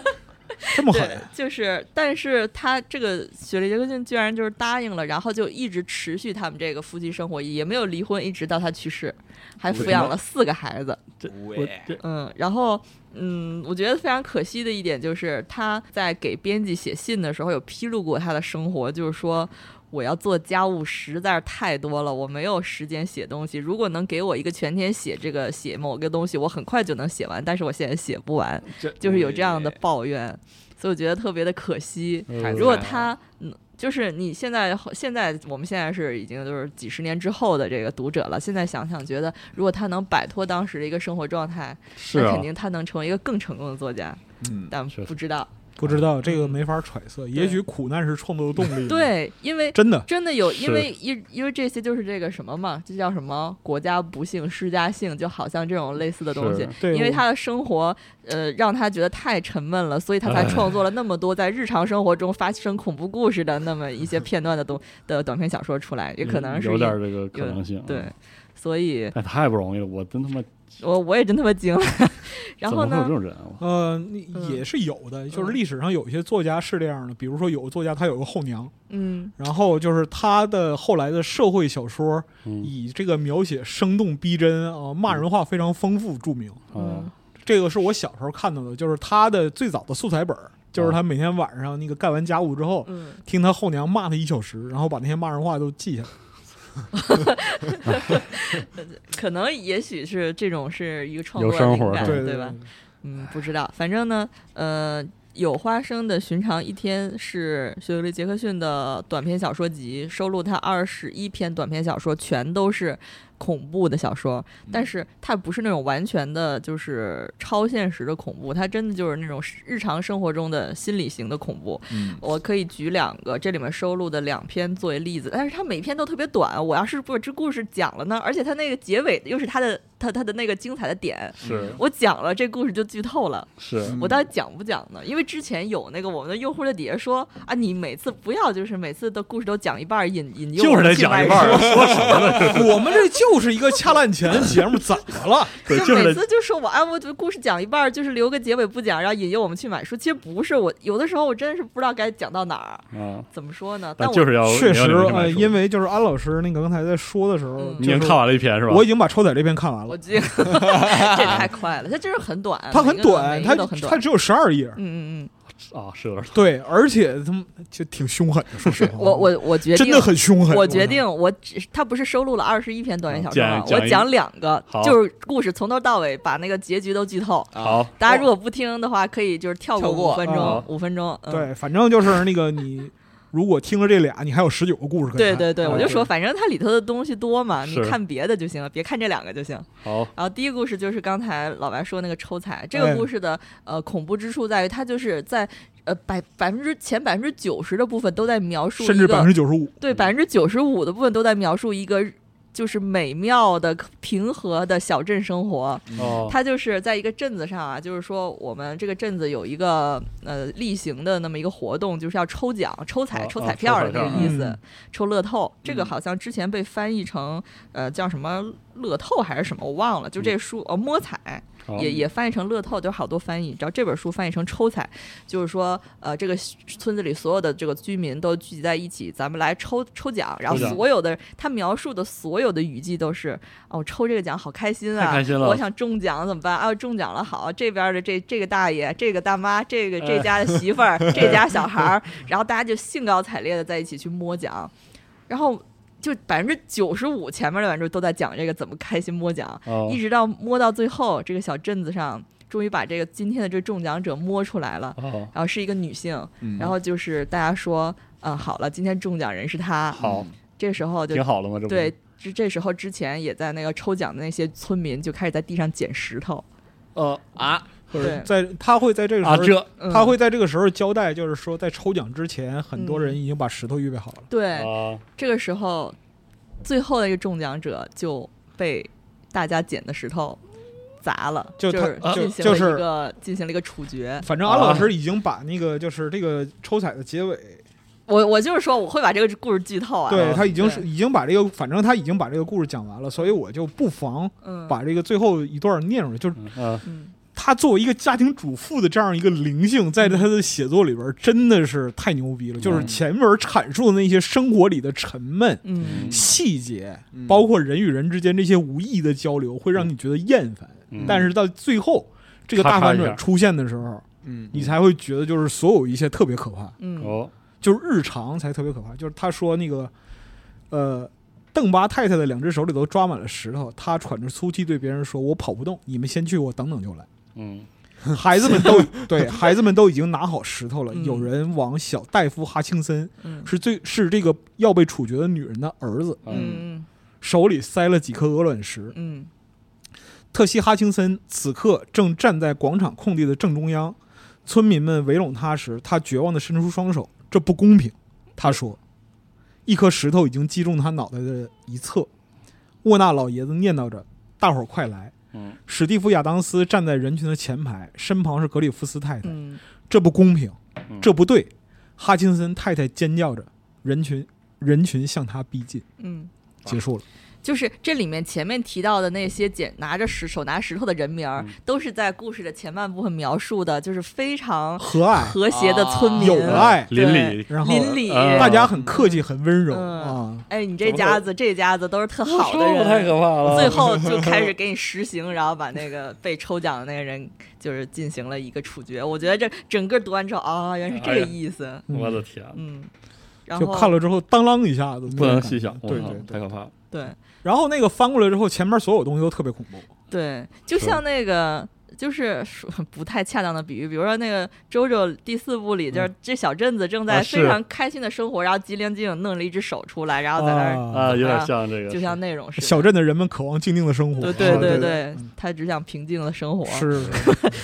Speaker 3: 这么
Speaker 2: 对
Speaker 3: 狠，，
Speaker 2: 就是，但是他这个雪莉·杰克逊居然就是答应了，然后就一直持续他们这个夫妻生活，也没有离婚，一直到他去世，还抚养了四个孩子。
Speaker 5: 我这
Speaker 2: 嗯，然后嗯，我觉得非常可惜的一点就是他在给编辑写信的时候有披露过他的生活，就是说。我要做家务实在是太多了，我没有时间写东西。如果能给我一个全天写这个写某个东西，我很快就能写完，但是我现在写不完，
Speaker 5: 这
Speaker 2: 就是有这样的抱怨，所以我觉得特别的可惜。
Speaker 4: 太
Speaker 2: 如果
Speaker 4: 惨了
Speaker 2: 他嗯，就是你现在现在我们现在是已经就是几十年之后的这个读者了，现在想想觉得，如果他能摆脱当时的一个生活状态，
Speaker 5: 是
Speaker 2: 那
Speaker 5: 啊
Speaker 2: 肯，定他能成为一个更成功的作家，
Speaker 4: 嗯，
Speaker 2: 但
Speaker 5: 是
Speaker 2: 不知道。
Speaker 3: 不知道这个没法揣测，也许苦难是创作的动力。，
Speaker 2: 嗯对，因为
Speaker 3: 真的
Speaker 2: 真的有，
Speaker 5: 是
Speaker 2: 因为因因为这些就是这个什么嘛，这叫什么国家不幸施加性，就好像这种类似的东西
Speaker 5: 是。
Speaker 3: 对，
Speaker 2: 因为
Speaker 3: 我
Speaker 2: 他的生活，呃，让他觉得太沉闷了，所以他才
Speaker 5: 哎
Speaker 2: 创作了那么多在日常生活中发生恐怖故事的那么一些片段的东的短篇小说出来，也可能是
Speaker 5: 嗯有
Speaker 2: 因
Speaker 5: 点这个可能性，
Speaker 2: 对，所以
Speaker 5: 哎，太不容易了，我真他妈
Speaker 2: 我我也真他妈惊了。 然
Speaker 5: 怎
Speaker 2: 后
Speaker 5: 么会有
Speaker 2: 呢
Speaker 5: 这，种人啊？我
Speaker 3: 呃，你
Speaker 2: 嗯
Speaker 3: 也是有的，就是
Speaker 2: 嗯
Speaker 3: 历史上有一些作家是这样的，比如说有个作家他有个后娘，
Speaker 2: 嗯
Speaker 3: 然后就是他的后来的社会小说
Speaker 5: 嗯
Speaker 3: 以这个描写生动逼真啊、骂人话非常丰富著名。
Speaker 2: 嗯
Speaker 5: 啊，
Speaker 3: 这个是我小时候看到的，就是他的最早的素材本儿，就是他每天晚上那个干完家务之后，
Speaker 2: 嗯，
Speaker 3: 听他后娘骂他一小时，然后把那些骂人话都记下来。
Speaker 2: 可能也许是这种是一个创
Speaker 5: 有
Speaker 2: 作的
Speaker 5: 生
Speaker 2: 灵
Speaker 5: 活
Speaker 2: 感，
Speaker 5: 是吧
Speaker 3: 对
Speaker 2: 哎对吧？？嗯，不知道，反正呢，呃，有花生的寻常一天是雪莉·杰克逊的短篇小说集，收录他二十一篇短篇小说，全都是恐怖的小说，
Speaker 4: 嗯
Speaker 2: 但是它不是那种完全的，就是超现实的恐怖，它真的就是那种日常生活中的心理型的恐怖。
Speaker 4: 嗯
Speaker 2: 我可以举两个这里面收录的两篇作为例子，但是它每篇都特别短。我要是把这故事讲了呢，而且它那个结尾又是它的它它的那个精彩的点，
Speaker 5: 是
Speaker 2: 我讲了这故事就剧透了。
Speaker 5: 是，
Speaker 2: 我到底讲不讲呢？因为之前有那个我们的用户在底下说啊，你每次不要就是每次的故事都讲一半儿，引引诱
Speaker 5: 就
Speaker 2: 我
Speaker 5: 是
Speaker 2: 们
Speaker 5: 得
Speaker 2: 进
Speaker 5: 讲
Speaker 2: 来
Speaker 5: 一半儿啊
Speaker 2: 说，
Speaker 5: 说什么呢？
Speaker 3: 我们这就是一个掐烂钱 的节目，怎么了？
Speaker 5: 对，
Speaker 2: 就
Speaker 5: 就是
Speaker 2: 每
Speaker 5: 得
Speaker 2: 次就说我哎，我这故事讲一半儿，就是留个结尾不讲，然后引诱我们去买书。其实不是，我有的时候我真是不知道该讲到哪儿，
Speaker 5: 啊，
Speaker 2: 怎么说呢？但
Speaker 5: 但
Speaker 2: 我
Speaker 5: 就是要
Speaker 3: 确实，
Speaker 5: 啊，
Speaker 3: 呃，因为就是安老师那个刚才在说的时候，
Speaker 2: 嗯
Speaker 5: 你已经看完了一篇是吧？
Speaker 3: 我已经把超载这篇看完
Speaker 2: 我
Speaker 3: 了，
Speaker 2: 这这太快了，它真是很短，
Speaker 3: 它很
Speaker 2: 每个都
Speaker 3: 短，
Speaker 2: 每
Speaker 3: 它
Speaker 2: 个都很
Speaker 3: 它
Speaker 2: 短。
Speaker 3: 只有十二页，
Speaker 2: 嗯嗯
Speaker 5: 啊，是有点
Speaker 3: 对，而且他们就挺凶狠的，说实话，
Speaker 2: 嗯，我我我决定
Speaker 3: 真的很凶狠，
Speaker 2: 我
Speaker 3: 我
Speaker 2: 决定，我只他不是收录了二十一篇短篇小说
Speaker 5: 讲
Speaker 2: 吗？
Speaker 5: 讲
Speaker 2: 我
Speaker 5: 一
Speaker 2: 讲两个
Speaker 5: 好，
Speaker 2: 就是故事从头到尾把那个结局都剧透。
Speaker 5: 好，
Speaker 2: 大家如果不听的话，可以就是跳
Speaker 4: 跳过
Speaker 2: 五分
Speaker 3: 啊
Speaker 2: 钟，五分钟。嗯、
Speaker 3: 对，反正就是那个你如果听了这俩，你还有十九个故事可以
Speaker 2: 对
Speaker 3: 看
Speaker 2: 对对，
Speaker 3: 啊
Speaker 2: 我就说，反正它里头的东西多嘛，你
Speaker 5: 是
Speaker 2: 看别的就行了，别看这两个就行。
Speaker 5: 好，
Speaker 2: 然后第一个故事就是刚才老白说那个抽彩，这个
Speaker 3: 哎
Speaker 2: 故事的、呃恐怖之处在于，它就是在呃百百分之前百分之九十的部分都在描述
Speaker 3: 甚
Speaker 2: 一
Speaker 3: 至百分
Speaker 2: 个
Speaker 3: 之九十五，
Speaker 2: 对百分之九十五的部分都在描述一个就是美妙的平和的小镇生活。
Speaker 5: 哦，
Speaker 2: 它就是在一个镇子上啊，就是说我们这个镇子有一个呃例行的那么一个活动，就是要抽奖、抽彩、
Speaker 5: 哦
Speaker 2: 抽
Speaker 5: 哦
Speaker 2: 彩
Speaker 5: 抽
Speaker 2: 票的
Speaker 5: 彩
Speaker 2: 那
Speaker 5: 票嗯
Speaker 2: 个意思，
Speaker 3: 嗯
Speaker 2: 抽乐透。这个好像之前
Speaker 5: 嗯
Speaker 2: 被翻译成呃叫什么乐透还是什么，我忘了。就这书哦，摸彩，
Speaker 5: 哦
Speaker 2: 也也翻译成乐透，就是好多翻译。然后这本书翻译成抽彩，就是说呃这个村子里所有的这个居民都聚集在一起，咱们来抽抽奖，然后
Speaker 5: 抽奖
Speaker 2: 所有的他描述的所有的语境都是哦抽这个奖好开心啊，
Speaker 5: 太开心了
Speaker 2: 我想中奖怎么办啊？中奖了好，这边的这这个大爷、这个大妈、这个
Speaker 5: 哎
Speaker 2: 这家的媳 妇儿、这家小孩儿，然后大家就兴高采烈的在一起去摸奖，然后就百分之九十五前面的观众都在讲这个怎么开心摸奖，
Speaker 5: 哦
Speaker 2: 一直到摸到最后，这个小镇子上终于把这个今天的这个中奖者摸出来了，
Speaker 5: 哦，
Speaker 2: 然后是一个女性，
Speaker 4: 嗯
Speaker 2: 然后就是大家说，嗯，好了，今天中奖人是她，
Speaker 5: 好，
Speaker 2: 这时候就
Speaker 5: 挺好的嘛，这不
Speaker 2: 对。这这时候之前也在那个抽奖的那些村民就开始在地上捡石头，
Speaker 5: 呃
Speaker 6: 啊，
Speaker 3: 或者
Speaker 2: 对
Speaker 3: 在他会在这个时
Speaker 5: 啊
Speaker 3: 候，
Speaker 5: 这
Speaker 2: 嗯、
Speaker 3: 他会在这个时候交代，就是说在抽奖之前，很
Speaker 2: 嗯
Speaker 3: 多人已经把石头预备好了。
Speaker 2: 对
Speaker 5: 啊
Speaker 2: 这个时候，最后的一个中奖者就被大家捡的石头砸了，
Speaker 3: 就是他啊
Speaker 2: 进行了
Speaker 3: 就就
Speaker 2: 一
Speaker 3: 是
Speaker 2: 个、进行了一个处决。
Speaker 3: 反正安老师已经把那个就是这个抽彩的结尾，
Speaker 2: 我我就是说我会把这个故事剧透啊。
Speaker 3: 对他已经
Speaker 2: 对
Speaker 3: 是已经把这个，反正他已经把这个故事讲完了，所以我就不妨
Speaker 2: 嗯，
Speaker 3: 把这个最后一段念出来，就是
Speaker 5: 嗯啊
Speaker 2: 嗯
Speaker 3: 他作为一个家庭主妇的这样一个灵性，在他的写作里边真的是太牛逼了。就是前面阐述的那些生活里的沉闷
Speaker 2: 嗯
Speaker 3: 细节，
Speaker 4: 嗯
Speaker 3: 包括人与人之间这些无意义的交流，会让你觉得厌烦。
Speaker 5: 嗯
Speaker 3: 但是到最后这个大反转出现的时候，
Speaker 4: 嗯
Speaker 3: 你才会觉得就是所有一切特别可怕，
Speaker 2: 嗯
Speaker 5: 哦
Speaker 3: 就是日常才特别可怕。就是他说那个，呃。邓八太太的两只手里头抓满了石头，她喘着粗气对别人说：“我跑不动，你们先去，我等等就来。”
Speaker 5: 嗯
Speaker 3: 孩子们都对，孩子们都已经拿好石头了。
Speaker 2: 嗯
Speaker 3: 有人往小戴夫·哈钦森
Speaker 2: 嗯
Speaker 3: 是最是这个要被处决的女人的儿子
Speaker 5: 嗯
Speaker 2: 嗯
Speaker 3: 手里塞了几颗鹅卵石。
Speaker 2: 嗯
Speaker 3: 特西·哈钦森此刻正站在广场空地的正中央，村民们围拢他时，他绝望地伸出双手。这不公平，他说。一颗石头已经击中他脑袋的一侧。沃纳老爷子念叨着：“大伙儿快来！”
Speaker 5: 嗯
Speaker 3: 史蒂夫·亚当斯站在人群的前排，身旁是格里夫斯太太。
Speaker 2: 嗯
Speaker 3: 这不公平
Speaker 5: 嗯，
Speaker 3: 这不对！哈钦森太太尖叫着，人群人群向他逼近，
Speaker 2: 嗯，
Speaker 3: 结束了。
Speaker 2: 就是这里面前面提到的那些捡拿着石手拿石头的人名儿
Speaker 5: 嗯，
Speaker 2: 都是在故事的前半部分描述的，就是非常
Speaker 3: 和蔼
Speaker 2: 啊和谐的村民，
Speaker 3: 友爱，
Speaker 5: 啊哎邻里
Speaker 3: 然后
Speaker 2: 邻里。
Speaker 5: 呃
Speaker 3: 大家很客气，很温柔
Speaker 2: 嗯
Speaker 3: 啊。
Speaker 2: 哎，你这家子这家子都是特好的
Speaker 5: 这
Speaker 2: 人，
Speaker 5: 太可怕了，
Speaker 2: 最后就开 始给你实行，然后把那个被抽奖的那个人就是进行了一个处决。我觉得这整个读完之后啊，原来
Speaker 5: 哎
Speaker 2: 是这个意思，
Speaker 5: 我的天，
Speaker 2: 嗯。然后
Speaker 3: 就看了之后，当啷一下子，
Speaker 5: 不能细想，我
Speaker 3: 对
Speaker 5: 靠
Speaker 3: 对
Speaker 5: 太
Speaker 3: 对。
Speaker 5: 可怕了，
Speaker 2: 对
Speaker 3: 然后那个翻过来之后，前面所有东西都特别恐怖。
Speaker 2: 对，就是像那个。就是说不太恰当的比喻，比如说那个《JoJo》第四部里，就是这小镇子正在
Speaker 5: 啊
Speaker 2: 非
Speaker 5: 是
Speaker 2: 常开心的生活，然后吉灵精灵弄了一只手出来，然后在那儿，
Speaker 3: 啊
Speaker 5: 啊，有点像这个，
Speaker 2: 就像那种似的。
Speaker 3: 小镇的人们渴望静静的生活。
Speaker 2: 对对
Speaker 3: 啊
Speaker 2: 对
Speaker 3: 对
Speaker 2: 对
Speaker 3: 嗯，
Speaker 2: 他只想平静的生活。
Speaker 3: 是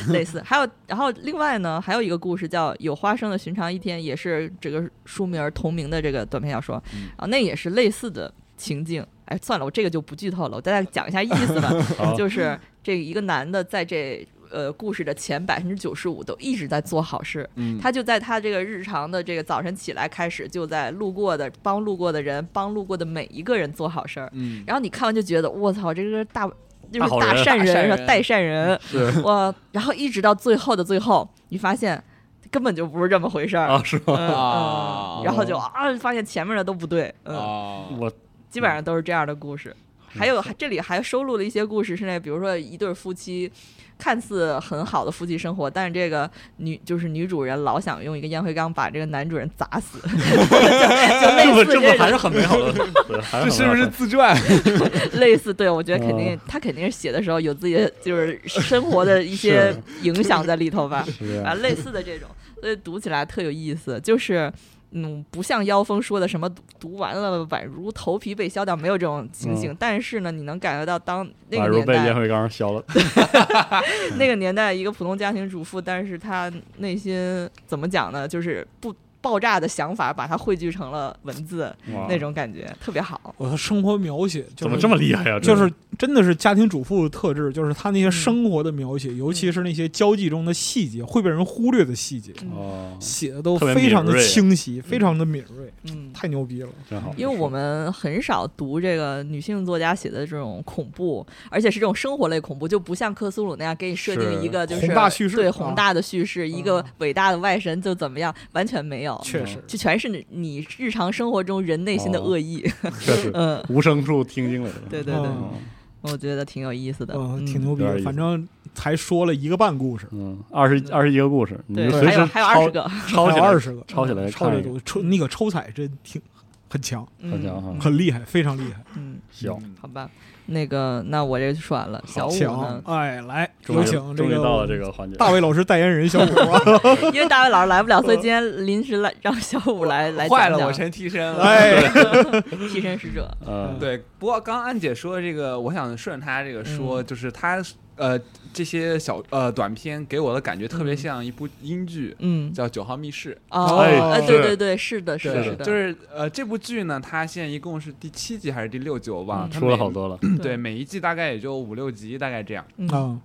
Speaker 2: 类似。还有，然后另外呢，还有一个故事叫《有花生的寻常一天》，也是这个书名儿同名的这个短篇小说，
Speaker 4: 嗯
Speaker 2: 啊，那也是类似的情境。哎，算了，我这个就不剧透了，我大概讲一下意思吧
Speaker 5: 好。
Speaker 2: 就是这一个男的在这呃故事的前百分之九十五都一直在做好事，
Speaker 4: 嗯
Speaker 2: 他就在他这个日常的这个早晨起来开始，就在路过的帮路过的人，帮路过的每一个人做好事儿。
Speaker 4: 嗯，
Speaker 2: 然后你看完就觉得，我操，这个大就
Speaker 5: 大
Speaker 2: 是
Speaker 5: 好
Speaker 2: 大
Speaker 5: 人嗯
Speaker 2: 善
Speaker 4: 大善
Speaker 2: 人，
Speaker 4: 人
Speaker 2: 代善人
Speaker 5: 是，
Speaker 2: 我然后一直到最后的最后，你发现根本就不是这么回事儿
Speaker 5: 啊，是吗？哦
Speaker 2: 嗯
Speaker 4: 啊
Speaker 2: 嗯然后就啊，发现前面的都不对，嗯，
Speaker 4: 啊，
Speaker 5: 我
Speaker 2: 基本上都是这样的故事。
Speaker 5: 嗯
Speaker 2: 还有这里还收录了一些故事，是那比如说一对夫妻，看似很好的夫妻生活，但是这个女就是女主人老想用一个烟灰缸把这个男主人砸死， 就 就类
Speaker 5: 这不
Speaker 2: 似
Speaker 5: 这不还
Speaker 2: 种
Speaker 5: 是很美好的，对 还很
Speaker 4: 这是不
Speaker 5: 美
Speaker 4: 是
Speaker 5: 好的
Speaker 4: 自传？
Speaker 2: 类似，对我觉得肯定
Speaker 5: 嗯，
Speaker 2: 他肯定是写的时候有自己的就是生活 的一些影响在里头吧，
Speaker 5: 是
Speaker 2: 啊，类似的这种，所以读起来特有意思，就是。嗯，不像妖风说的什么读读完了宛如头皮被削掉，没有这种情形。
Speaker 5: 嗯
Speaker 2: 但是呢，你能感觉到当那
Speaker 5: 宛
Speaker 2: 个
Speaker 5: 如
Speaker 2: 年
Speaker 5: 被烟
Speaker 2: 代，
Speaker 5: 灰缸削了，
Speaker 2: 那个年代一个普通家庭主妇，但是她内心怎么讲呢？就是不爆炸的想法，把它汇聚成了文字，
Speaker 5: 哇
Speaker 2: 那种感觉特别好。
Speaker 5: 哦
Speaker 3: 我的生活描 写、就是、
Speaker 5: 怎么这么厉害呀？
Speaker 3: 就
Speaker 5: 这
Speaker 3: 是真的是家庭主妇特质，就是她
Speaker 2: 嗯
Speaker 3: 那些生活的描写，尤其是那些交际中的细节，会被人忽略的细节，
Speaker 2: 嗯
Speaker 5: 哦，
Speaker 3: 写的都
Speaker 5: 特别
Speaker 3: 非常
Speaker 5: 敏
Speaker 3: 的
Speaker 5: 锐啊
Speaker 3: 清晰，非常的敏锐，
Speaker 2: 嗯，
Speaker 3: 太牛逼了。
Speaker 5: 真好。
Speaker 2: 因为我们很少读这个女性作家写的这种恐怖，而且是这种生活类恐怖，就不像克苏鲁那样给你设定一个就是
Speaker 3: 宏大叙事
Speaker 2: 对
Speaker 3: 啊
Speaker 2: 宏大的叙事，一个伟大的外神就怎么样，完全没有，
Speaker 3: 确实，
Speaker 2: 就全是你你日常生活中人内心的
Speaker 5: 哦
Speaker 2: 恶意。
Speaker 5: 确 实
Speaker 2: 嗯，
Speaker 5: 无声处听惊雷。
Speaker 2: 对对对，
Speaker 3: 嗯，
Speaker 2: 我觉得挺有意思的，
Speaker 3: 嗯
Speaker 2: 嗯
Speaker 3: 挺牛逼
Speaker 5: 有点
Speaker 3: 的
Speaker 5: 意。思
Speaker 3: 反正才说了一个半故事，
Speaker 5: 嗯，二十二十一个故事，你
Speaker 2: 对
Speaker 5: 就，随
Speaker 2: 还有
Speaker 5: 时
Speaker 2: 还有二
Speaker 5: 抄
Speaker 2: 十个，
Speaker 5: 抄起来
Speaker 3: 二十个，
Speaker 5: 抄起来
Speaker 3: 嗯抄
Speaker 5: 看
Speaker 3: 这
Speaker 5: 一
Speaker 3: 多，抽那个抽彩真挺很强，
Speaker 5: 大家
Speaker 2: 嗯
Speaker 5: 哈，
Speaker 3: 很厉害，非常厉害。
Speaker 2: 嗯，
Speaker 5: 行，
Speaker 2: 好吧，那个那我这就说完了，小五
Speaker 3: 强
Speaker 2: 呢，
Speaker 3: 哎，来
Speaker 5: 终
Speaker 3: 有
Speaker 5: 于
Speaker 3: 请这
Speaker 5: 终于到了这
Speaker 3: 个
Speaker 5: 个环节，
Speaker 3: 大卫老师代言人小五啊。
Speaker 2: 因为大卫老师来不了，所以今天临时来让小五来来
Speaker 4: 坏
Speaker 2: 讲
Speaker 4: 了，
Speaker 2: 讲
Speaker 4: 我成替身了。
Speaker 3: 哎，
Speaker 2: 替身使者，
Speaker 5: 呃，
Speaker 4: 对，不过刚刚安姐说这个，我想顺着她这个
Speaker 2: 嗯
Speaker 4: 说，就是她呃这些小呃短片给我的感觉特别
Speaker 2: 嗯
Speaker 4: 像一部英剧，
Speaker 2: 嗯，
Speaker 4: 叫《九号密室
Speaker 2: 哦，
Speaker 5: 哎
Speaker 2: 呃
Speaker 5: 是
Speaker 2: 对对对，是的，》。是的，
Speaker 4: 对
Speaker 2: 是，的，
Speaker 4: 就是是呃这部剧呢，它现在一共是第七集还是第六集，我忘了。
Speaker 2: 嗯
Speaker 4: 它
Speaker 5: 说了
Speaker 4: 每
Speaker 5: 好，多了，
Speaker 4: 对，每一季大概也就五六集，大概这样。
Speaker 3: 啊，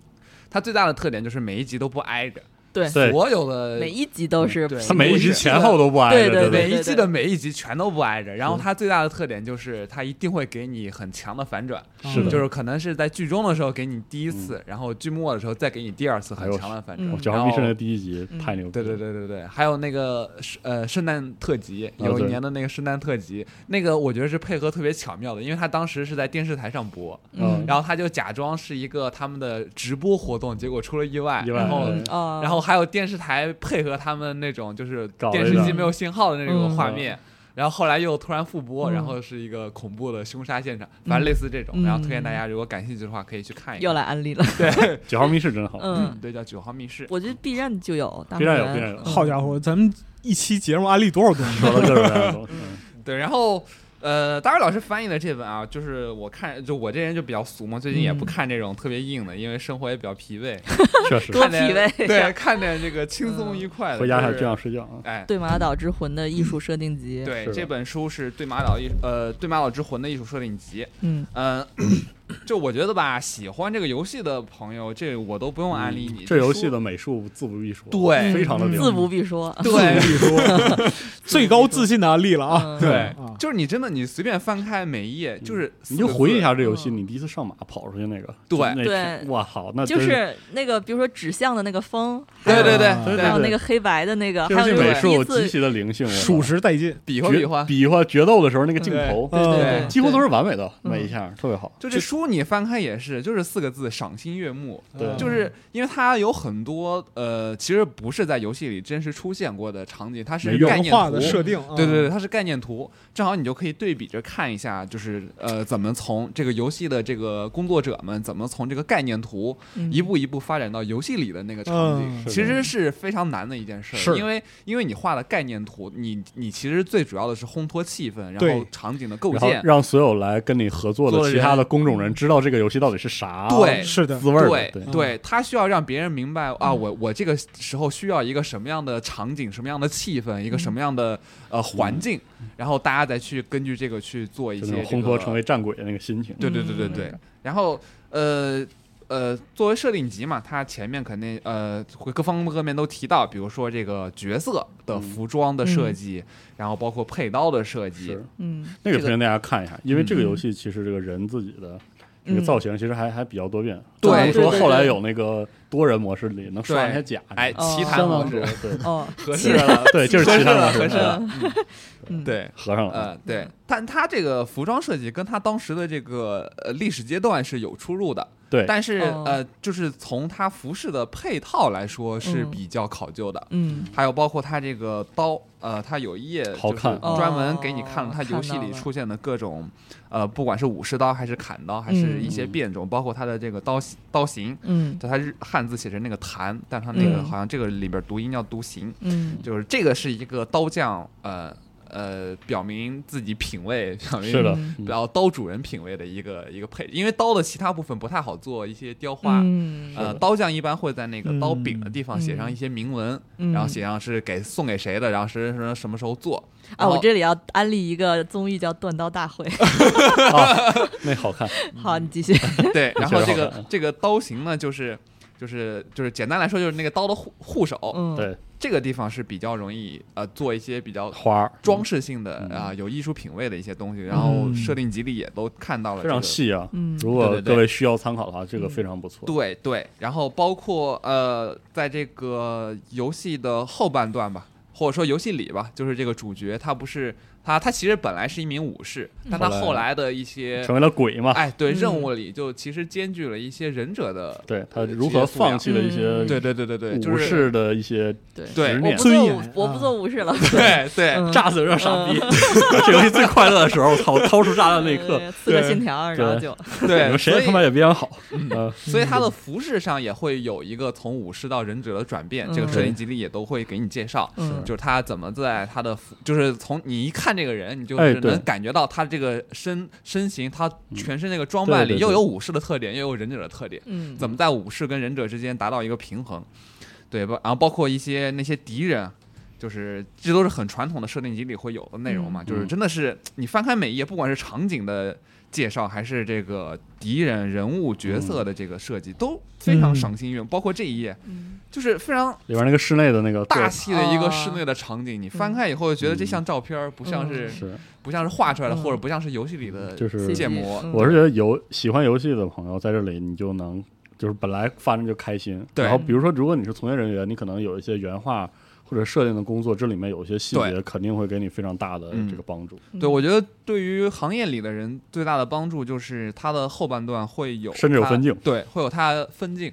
Speaker 4: 它最大的特点就是每一集都不挨着，
Speaker 2: 对，
Speaker 5: 对，
Speaker 4: 所有的
Speaker 2: 每一集都是
Speaker 4: 对
Speaker 5: 他每一集
Speaker 4: 故事
Speaker 5: 前后都不挨
Speaker 2: 对
Speaker 5: 着，
Speaker 2: 对
Speaker 5: 对
Speaker 4: 每一季
Speaker 2: 对
Speaker 4: 的每一集全都不挨着，然后它最大的特点就是它一定会给你很强的反转，
Speaker 5: 是的
Speaker 4: 嗯就是可能是在剧中的时候给你第一次，然后剧末的时候再给你第二次
Speaker 5: 哎
Speaker 4: 很
Speaker 5: 呦
Speaker 4: 强的反
Speaker 2: 嗯
Speaker 5: 我
Speaker 4: 转。然
Speaker 5: 《九号密室》
Speaker 4: 后
Speaker 5: 的第一集
Speaker 2: 嗯
Speaker 5: 太牛逼
Speaker 4: 对
Speaker 5: 了，
Speaker 4: 对对对对，还有那个呃圣诞特辑，
Speaker 5: 啊
Speaker 4: 有一
Speaker 5: 对
Speaker 4: 年的那个圣诞特辑，那个我觉得是配合特别巧妙的，因为他当时是在电视台上播，
Speaker 5: 嗯
Speaker 4: 然后他就假装是一个他们的直播活动，结果出了意外，
Speaker 5: 意外
Speaker 4: 然后
Speaker 5: 嗯
Speaker 2: 啊，
Speaker 4: 然后还有电视台配合他们那种就是
Speaker 5: 搞了一
Speaker 4: 电
Speaker 5: 个
Speaker 4: 视机没有信号的那种
Speaker 2: 嗯
Speaker 4: 画面，然后后来又突然复播，
Speaker 2: 嗯
Speaker 4: 然后是一个恐怖的凶杀现场，反正类似这种。
Speaker 2: 嗯
Speaker 4: 然后推荐大家如果感兴趣的话可以去看一
Speaker 2: 又
Speaker 4: 看。
Speaker 2: 来安利了，
Speaker 4: 对，
Speaker 5: 九号密室》真好，
Speaker 2: 嗯，
Speaker 4: 对，叫九号密室。
Speaker 2: 我觉得 B 站就有大
Speaker 5: B 站有
Speaker 2: 红
Speaker 5: B
Speaker 2: 人
Speaker 5: 站有
Speaker 2: 嗯
Speaker 3: 好家伙，咱们一期节目安利多少东西
Speaker 5: 说？了各种各样的东西，
Speaker 4: 对，然后呃，大卫老师翻译的这本啊，就是我看，就我这人就比较俗嘛，最近也
Speaker 2: 嗯
Speaker 4: 不看这种特别硬的，因为生活也比较疲 惫，
Speaker 5: 确实，
Speaker 2: 多
Speaker 4: 看点
Speaker 2: 疲惫
Speaker 4: 对，看点这个轻松愉快的。
Speaker 5: 回家还
Speaker 4: 就是
Speaker 5: 这样睡觉啊，
Speaker 4: 哎，
Speaker 2: 对马岛之魂的艺术设定集，
Speaker 4: 对
Speaker 5: 是，的
Speaker 4: 这本书是对马岛艺呃对马岛之魂的艺术设定集。
Speaker 2: 嗯，
Speaker 4: 嗯， 就我觉得吧，喜欢这个游戏的朋友，这我都
Speaker 2: 嗯
Speaker 4: 不用安利你。
Speaker 5: 嗯这游
Speaker 4: 书
Speaker 5: 戏的美术自不必说，
Speaker 4: 对
Speaker 5: 非常的
Speaker 2: 自
Speaker 5: 牛，
Speaker 2: 不必说，
Speaker 4: 对，
Speaker 3: 最高自信的安利了啊！
Speaker 2: 嗯
Speaker 4: 对
Speaker 3: 啊
Speaker 4: 就是你真的你随便翻开每一页，就是
Speaker 5: 嗯你就回忆一
Speaker 4: 下，
Speaker 5: 下这游戏，
Speaker 2: 嗯
Speaker 5: 你第一次上马跑出去那个，
Speaker 4: 对
Speaker 5: 就那
Speaker 2: 对
Speaker 5: 我好，那
Speaker 2: 就
Speaker 5: 真
Speaker 2: 是那个，比如说指向的那个风，
Speaker 4: 对对
Speaker 3: 啊
Speaker 4: 对
Speaker 5: 对
Speaker 2: 还有
Speaker 4: 对，
Speaker 2: 那个黑白的
Speaker 4: 啊
Speaker 2: 那个，
Speaker 5: 这
Speaker 2: 还有
Speaker 5: 游戏
Speaker 2: 那
Speaker 5: 美
Speaker 2: 个第一
Speaker 5: 术极
Speaker 2: 次，
Speaker 5: 其的灵性，我
Speaker 3: 属实带劲，
Speaker 4: 比
Speaker 5: 觉
Speaker 4: 划比划。
Speaker 5: 比划决斗的时候那个嗯镜头，
Speaker 2: 对对
Speaker 3: 嗯
Speaker 2: 对，
Speaker 5: 几乎都
Speaker 2: 是
Speaker 5: 是完美的，每一下特别好，
Speaker 4: 就这书你翻开也是，就是四个字，赏心悦目。
Speaker 5: 对
Speaker 4: 嗯就是因为它有很多呃，其实不是在游戏里真实出现过的场景，它是
Speaker 5: 没用
Speaker 4: 概
Speaker 3: 原嗯
Speaker 4: 念
Speaker 3: 画的
Speaker 4: 图。
Speaker 3: 设定，
Speaker 4: 对对对，
Speaker 5: 嗯
Speaker 3: 对，
Speaker 4: 它是概念图，正好你就可以对比着看一下，就是呃，怎么从这个游戏的这个工作者们怎么从这个概念图一步一步发展到游戏里的那个场景，
Speaker 3: 嗯
Speaker 5: 嗯是的
Speaker 4: 其实是非常难的一件事儿，
Speaker 3: 是
Speaker 4: 因为因为你画的概念图，你你其实最主要的是烘托气氛，然后
Speaker 3: 对
Speaker 4: 场景的构
Speaker 5: 然后
Speaker 4: 建，
Speaker 5: 让所有来跟你合作
Speaker 4: 做
Speaker 5: 的
Speaker 4: 的
Speaker 5: 其他
Speaker 4: 人
Speaker 5: 的工种人知道这个游戏到底是啥
Speaker 4: 对
Speaker 3: 嗯是的，
Speaker 5: 滋味儿的，
Speaker 4: 对
Speaker 5: 对，嗯
Speaker 4: 对，他需要让别人明白啊，我我这个时候需要一个什么样的场景，什么样的气氛，一个
Speaker 5: 嗯
Speaker 4: 什么样的呃环境，然后大家再去根据这个去做一
Speaker 5: 就
Speaker 4: 些
Speaker 5: 那种
Speaker 4: 这
Speaker 5: 烘托
Speaker 4: 个
Speaker 5: 成为战鬼的那个心情，
Speaker 4: 对对对对对。然后呃呃，作为设定集嘛，它前面肯定呃会各方面各面都提到，比如说这个角色的
Speaker 5: 嗯
Speaker 4: 服装的设计，然后包括配刀的设计
Speaker 5: 是，
Speaker 2: 嗯，
Speaker 5: 那个推
Speaker 2: 这个
Speaker 5: 荐大家看一下，因为
Speaker 4: 嗯
Speaker 5: 这个游戏其实这个人自己的这个造型其实还还比较多变，
Speaker 4: 对
Speaker 5: 包括
Speaker 2: 对对
Speaker 5: 说
Speaker 2: 对
Speaker 5: 后来有那个多人模式里能刷一下
Speaker 4: 对
Speaker 5: 甲，
Speaker 4: 哎，
Speaker 2: 哦
Speaker 4: 奇
Speaker 5: 相
Speaker 4: 谈
Speaker 5: 当
Speaker 4: 模
Speaker 5: 多
Speaker 4: 式，
Speaker 5: 对。
Speaker 2: 哦，
Speaker 4: 合
Speaker 2: 其
Speaker 4: 适 了，
Speaker 5: 对，就是
Speaker 4: 合
Speaker 5: 其
Speaker 4: 适
Speaker 5: 他
Speaker 4: 了，
Speaker 5: 模式
Speaker 4: 合适了
Speaker 5: 嗯，
Speaker 2: 嗯，
Speaker 4: 对。
Speaker 5: 合上了。
Speaker 4: 呃，对，但他这个服装设计跟他当时的这个呃历史阶段是有出入的，
Speaker 5: 对，
Speaker 4: 但是、
Speaker 2: 哦
Speaker 4: 呃，就是从他服饰的配套来说是
Speaker 2: 嗯
Speaker 4: 比较考究的，
Speaker 2: 嗯，
Speaker 4: 还有包括它这个刀，呃，它有一页
Speaker 5: 好看
Speaker 2: 哦
Speaker 4: 就是专门给你看了它游戏里出现的各种，呃，不管是武士刀还是砍刀，还是一些变种，包括它的这个刀刀型，
Speaker 2: 嗯
Speaker 4: 就它日汉字写成那个弹，但它那个
Speaker 2: 嗯
Speaker 4: 好像这个里边读音要读形，
Speaker 2: 嗯
Speaker 4: 就是这个是一个刀匠，呃。呃表明自己品味，表明
Speaker 5: 是的，
Speaker 4: 比
Speaker 5: 嗯
Speaker 4: 较刀主人品味的一个一个配，因为刀的其他部分不太好做一些雕花。
Speaker 2: 嗯
Speaker 4: 呃，刀匠一般会在那个刀柄的地方写上
Speaker 2: 嗯
Speaker 4: 一些铭文，
Speaker 2: 嗯
Speaker 4: 然后写上是给送给谁的，然后是什么什么时候做。
Speaker 2: 啊，
Speaker 4: 然后
Speaker 2: 我这里要安利一个综艺叫《断刀大会》。
Speaker 5: 啊 那好看，
Speaker 2: 好，你继续。
Speaker 4: 对，然后
Speaker 5: 确
Speaker 4: 这
Speaker 5: 实好
Speaker 4: 个
Speaker 5: 看
Speaker 4: 这个刀型呢，就是就是就是简单来说就是那个刀的护护手，
Speaker 2: 嗯，
Speaker 5: 对
Speaker 4: 这个地方是比较容易呃做一些比较
Speaker 5: 花儿
Speaker 4: 装饰性的
Speaker 5: 嗯
Speaker 4: 啊、有艺术品味的一些东西，然后设定集里也都看到了、这
Speaker 5: 非
Speaker 4: 个，
Speaker 5: 常细啊。
Speaker 2: 嗯
Speaker 5: 如果
Speaker 4: 对对对
Speaker 5: 各位需要参考的话，这个非常不错。
Speaker 4: 对对，然后包括呃，在这个游戏的后半段吧，或者说游戏里吧，就是这个主角他不是他他其实本来是一名武士，但他
Speaker 5: 后来
Speaker 4: 后来的一些
Speaker 5: 成为了鬼嘛？
Speaker 4: 哎对
Speaker 2: 嗯
Speaker 4: 任务里就其实兼具了一些忍者的
Speaker 5: 对他
Speaker 4: 呃
Speaker 5: 如
Speaker 4: 职业
Speaker 5: 何
Speaker 4: 素养
Speaker 5: 放弃了一些
Speaker 2: 嗯
Speaker 4: 对对对对对，就
Speaker 5: 武
Speaker 4: 是
Speaker 5: 士的一些
Speaker 2: 对
Speaker 4: 对
Speaker 5: 执
Speaker 2: 我
Speaker 5: 念
Speaker 2: 不，
Speaker 3: 尊
Speaker 2: 做
Speaker 3: 严
Speaker 2: 武，我不做武士了。
Speaker 4: 对对
Speaker 2: 嗯
Speaker 5: 炸死有点傻逼。 这游戏最快乐的时候，我操，掏出炸弹那一刻，
Speaker 2: 呃刺客信条，然后
Speaker 5: 对
Speaker 2: 就
Speaker 5: 你
Speaker 4: 对，
Speaker 5: 们谁
Speaker 4: 所
Speaker 5: 也
Speaker 4: 以嗯
Speaker 5: 他妈也别想好。呃，
Speaker 4: 所以他的服饰上也会有一个从武士到忍者的转变，这个
Speaker 2: 嗯
Speaker 4: 摄影集里也都会给你介绍，
Speaker 2: 嗯
Speaker 4: 就是他怎么在他的服，就是从你一看这个人，你就
Speaker 5: 哎
Speaker 4: 是
Speaker 5: 对
Speaker 4: 能感觉到他这个身身形，他全身那个装扮
Speaker 5: 对
Speaker 4: 里
Speaker 5: 对
Speaker 4: 又
Speaker 5: 对
Speaker 4: 有武士的特点，又有忍者的特点，
Speaker 2: 嗯，
Speaker 4: 怎么在武士跟忍者之间达到一个平衡，对吧？然后包括一些那些敌人。就是这都是很传统的设定集里会有的内容嘛，
Speaker 5: 嗯
Speaker 4: 就是真的是你翻开每一页，不管是场景的介绍，还是这个敌人、人物、角色的这个设计，都非常赏心悦目。包括这一页，
Speaker 2: 嗯
Speaker 4: 就是非常
Speaker 5: 里边那个室内的那个
Speaker 4: 大
Speaker 5: 对
Speaker 4: 气的一个室内的场景，你翻开以后觉得这像照片儿，不像是
Speaker 5: 是，
Speaker 4: 不像是画出来的，
Speaker 2: 嗯
Speaker 4: 或者不像是游戏里的
Speaker 5: 就是
Speaker 2: CG
Speaker 4: 建模。
Speaker 2: 嗯
Speaker 5: 我是觉得游喜欢游戏的朋友在这里，你就能就是本来发生就开心。
Speaker 4: 对
Speaker 5: 然后比如说，如果你是从业人员，你可能有一些原画或者设定的工作，这里面有一些细节
Speaker 4: 对
Speaker 5: 肯定会给你非常大的
Speaker 4: 嗯
Speaker 5: 这个帮助，
Speaker 2: 嗯
Speaker 4: 对，我觉得对于行业里的人最大的帮助就是它的后半段会有
Speaker 5: 甚至有
Speaker 4: 它
Speaker 5: 分镜
Speaker 4: 对，会有它分镜，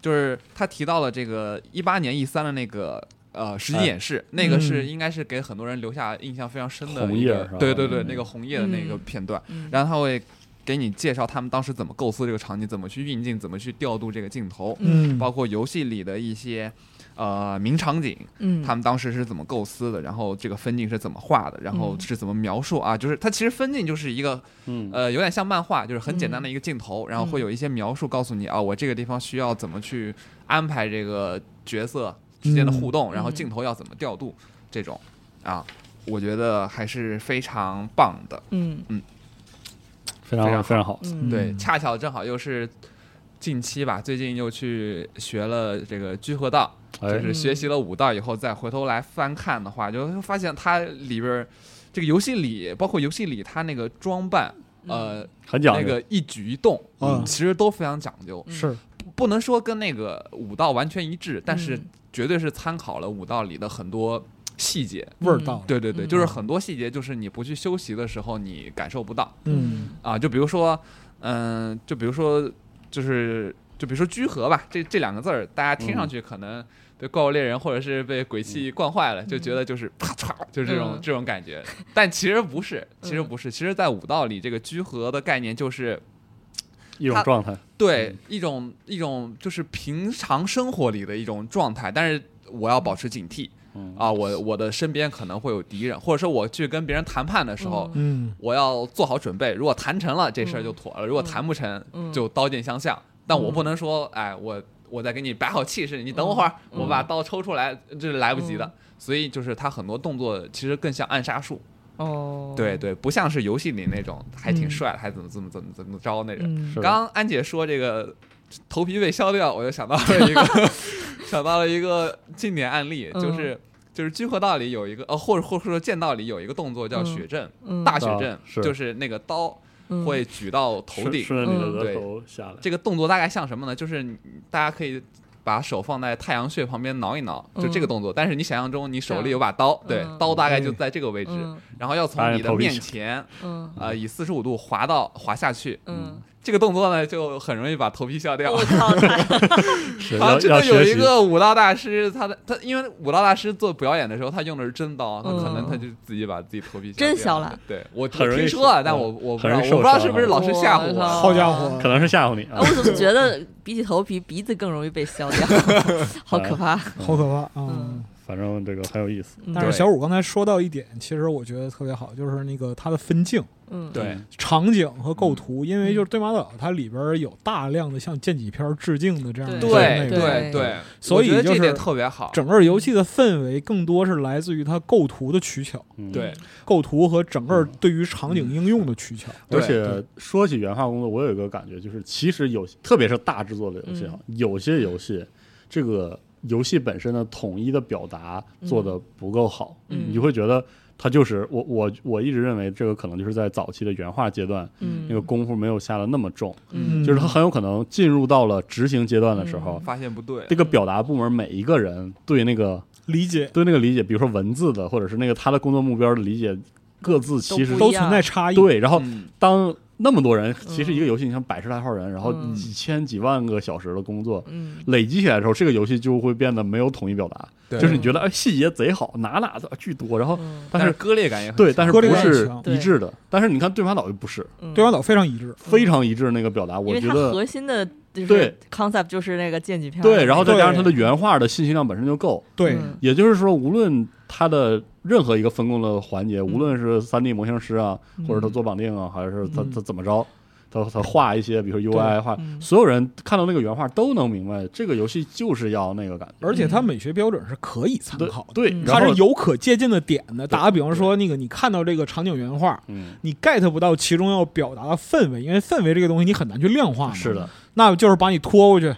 Speaker 4: 就是他提到了这个一八年、一三的那个呃实际
Speaker 5: 哎
Speaker 4: 演示，那个是
Speaker 3: 嗯
Speaker 4: 应该是给很多人留下印象非常深的
Speaker 5: 红
Speaker 4: 一
Speaker 5: 叶
Speaker 4: 个
Speaker 5: 是吧
Speaker 4: 对对对，
Speaker 5: 嗯
Speaker 4: 那个红叶的那个
Speaker 2: 嗯
Speaker 4: 片段，
Speaker 2: 嗯
Speaker 4: 然后他会给你介绍他们当时怎么构思这个场景，怎么去运镜，怎么去调度这个镜头，
Speaker 3: 嗯，
Speaker 4: 包括游戏里的一些呃名场景，
Speaker 2: 嗯
Speaker 4: 他们当时是怎么构思的，然后这个分镜是怎么画的，然后
Speaker 2: 嗯
Speaker 4: 是怎么描述啊？就是它其实分镜就是一个
Speaker 5: 嗯，
Speaker 4: 呃，有点像漫画，就是很简
Speaker 2: 嗯
Speaker 4: 单的一个镜头，然后会有一些描述告诉你啊，我这个地方需要怎么去安排这个角色之间的互
Speaker 2: 嗯
Speaker 4: 动，然后镜头要怎么调度这种啊，我觉得还是非常棒的。
Speaker 2: 嗯
Speaker 5: 非
Speaker 4: 非
Speaker 5: 常
Speaker 4: 常
Speaker 5: 非常好。
Speaker 2: 嗯
Speaker 4: 对，
Speaker 3: 嗯
Speaker 4: 恰巧正好又是近期吧，最近又去学了这个居合道，就
Speaker 5: 哎，
Speaker 4: 是
Speaker 2: 嗯
Speaker 4: 学习了武道以后，再回头来翻看的话，就会发现它里边儿这个游戏里，包括游戏里它那个装扮，呃，
Speaker 2: 嗯
Speaker 5: 很讲
Speaker 4: 那
Speaker 5: 究，
Speaker 4: 个一举一动，
Speaker 3: 嗯
Speaker 4: 其实都非常讲究，
Speaker 2: 嗯
Speaker 3: 是
Speaker 4: 不不能说跟那个武道完全一致，但是
Speaker 2: 嗯
Speaker 4: 绝对是参考了武道里的很多细节。
Speaker 3: 味儿到，
Speaker 4: 对对对，
Speaker 2: 嗯
Speaker 4: 就是很多细节，就是你不去修习的时候，你感受不到。
Speaker 3: 嗯
Speaker 4: 啊，就比如说，嗯、就比如说，就是就比如说居合吧，这这两个字儿，大家听上去可能被怪物猎人或者是被鬼泣惯坏了，就觉得就是啪嚓，就是这种、
Speaker 2: 嗯
Speaker 4: 这种感觉，但其实不是，其实
Speaker 2: 嗯
Speaker 4: 不是，其实，在武道里，这个居合的概念就是。
Speaker 5: 一种
Speaker 4: 他
Speaker 5: 状态，
Speaker 4: 对，一种一种就是平常生活里的一种状态，但是我要保持警惕
Speaker 5: 嗯，
Speaker 4: 啊！我我的身边可能会有敌人，或者说我去跟别人谈判的时候，
Speaker 2: 嗯
Speaker 3: 嗯
Speaker 4: 我要做好准备，如果谈成了这事儿就妥了，如果谈不成、
Speaker 2: 嗯
Speaker 4: 就刀剑相向。但我不能说，哎，我我再给你摆好气势，你等我会儿，
Speaker 2: 嗯
Speaker 4: 我把刀抽出来，这是来不及的。
Speaker 2: 嗯
Speaker 4: 所以就是他很多动作其实更像暗杀术，
Speaker 2: 哦，
Speaker 4: 对，对，不像是游戏里那种还挺
Speaker 2: 嗯
Speaker 4: 帅的，还怎么怎么怎么怎么着那种。
Speaker 2: 嗯
Speaker 5: 是的
Speaker 4: 刚刚安姐说这个头皮被削掉，我就想到了一个 想到了一个经典案例，
Speaker 2: 嗯
Speaker 4: 就是。就是居合道里有一个，呃，或者或者说剑道里有一个动作叫血阵，
Speaker 2: 嗯
Speaker 4: 大血阵、
Speaker 5: 啊是
Speaker 4: 就是那个刀
Speaker 2: 嗯
Speaker 4: 会举到头
Speaker 5: 顺
Speaker 4: 顶。
Speaker 5: 顺着你的
Speaker 2: 嗯
Speaker 5: 额
Speaker 4: 对
Speaker 5: 头下来，
Speaker 4: 这个动作大概像什么呢？就是你大家可以把手放在太阳穴旁边挠一挠，就这个动作。但是你想象中，你手里有把刀，
Speaker 2: 嗯这
Speaker 4: 对
Speaker 2: 样嗯，
Speaker 4: 刀大概就在这个位置，
Speaker 2: 嗯
Speaker 4: 然后要从你的面前，
Speaker 2: 嗯
Speaker 4: 呃，以四十五度滑到滑下去。
Speaker 2: 嗯，
Speaker 4: 这个动作呢，就很容易把头皮削掉。
Speaker 2: 我靠，太
Speaker 5: 是
Speaker 4: 好
Speaker 5: 要
Speaker 4: 像真
Speaker 5: 要
Speaker 4: 的有
Speaker 5: 学习
Speaker 4: 一。啊个武道大师，他的他因为武道大师做表演的时候，他用的是真刀，他
Speaker 2: 嗯
Speaker 4: 可能他就自己把自己头皮
Speaker 2: 真
Speaker 4: 削
Speaker 2: 削
Speaker 4: 掉
Speaker 2: 了。
Speaker 4: 对我我
Speaker 5: 很容易
Speaker 4: 听说啊，
Speaker 5: 受
Speaker 4: 但
Speaker 5: 嗯
Speaker 4: 我我不知
Speaker 5: 很
Speaker 4: 道，
Speaker 5: 容
Speaker 4: 我
Speaker 5: 易受
Speaker 4: 不知道
Speaker 5: 伤
Speaker 4: 是不是老师吓唬
Speaker 2: 我靠
Speaker 4: 我。
Speaker 3: 好家伙，
Speaker 5: 可能是吓唬你啊
Speaker 4: 哦
Speaker 2: 啊！我，怎么觉 得比起头皮，鼻子更容易被削掉？好可怕！
Speaker 3: 好可怕啊！
Speaker 2: 嗯
Speaker 5: 反正这个很有意思。
Speaker 3: 但是小五刚才说到一点，其实我觉得特别好，就是那个它的分镜、
Speaker 2: 嗯，
Speaker 4: 对
Speaker 3: 场景和构
Speaker 5: 嗯
Speaker 3: 图，因为就是《对马岛》它里边有大量的向剑戟片致敬的这样的
Speaker 2: 对
Speaker 3: 内
Speaker 4: 对
Speaker 3: 容
Speaker 4: 对对，
Speaker 3: 所以
Speaker 4: 我觉得
Speaker 3: 就
Speaker 4: 这
Speaker 3: 是
Speaker 4: 点特别好。
Speaker 3: 整个游戏的氛围更多是来自于它构图的取巧，
Speaker 5: 嗯
Speaker 4: 对，
Speaker 3: 构图和整个对于场景应用的取巧。
Speaker 5: 而
Speaker 4: 对
Speaker 5: 且说起原画工作，我有一个感觉，就是其实有，特别是大制作的游戏啊，
Speaker 2: 嗯
Speaker 5: 有些游戏这个游戏本身的统一的表达做的不够好，
Speaker 2: 嗯
Speaker 5: 你会觉得它就是我我我一直认为这个可能就是在早期的原画阶段，
Speaker 2: 嗯
Speaker 5: 那个功夫没有下的那么重，
Speaker 2: 嗯
Speaker 5: 就是它很有可能进入到了执行阶段的时候，
Speaker 4: 发现不对，
Speaker 5: 这个表达部门每一个人对那个
Speaker 3: 理解
Speaker 5: 对那个理解，比如说文字的，或者是那个他的工作目标的理解，各自其实
Speaker 2: 不一
Speaker 3: 都
Speaker 2: 样
Speaker 3: 存在差异。，
Speaker 5: 对，然后。
Speaker 4: 嗯
Speaker 5: 当那么多人，
Speaker 2: 嗯
Speaker 5: 其实一个游戏你像百十来号人，然后
Speaker 2: 嗯
Speaker 5: 几千几万个小时的工作。
Speaker 2: 嗯
Speaker 5: 累积起来的时候，这个游戏就会变得没有统一表达，
Speaker 6: 对
Speaker 5: 就是你觉得哎细节贼好，哪哪的巨多，然后
Speaker 2: 嗯
Speaker 5: 但
Speaker 4: 但是
Speaker 5: 是
Speaker 4: 割裂感也很
Speaker 5: 对，
Speaker 4: 强
Speaker 5: 但是
Speaker 3: 割裂
Speaker 5: 不
Speaker 3: 感很
Speaker 5: 是
Speaker 3: 强
Speaker 5: 一致的。但是你看对马岛就不是
Speaker 2: 嗯，
Speaker 3: 对马啊岛非常一致。
Speaker 5: 非常一致的那个表达，
Speaker 2: 因
Speaker 5: 我
Speaker 2: 为
Speaker 5: 觉
Speaker 2: 它
Speaker 5: 得
Speaker 2: 核心的就是
Speaker 5: 对
Speaker 2: concept 就是那个剑戟片儿
Speaker 5: 对，然后再
Speaker 3: 对
Speaker 5: 加上它的原画的信息量本身就够，
Speaker 3: 对，
Speaker 2: 嗯
Speaker 5: 也就是说，无论它的任何一个分工的环节，无论是三 D 模型师啊，
Speaker 2: 嗯
Speaker 5: 或者他做绑定啊，还是他
Speaker 3: 嗯
Speaker 5: 他怎么着，他他画一些，比如说 UI 画
Speaker 2: 嗯，
Speaker 5: 所有人看到那个原画都能明白，这个游戏就是要那个感觉。
Speaker 3: 而且它美学标准是可以参
Speaker 5: 对
Speaker 3: 考的，
Speaker 5: 对
Speaker 2: 嗯，
Speaker 5: 然
Speaker 3: 它
Speaker 5: 后
Speaker 3: 是有可借鉴的点的。打个比方说，那个你看到这个场景原画，
Speaker 5: 嗯，
Speaker 3: 你 get 不到其中要表达的氛围，因为氛围这个东西你很难去量化嘛。
Speaker 5: 是的，
Speaker 3: 那就是把你拖过去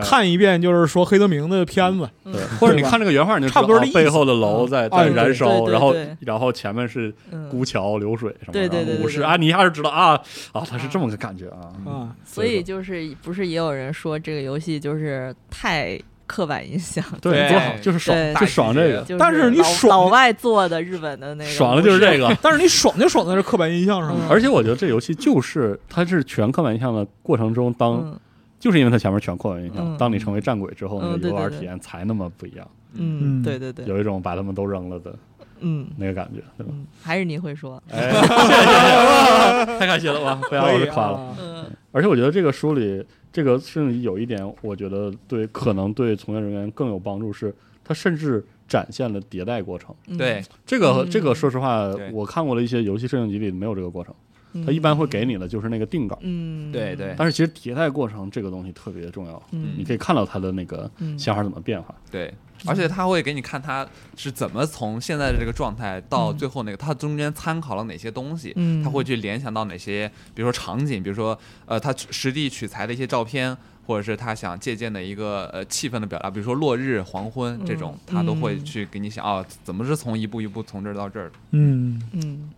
Speaker 3: 嗯看一遍，就是说黑泽明的片子，
Speaker 5: 对，或者你看这个原画，你就知道
Speaker 3: 差不多的
Speaker 5: 啊
Speaker 3: 意思
Speaker 5: 背后的楼在在
Speaker 3: 哎对
Speaker 5: 燃烧，
Speaker 2: 对对
Speaker 5: 然后
Speaker 2: 对
Speaker 5: 然后前面是
Speaker 2: 嗯
Speaker 5: 孤桥流水什么
Speaker 2: 对
Speaker 5: 的，
Speaker 2: 对对对
Speaker 5: 然后
Speaker 2: 对
Speaker 5: 武士
Speaker 2: 对
Speaker 5: 啊，你一下就知道啊啊，它是这么个感觉啊，
Speaker 3: 啊，
Speaker 2: 所以就是不是也有人说这个游戏就是太刻板印象，
Speaker 5: 对，
Speaker 4: 对
Speaker 5: 多好，就是爽，
Speaker 2: 对
Speaker 5: 就爽这个，
Speaker 2: 就
Speaker 3: 但是你
Speaker 2: 老
Speaker 3: 爽
Speaker 2: 老外做的日本的那个
Speaker 5: 爽的就是 这个，
Speaker 3: 但是你爽就爽在这刻板印象上了。
Speaker 5: 而且我觉得这游戏就是它是全刻板印象的过程中，当
Speaker 2: 嗯
Speaker 5: 就是因为它前面全刻板印象，
Speaker 2: 嗯
Speaker 5: 当你成为战鬼之后，
Speaker 2: 嗯
Speaker 5: 那个游玩
Speaker 2: 对对对
Speaker 5: 体验才那么不一样，
Speaker 2: 嗯
Speaker 3: 嗯
Speaker 2: 对对对，
Speaker 5: 有一种把他们都扔了的
Speaker 2: 嗯
Speaker 5: 那个感觉，对 吧？
Speaker 2: 嗯，还是你会说，
Speaker 5: 哎，谢谢谢谢，太感谢了哇！被
Speaker 3: 可
Speaker 5: 阿老
Speaker 3: 以
Speaker 5: 师夸了。
Speaker 3: 啊
Speaker 2: 嗯
Speaker 5: 而且我觉得这个书里，这个甚至有一点，我觉得对可能对从业人员更有帮助是，它甚至展现了迭代过程。
Speaker 2: 嗯
Speaker 4: 对，
Speaker 5: 这个、
Speaker 2: 嗯
Speaker 5: 这个，说实话
Speaker 4: 对，
Speaker 5: 我看过的一些游戏摄影集里没有这个过程，
Speaker 2: 嗯
Speaker 5: 它一般会给你的就是那个定稿。
Speaker 2: 嗯
Speaker 4: 对对
Speaker 5: 但是其实迭代过程这个东西特别重要，
Speaker 2: 嗯
Speaker 5: 你可以看到它的那个
Speaker 2: 嗯
Speaker 5: 想法怎么变化。
Speaker 4: 对，而且他会给你看他是怎么从现在的这个状态到最后那个，他中间参考了哪些东西，
Speaker 2: 嗯
Speaker 4: 他会去联想到哪些，比如说场景，比如说呃，他实地取材的一些照片，或者是他想借鉴的一个呃气氛的表达，比如说落日、黄昏这种，
Speaker 2: 嗯
Speaker 4: 他都会
Speaker 2: 嗯
Speaker 4: 去给你想哦，怎么是从一步一步从这儿到这儿的，
Speaker 3: 嗯，
Speaker 2: 嗯，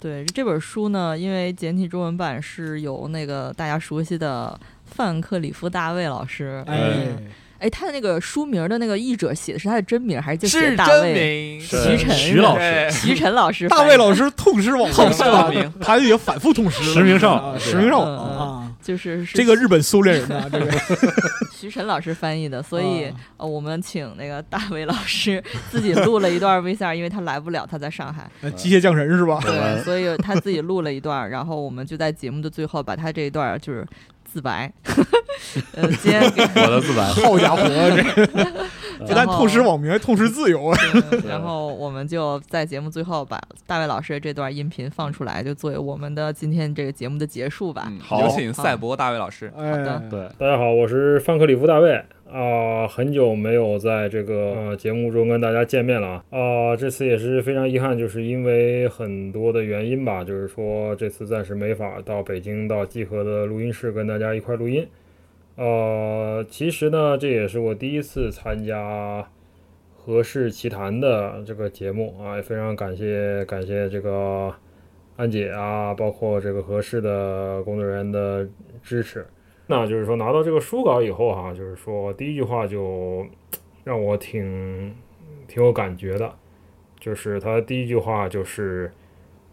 Speaker 2: 对，这本书呢，因为简体中文版是由那个大家熟悉的范克里夫大卫老师，
Speaker 3: 哎
Speaker 2: 嗯，，哎，他的那个书名的那个译者写的是他的真名还是就写
Speaker 4: 是
Speaker 2: 大
Speaker 4: 真
Speaker 2: 卫？
Speaker 4: 名，
Speaker 2: 徐晨
Speaker 5: 徐老师，
Speaker 4: 对，
Speaker 2: 徐晨老师翻译，
Speaker 3: 大卫老师痛失网
Speaker 4: 痛失网名，
Speaker 3: 他也反复痛失
Speaker 5: 实名上
Speaker 3: 啊实名上网
Speaker 2: 嗯
Speaker 3: 啊。
Speaker 2: 就是是
Speaker 3: 这个日本苏联人呐，这个
Speaker 2: 徐晨老师翻译的，所以
Speaker 3: 啊
Speaker 2: 呃我们请那个大卫老师 自己录了一段 VCR，因为他来不了，他在上海，
Speaker 3: 呃机械降神是吧？
Speaker 2: 对，所以他自己录了一段，然后我们就在节目的最后把他这一段就是自白，呃，今天给
Speaker 5: 我的 自白。
Speaker 3: 好家伙，这 不但痛失网名，还痛失自由啊！
Speaker 2: 对然后我们就在节目最后把大卫老师的这段音频放出来，就作为我们的今天这个节目的结束吧。
Speaker 4: 嗯，
Speaker 5: 好
Speaker 4: 有请赛博大卫老师，
Speaker 3: 哎，
Speaker 5: 对，
Speaker 7: 大家好，我是范克里夫大卫啊、很久没有在这个呃节目中跟大家见面了啊啊、这次也是非常遗憾，就是因为很多的原因吧，就是说这次暂时没法到北京到集合的录音室跟大家一块录音。呃，其实呢，这也是我第一次参加《何氏奇谈》的这个节目啊，也非常感谢感谢这个安姐啊，包括这个合适的工作人员的支持。那就是说拿到这个书稿以后哈、就是说第一句话就让我挺挺有感觉的，就是他第一句话就是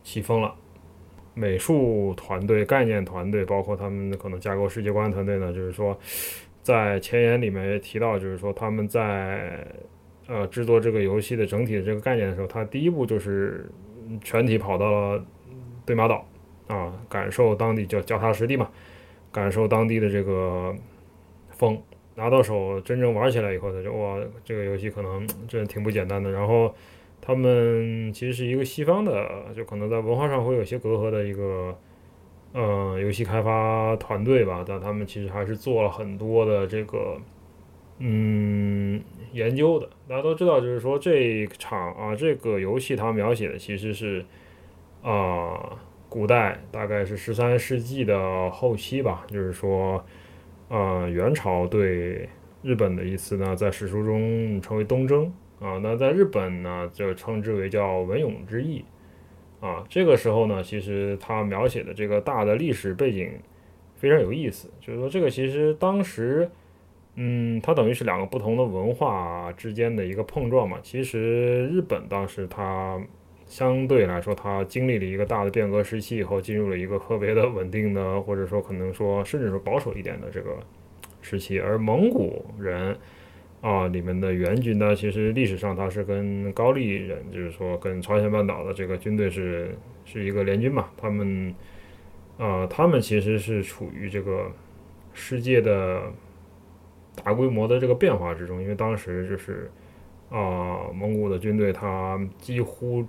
Speaker 7: 起风了。美术团队、概念团队，包括他们可能架构世界观团队呢，就是说，在前言里面也提到，就是说他们在呃制作这个游戏的整体的这个概念的时候，他第一步就是嗯全体跑到了对马岛啊，感受当地叫脚踏实地嘛，感受当地的这个风拿到手真正玩起来以后，他就哇，这个游戏可能真的挺不简单的。然后他们其实是一个西方的，就可能在文化上会有些隔阂的一个呃游戏开发团队吧，但他们其实还是做了很多的这个嗯研究的。大家都知道，就是说这场啊这个游戏它描写的其实是啊、古代大概是十三世纪的后期吧，就是说。呃，元朝对日本的意思呢，在史书中称为东征啊，那在日本呢就称之为叫文勇之役啊。这个时候呢，其实他描写的这个大的历史背景非常有意思，就是说这个其实当时，嗯，它等于是两个不同的文化之间的一个碰撞嘛。其实日本当时它相对来说，它经历了一个大的变革时期以后，进入了一个特别的稳定的， 或者说可能说甚至说保守一点的这个时期。而蒙古人啊、里面的元军呢，其实历史上它是跟高丽人，就是说跟朝鲜半岛的这个军队是是一个联军嘛，他们呃，他们其实是处于这个世界的大规模的这个变化之中，因为当时就是。啊、蒙古的军队它几乎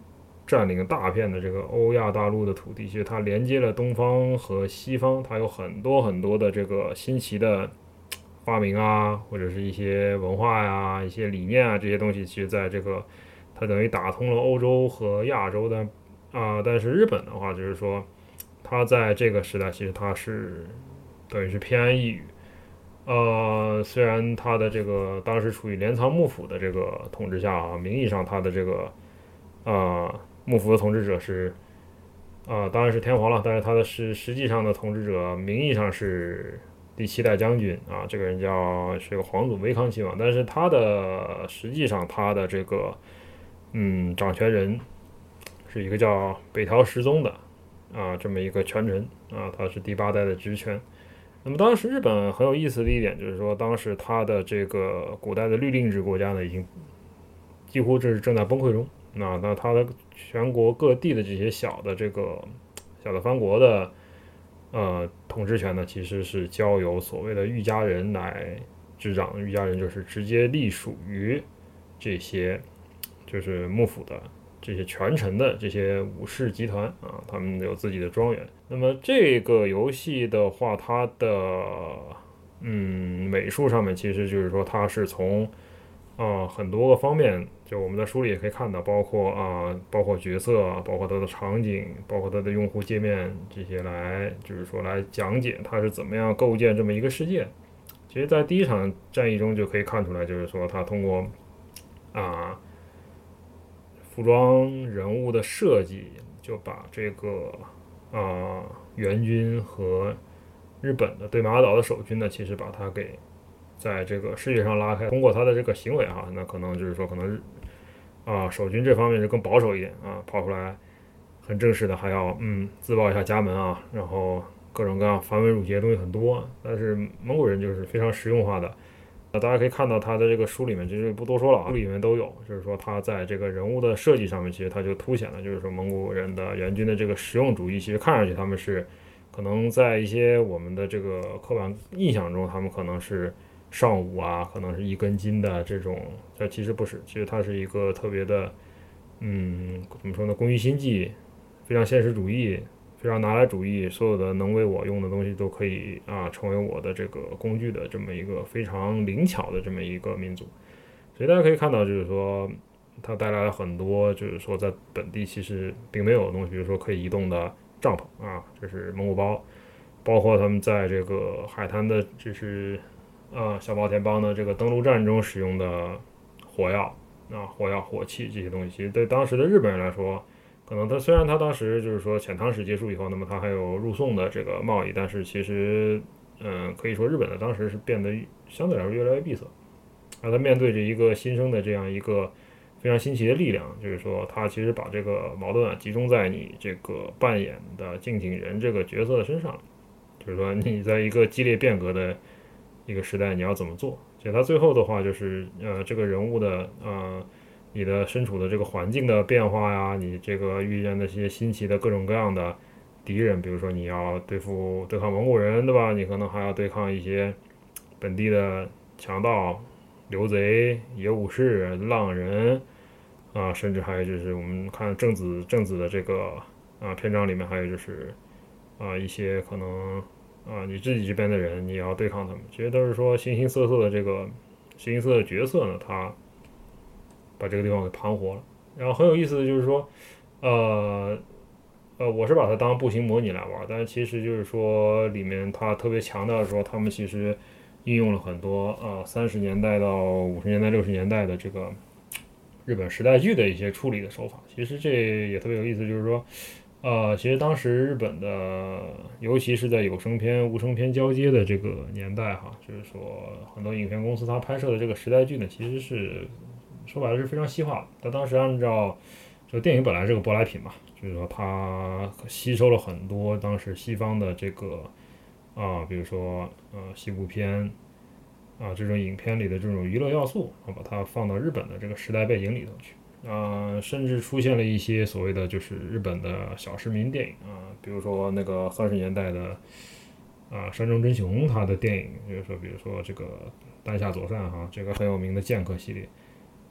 Speaker 7: 占领大片的这个欧亚大陆的土地，其实它连接了东方和西方，它有很多很多的这个新奇的发明啊，或者是一些文化呀、一些理念啊这些东西，其实在这个它等于打通了欧洲和亚洲的啊、但是日本的话，就是说它在这个时代其实它是等于是偏安一隅。呃，虽然它的这个当时处于镰仓幕府的这个统治下啊，名义上它的这个呃幕府的统治者是啊、当然是天皇了，但是他的是实际上的统治者，名义上是第七代将军啊，这个人叫是个皇祖威康亲王，但是他的实际上他的这个嗯掌权人是一个叫北条时宗的啊这么一个权臣啊，他是第八代的职权。那么当时日本很有意思的一点就是说，当时它的这个古代的律令制国家呢，已经几乎这是正在崩溃中。那那它的全国各地的这些小的这个小的藩国的呃统治权呢，其实是交由所谓的御家人来执掌。御家人就是直接隶属于这些就是幕府的这些权臣的这些武士集团啊，他们有自己的庄园。那么这个游戏的话，它的嗯美术上面其实就是说它是从啊、很多个方面，就我们在书里也可以看到，包括啊、包括角色，包括它的场景，包括它的用户界面这些来，就是说来讲解它是怎么样构建这么一个世界。其实，在第一场战役中就可以看出来，就是说它通过啊、服装人物的设计，就把这个啊、援军和日本的对马岛的守军呢，其实把它给在这个视觉上拉开。通过他的这个行为啊，那可能就是说，可能日啊、守军这方面就更保守一点啊，跑出来很正式的，还要嗯自报一下家门啊，然后各种各样繁文缛节的东西很多。啊但是蒙古人就是非常实用化的。那大家可以看到他的这个书里面，这就不多说了啊，书里面都有，就是说他在这个人物的设计上面，其实他就凸显了，就是说蒙古人的援军的这个实用主义，其实看上去他们是可能在一些我们的这个刻板印象中，他们可能是上午啊，可能是一根筋的这种，但其实不是，其实它是一个特别的，嗯，怎么说呢？工于心计，非常现实主义，非常拿来主义，所有的能为我用的东西都可以啊，成为我的这个工具的这么一个非常灵巧的这么一个民族。所以大家可以看到，就是说它带来了很多，就是说在本地其实并没有的东西，比如说可以移动的帐篷啊，这是蒙古包，包括他们在这个海滩的，这是呃小宝田帮的这个登陆战中使用的火药啊、火药、火器这些东西，其实对当时的日本人来说，可能他虽然他当时就是说遣唐使结束以后，那么他还有入宋的这个贸易，但是其实嗯，可以说日本的当时是变得相对来说越来越闭塞。而他面对着一个新生的这样一个非常新奇的力量，就是说他其实把这个矛盾啊集中在你这个扮演的敬请人这个角色的身上，就是说你在一个激烈变革的一个时代，你要怎么做？所以他最后的话就是呃，这个人物的呃。你的身处的这个环境的变化呀，你这个遇见的一些新奇的各种各样的敌人，比如说你要对付对抗蒙古人，对吧？你可能还要对抗一些本地的强盗、流贼、野武士、浪人啊，甚至还有就是我们看正子正子的这个啊篇章里面，还有就是啊一些可能啊你自己这边的人，你也要对抗他们。其实都是说形形色色的这个形形色色的角色呢，他把这个地方给盘活了。然后很有意思的就是说，呃。呃，我是把它当步行模拟来玩儿，但是其实就是说，里面它特别强调说，他们其实应用了很多啊三十年代到五十年代、六十年代的这个日本时代剧的一些处理的手法。其实这也特别有意思，就是说，呃，其实当时日本的，尤其是在有声片、无声片交接的这个年代哈，就是说很多影片公司它拍摄的这个时代剧呢，其实是说白了是非常西化的。它当时按照就电影本来是个舶来品嘛，就是说它吸收了很多当时西方的这个啊、比如说呃西部片啊、这种影片里的这种娱乐要素，然后把它放到日本的这个时代背景里头去。啊、甚至出现了一些所谓的就是日本的小市民电影啊、比如说那个三十年代的啊、山中真雄他的电影，就是说比如说这个丹下左善哈、这个很有名的剑客系列。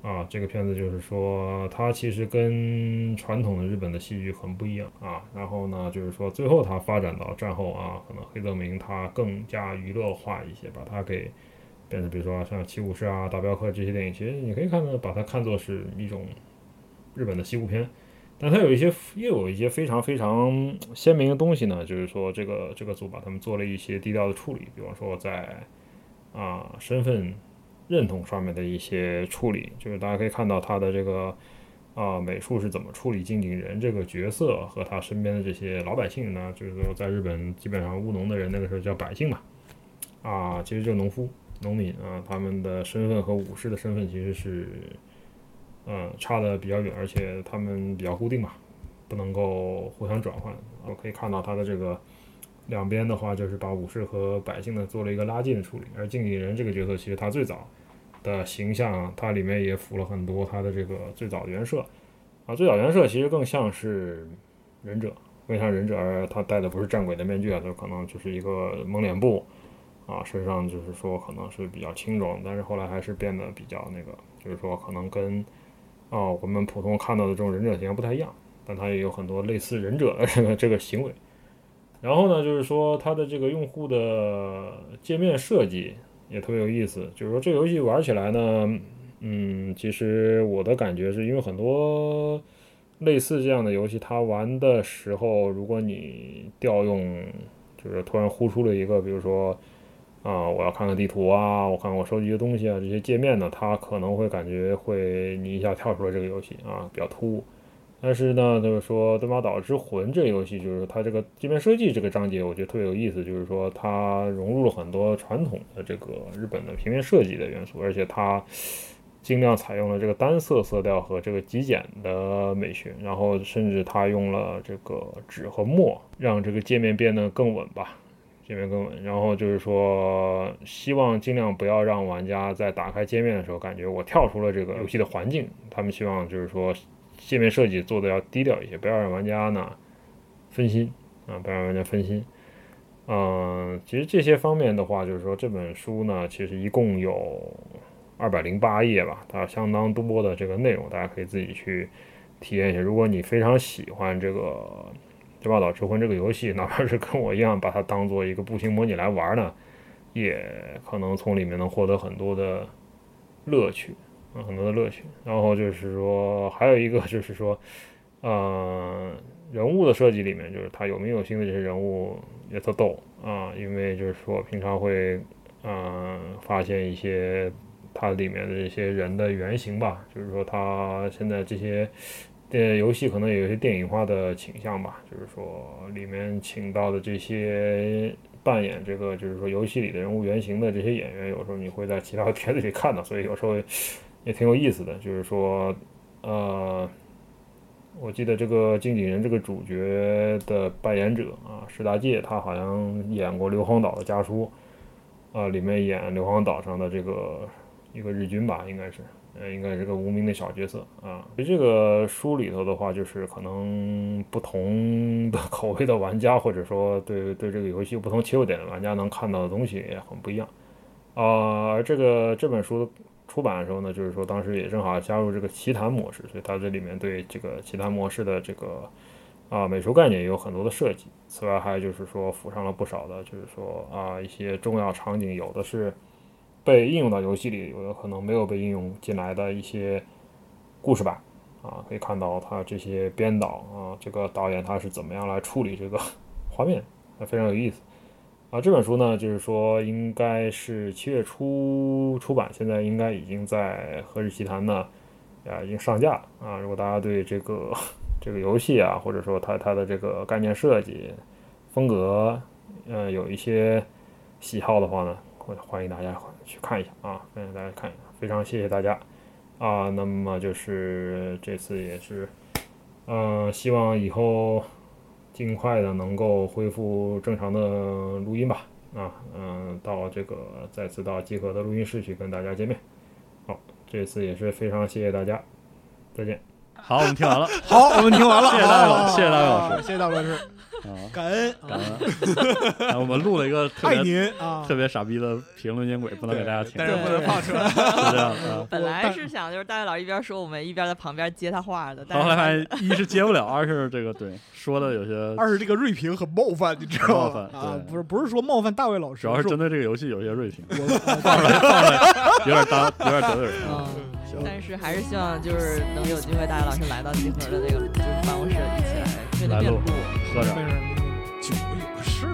Speaker 7: 啊，这个片子就是说，它其实跟传统的日本的戏剧很不一样啊。然后呢，就是说最后它发展到战后啊，可能黑泽明他更加娱乐化一些，把它给变得，比如说像《七武士》啊、《大镖客》这些电影，其实你可以看到把它看作是一种日本的西部片，但它有一些又有一些非常非常鲜明的东西呢，就是说这个这个组把他们做了一些低调的处理，比方说在啊身份认同上面的一些处理，就是大家可以看到他的这个啊、美术是怎么处理经纪人这个角色和他身边的这些老百姓呢？就是说在日本基本上务农的人那个时候叫百姓嘛，啊，其实就是农夫、农民啊，他们的身份和武士的身份其实是嗯差的比较远，而且他们比较固定嘛，不能够互相转换。我可以看到他的这个。两边的话，就是把武士和百姓呢做了一个拉近的处理，而经纪人这个角色，其实他最早的形象，它里面也附了很多它的这个最早的原设啊，最早原设其实更像是忍者，更像忍者，而他戴的不是战鬼的面具啊，就可能就是一个蒙脸布啊，身上就是说可能是比较轻柔，但是后来还是变得比较那个，就是说可能跟啊我们普通看到的这种忍者形象不太一样，但它也有很多类似忍者的这个这个行为。然后呢，就是说它的这个用户的界面设计也特别有意思，就是说这个游戏玩起来呢，嗯，其实我的感觉是因为很多类似这样的游戏，它玩的时候，如果你调用，就是突然呼出了一个，比如说啊、我要看看地图啊，我看我收集的东西啊，这些界面呢，它可能会感觉会你一下跳出来这个游戏啊，比较突兀。但是呢，就是说《东马岛之魂》这个游戏，就是它这个界面设计这个章节，我觉得特别有意思，就是说它融入了很多传统的这个日本的平面设计的元素，而且它尽量采用了这个单色色调和这个极简的美学，然后甚至它用了这个纸和墨，让这个界面变得更稳吧。界面更稳，然后就是说，希望尽量不要让玩家在打开界面的时候感觉我跳出了这个游戏的环境。他们希望就是说界面设计做的要低调一些，不要让玩家呢分心啊，不要让玩家分心。嗯，其实这些方面的话，就是说这本书呢，其实一共有二百零八页吧，它有相当多的这个内容，大家可以自己去体验一下。如果你非常喜欢这个《这报道之魂》这个游戏，哪怕是跟我一样把它当做一个步行模拟来玩呢，也可能从里面能获得很多的乐趣。啊，很多的乐趣。然后就是说，还有一个就是说，呃，人物的设计里面，就是他有名有姓的这些人物也特逗啊，因为就是说平常会呃发现一些它里面的这些人的原型吧，就是说他现在这些。电呃游戏可能也有一些电影化的倾向吧，就是说里面请到的这些扮演这个，就是说游戏里的人物原型的这些演员，有时候你会在其他的片子里看到，所以有时候也挺有意思的。就是说，呃，我记得这个经纪人这个主角的扮演者啊，石达介，他好像演过《硫磺岛的家书》啊、里面演硫磺岛上的这个一个日军吧，应该是，呃，应该是个无名的小角色啊。这个书里头的话，就是可能不同的 口味的玩家，或者说对对这个游戏有不同切入点的玩家，能看到的东西也很不一样呃，而这个这本书出版的时候呢，就是说当时也正好加入这个奇谈模式，所以它这里面对这个奇谈模式的这个啊、美术概念也有很多的设计。此外，还有就是说附上了不少的，就是说啊、一些重要场景，有的是被应用到游戏里，有的可能没有被应用进来的一些故事吧。啊，可以看到他这些编导啊，这个导演他是怎么样来处理这个 画面，那非常有意思。啊，这本书呢，就是说应该是七月初出版，现在应该已经在《何氏奇谈》呢，啊，已经上架了啊。如果大家对这个 这个游戏啊，或者说它它的这个概念设计、风格，呃，有一些喜好的话呢，欢欢迎大家去看一下啊，欢迎大家看一下，非常谢谢大家啊。那么就是这次也是，呃，希望以后尽快的能够恢复正常的录音吧。啊，嗯、到这个再次到集合的录音室去跟大家见面。好，这次也是非常谢谢大家，再见。
Speaker 5: 好，我们听完了，
Speaker 3: 好，我们听完了，
Speaker 5: 谢谢大卫
Speaker 3: 好
Speaker 5: 老师谢谢大卫老师
Speaker 3: 谢谢大卫老师，
Speaker 5: 啊，
Speaker 3: 感恩，
Speaker 5: 感恩。 啊我们录了一个特
Speaker 3: 爱
Speaker 5: 别
Speaker 3: 您啊
Speaker 5: 特！别傻逼的评论音轨，不能给大家听，
Speaker 4: 但是
Speaker 5: 是
Speaker 4: 不能放出来。
Speaker 5: 这样啊。
Speaker 2: 本来
Speaker 3: 但
Speaker 2: 是想就是大卫老师一边说我们一边在旁边接他话的，
Speaker 5: 然
Speaker 2: 但
Speaker 5: 后后来
Speaker 2: 是
Speaker 5: 发现，一是接不了，二是这个对说的有些，
Speaker 3: 二是这个锐评很冒犯，你知道吗
Speaker 5: 很？冒犯
Speaker 3: 啊
Speaker 5: 对，
Speaker 3: 不是不是说冒犯大卫老师，
Speaker 5: 主要是针
Speaker 3: 的。
Speaker 5: 对这个游戏有些锐评，
Speaker 3: 我
Speaker 5: 放出来放出来有点当有点得罪人啊。
Speaker 2: 嗯，
Speaker 5: 行，
Speaker 2: 但是还是希望就是能有机会大卫老师来到集合的这个就是办公室一起来面对
Speaker 5: 来
Speaker 2: 面
Speaker 5: 录
Speaker 2: 录。
Speaker 5: 喝
Speaker 3: 非
Speaker 5: 着
Speaker 3: 常。酒有的是，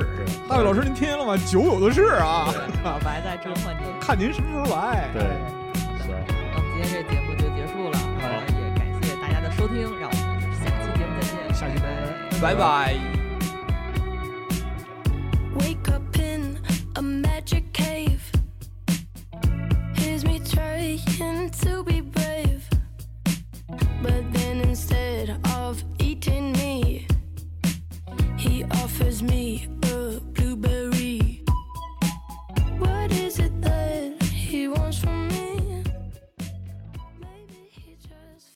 Speaker 3: 大卫老师您听见了吗？酒有的是啊！
Speaker 2: 对老白在召唤你。
Speaker 3: 看您什么时候来。
Speaker 5: 对，
Speaker 2: 好的，
Speaker 5: 行。
Speaker 2: 那我们今天这节目就结束了，然后也感谢大家的收听，让我们下期节目再见，
Speaker 3: 下期
Speaker 2: 拜拜。
Speaker 4: 拜拜。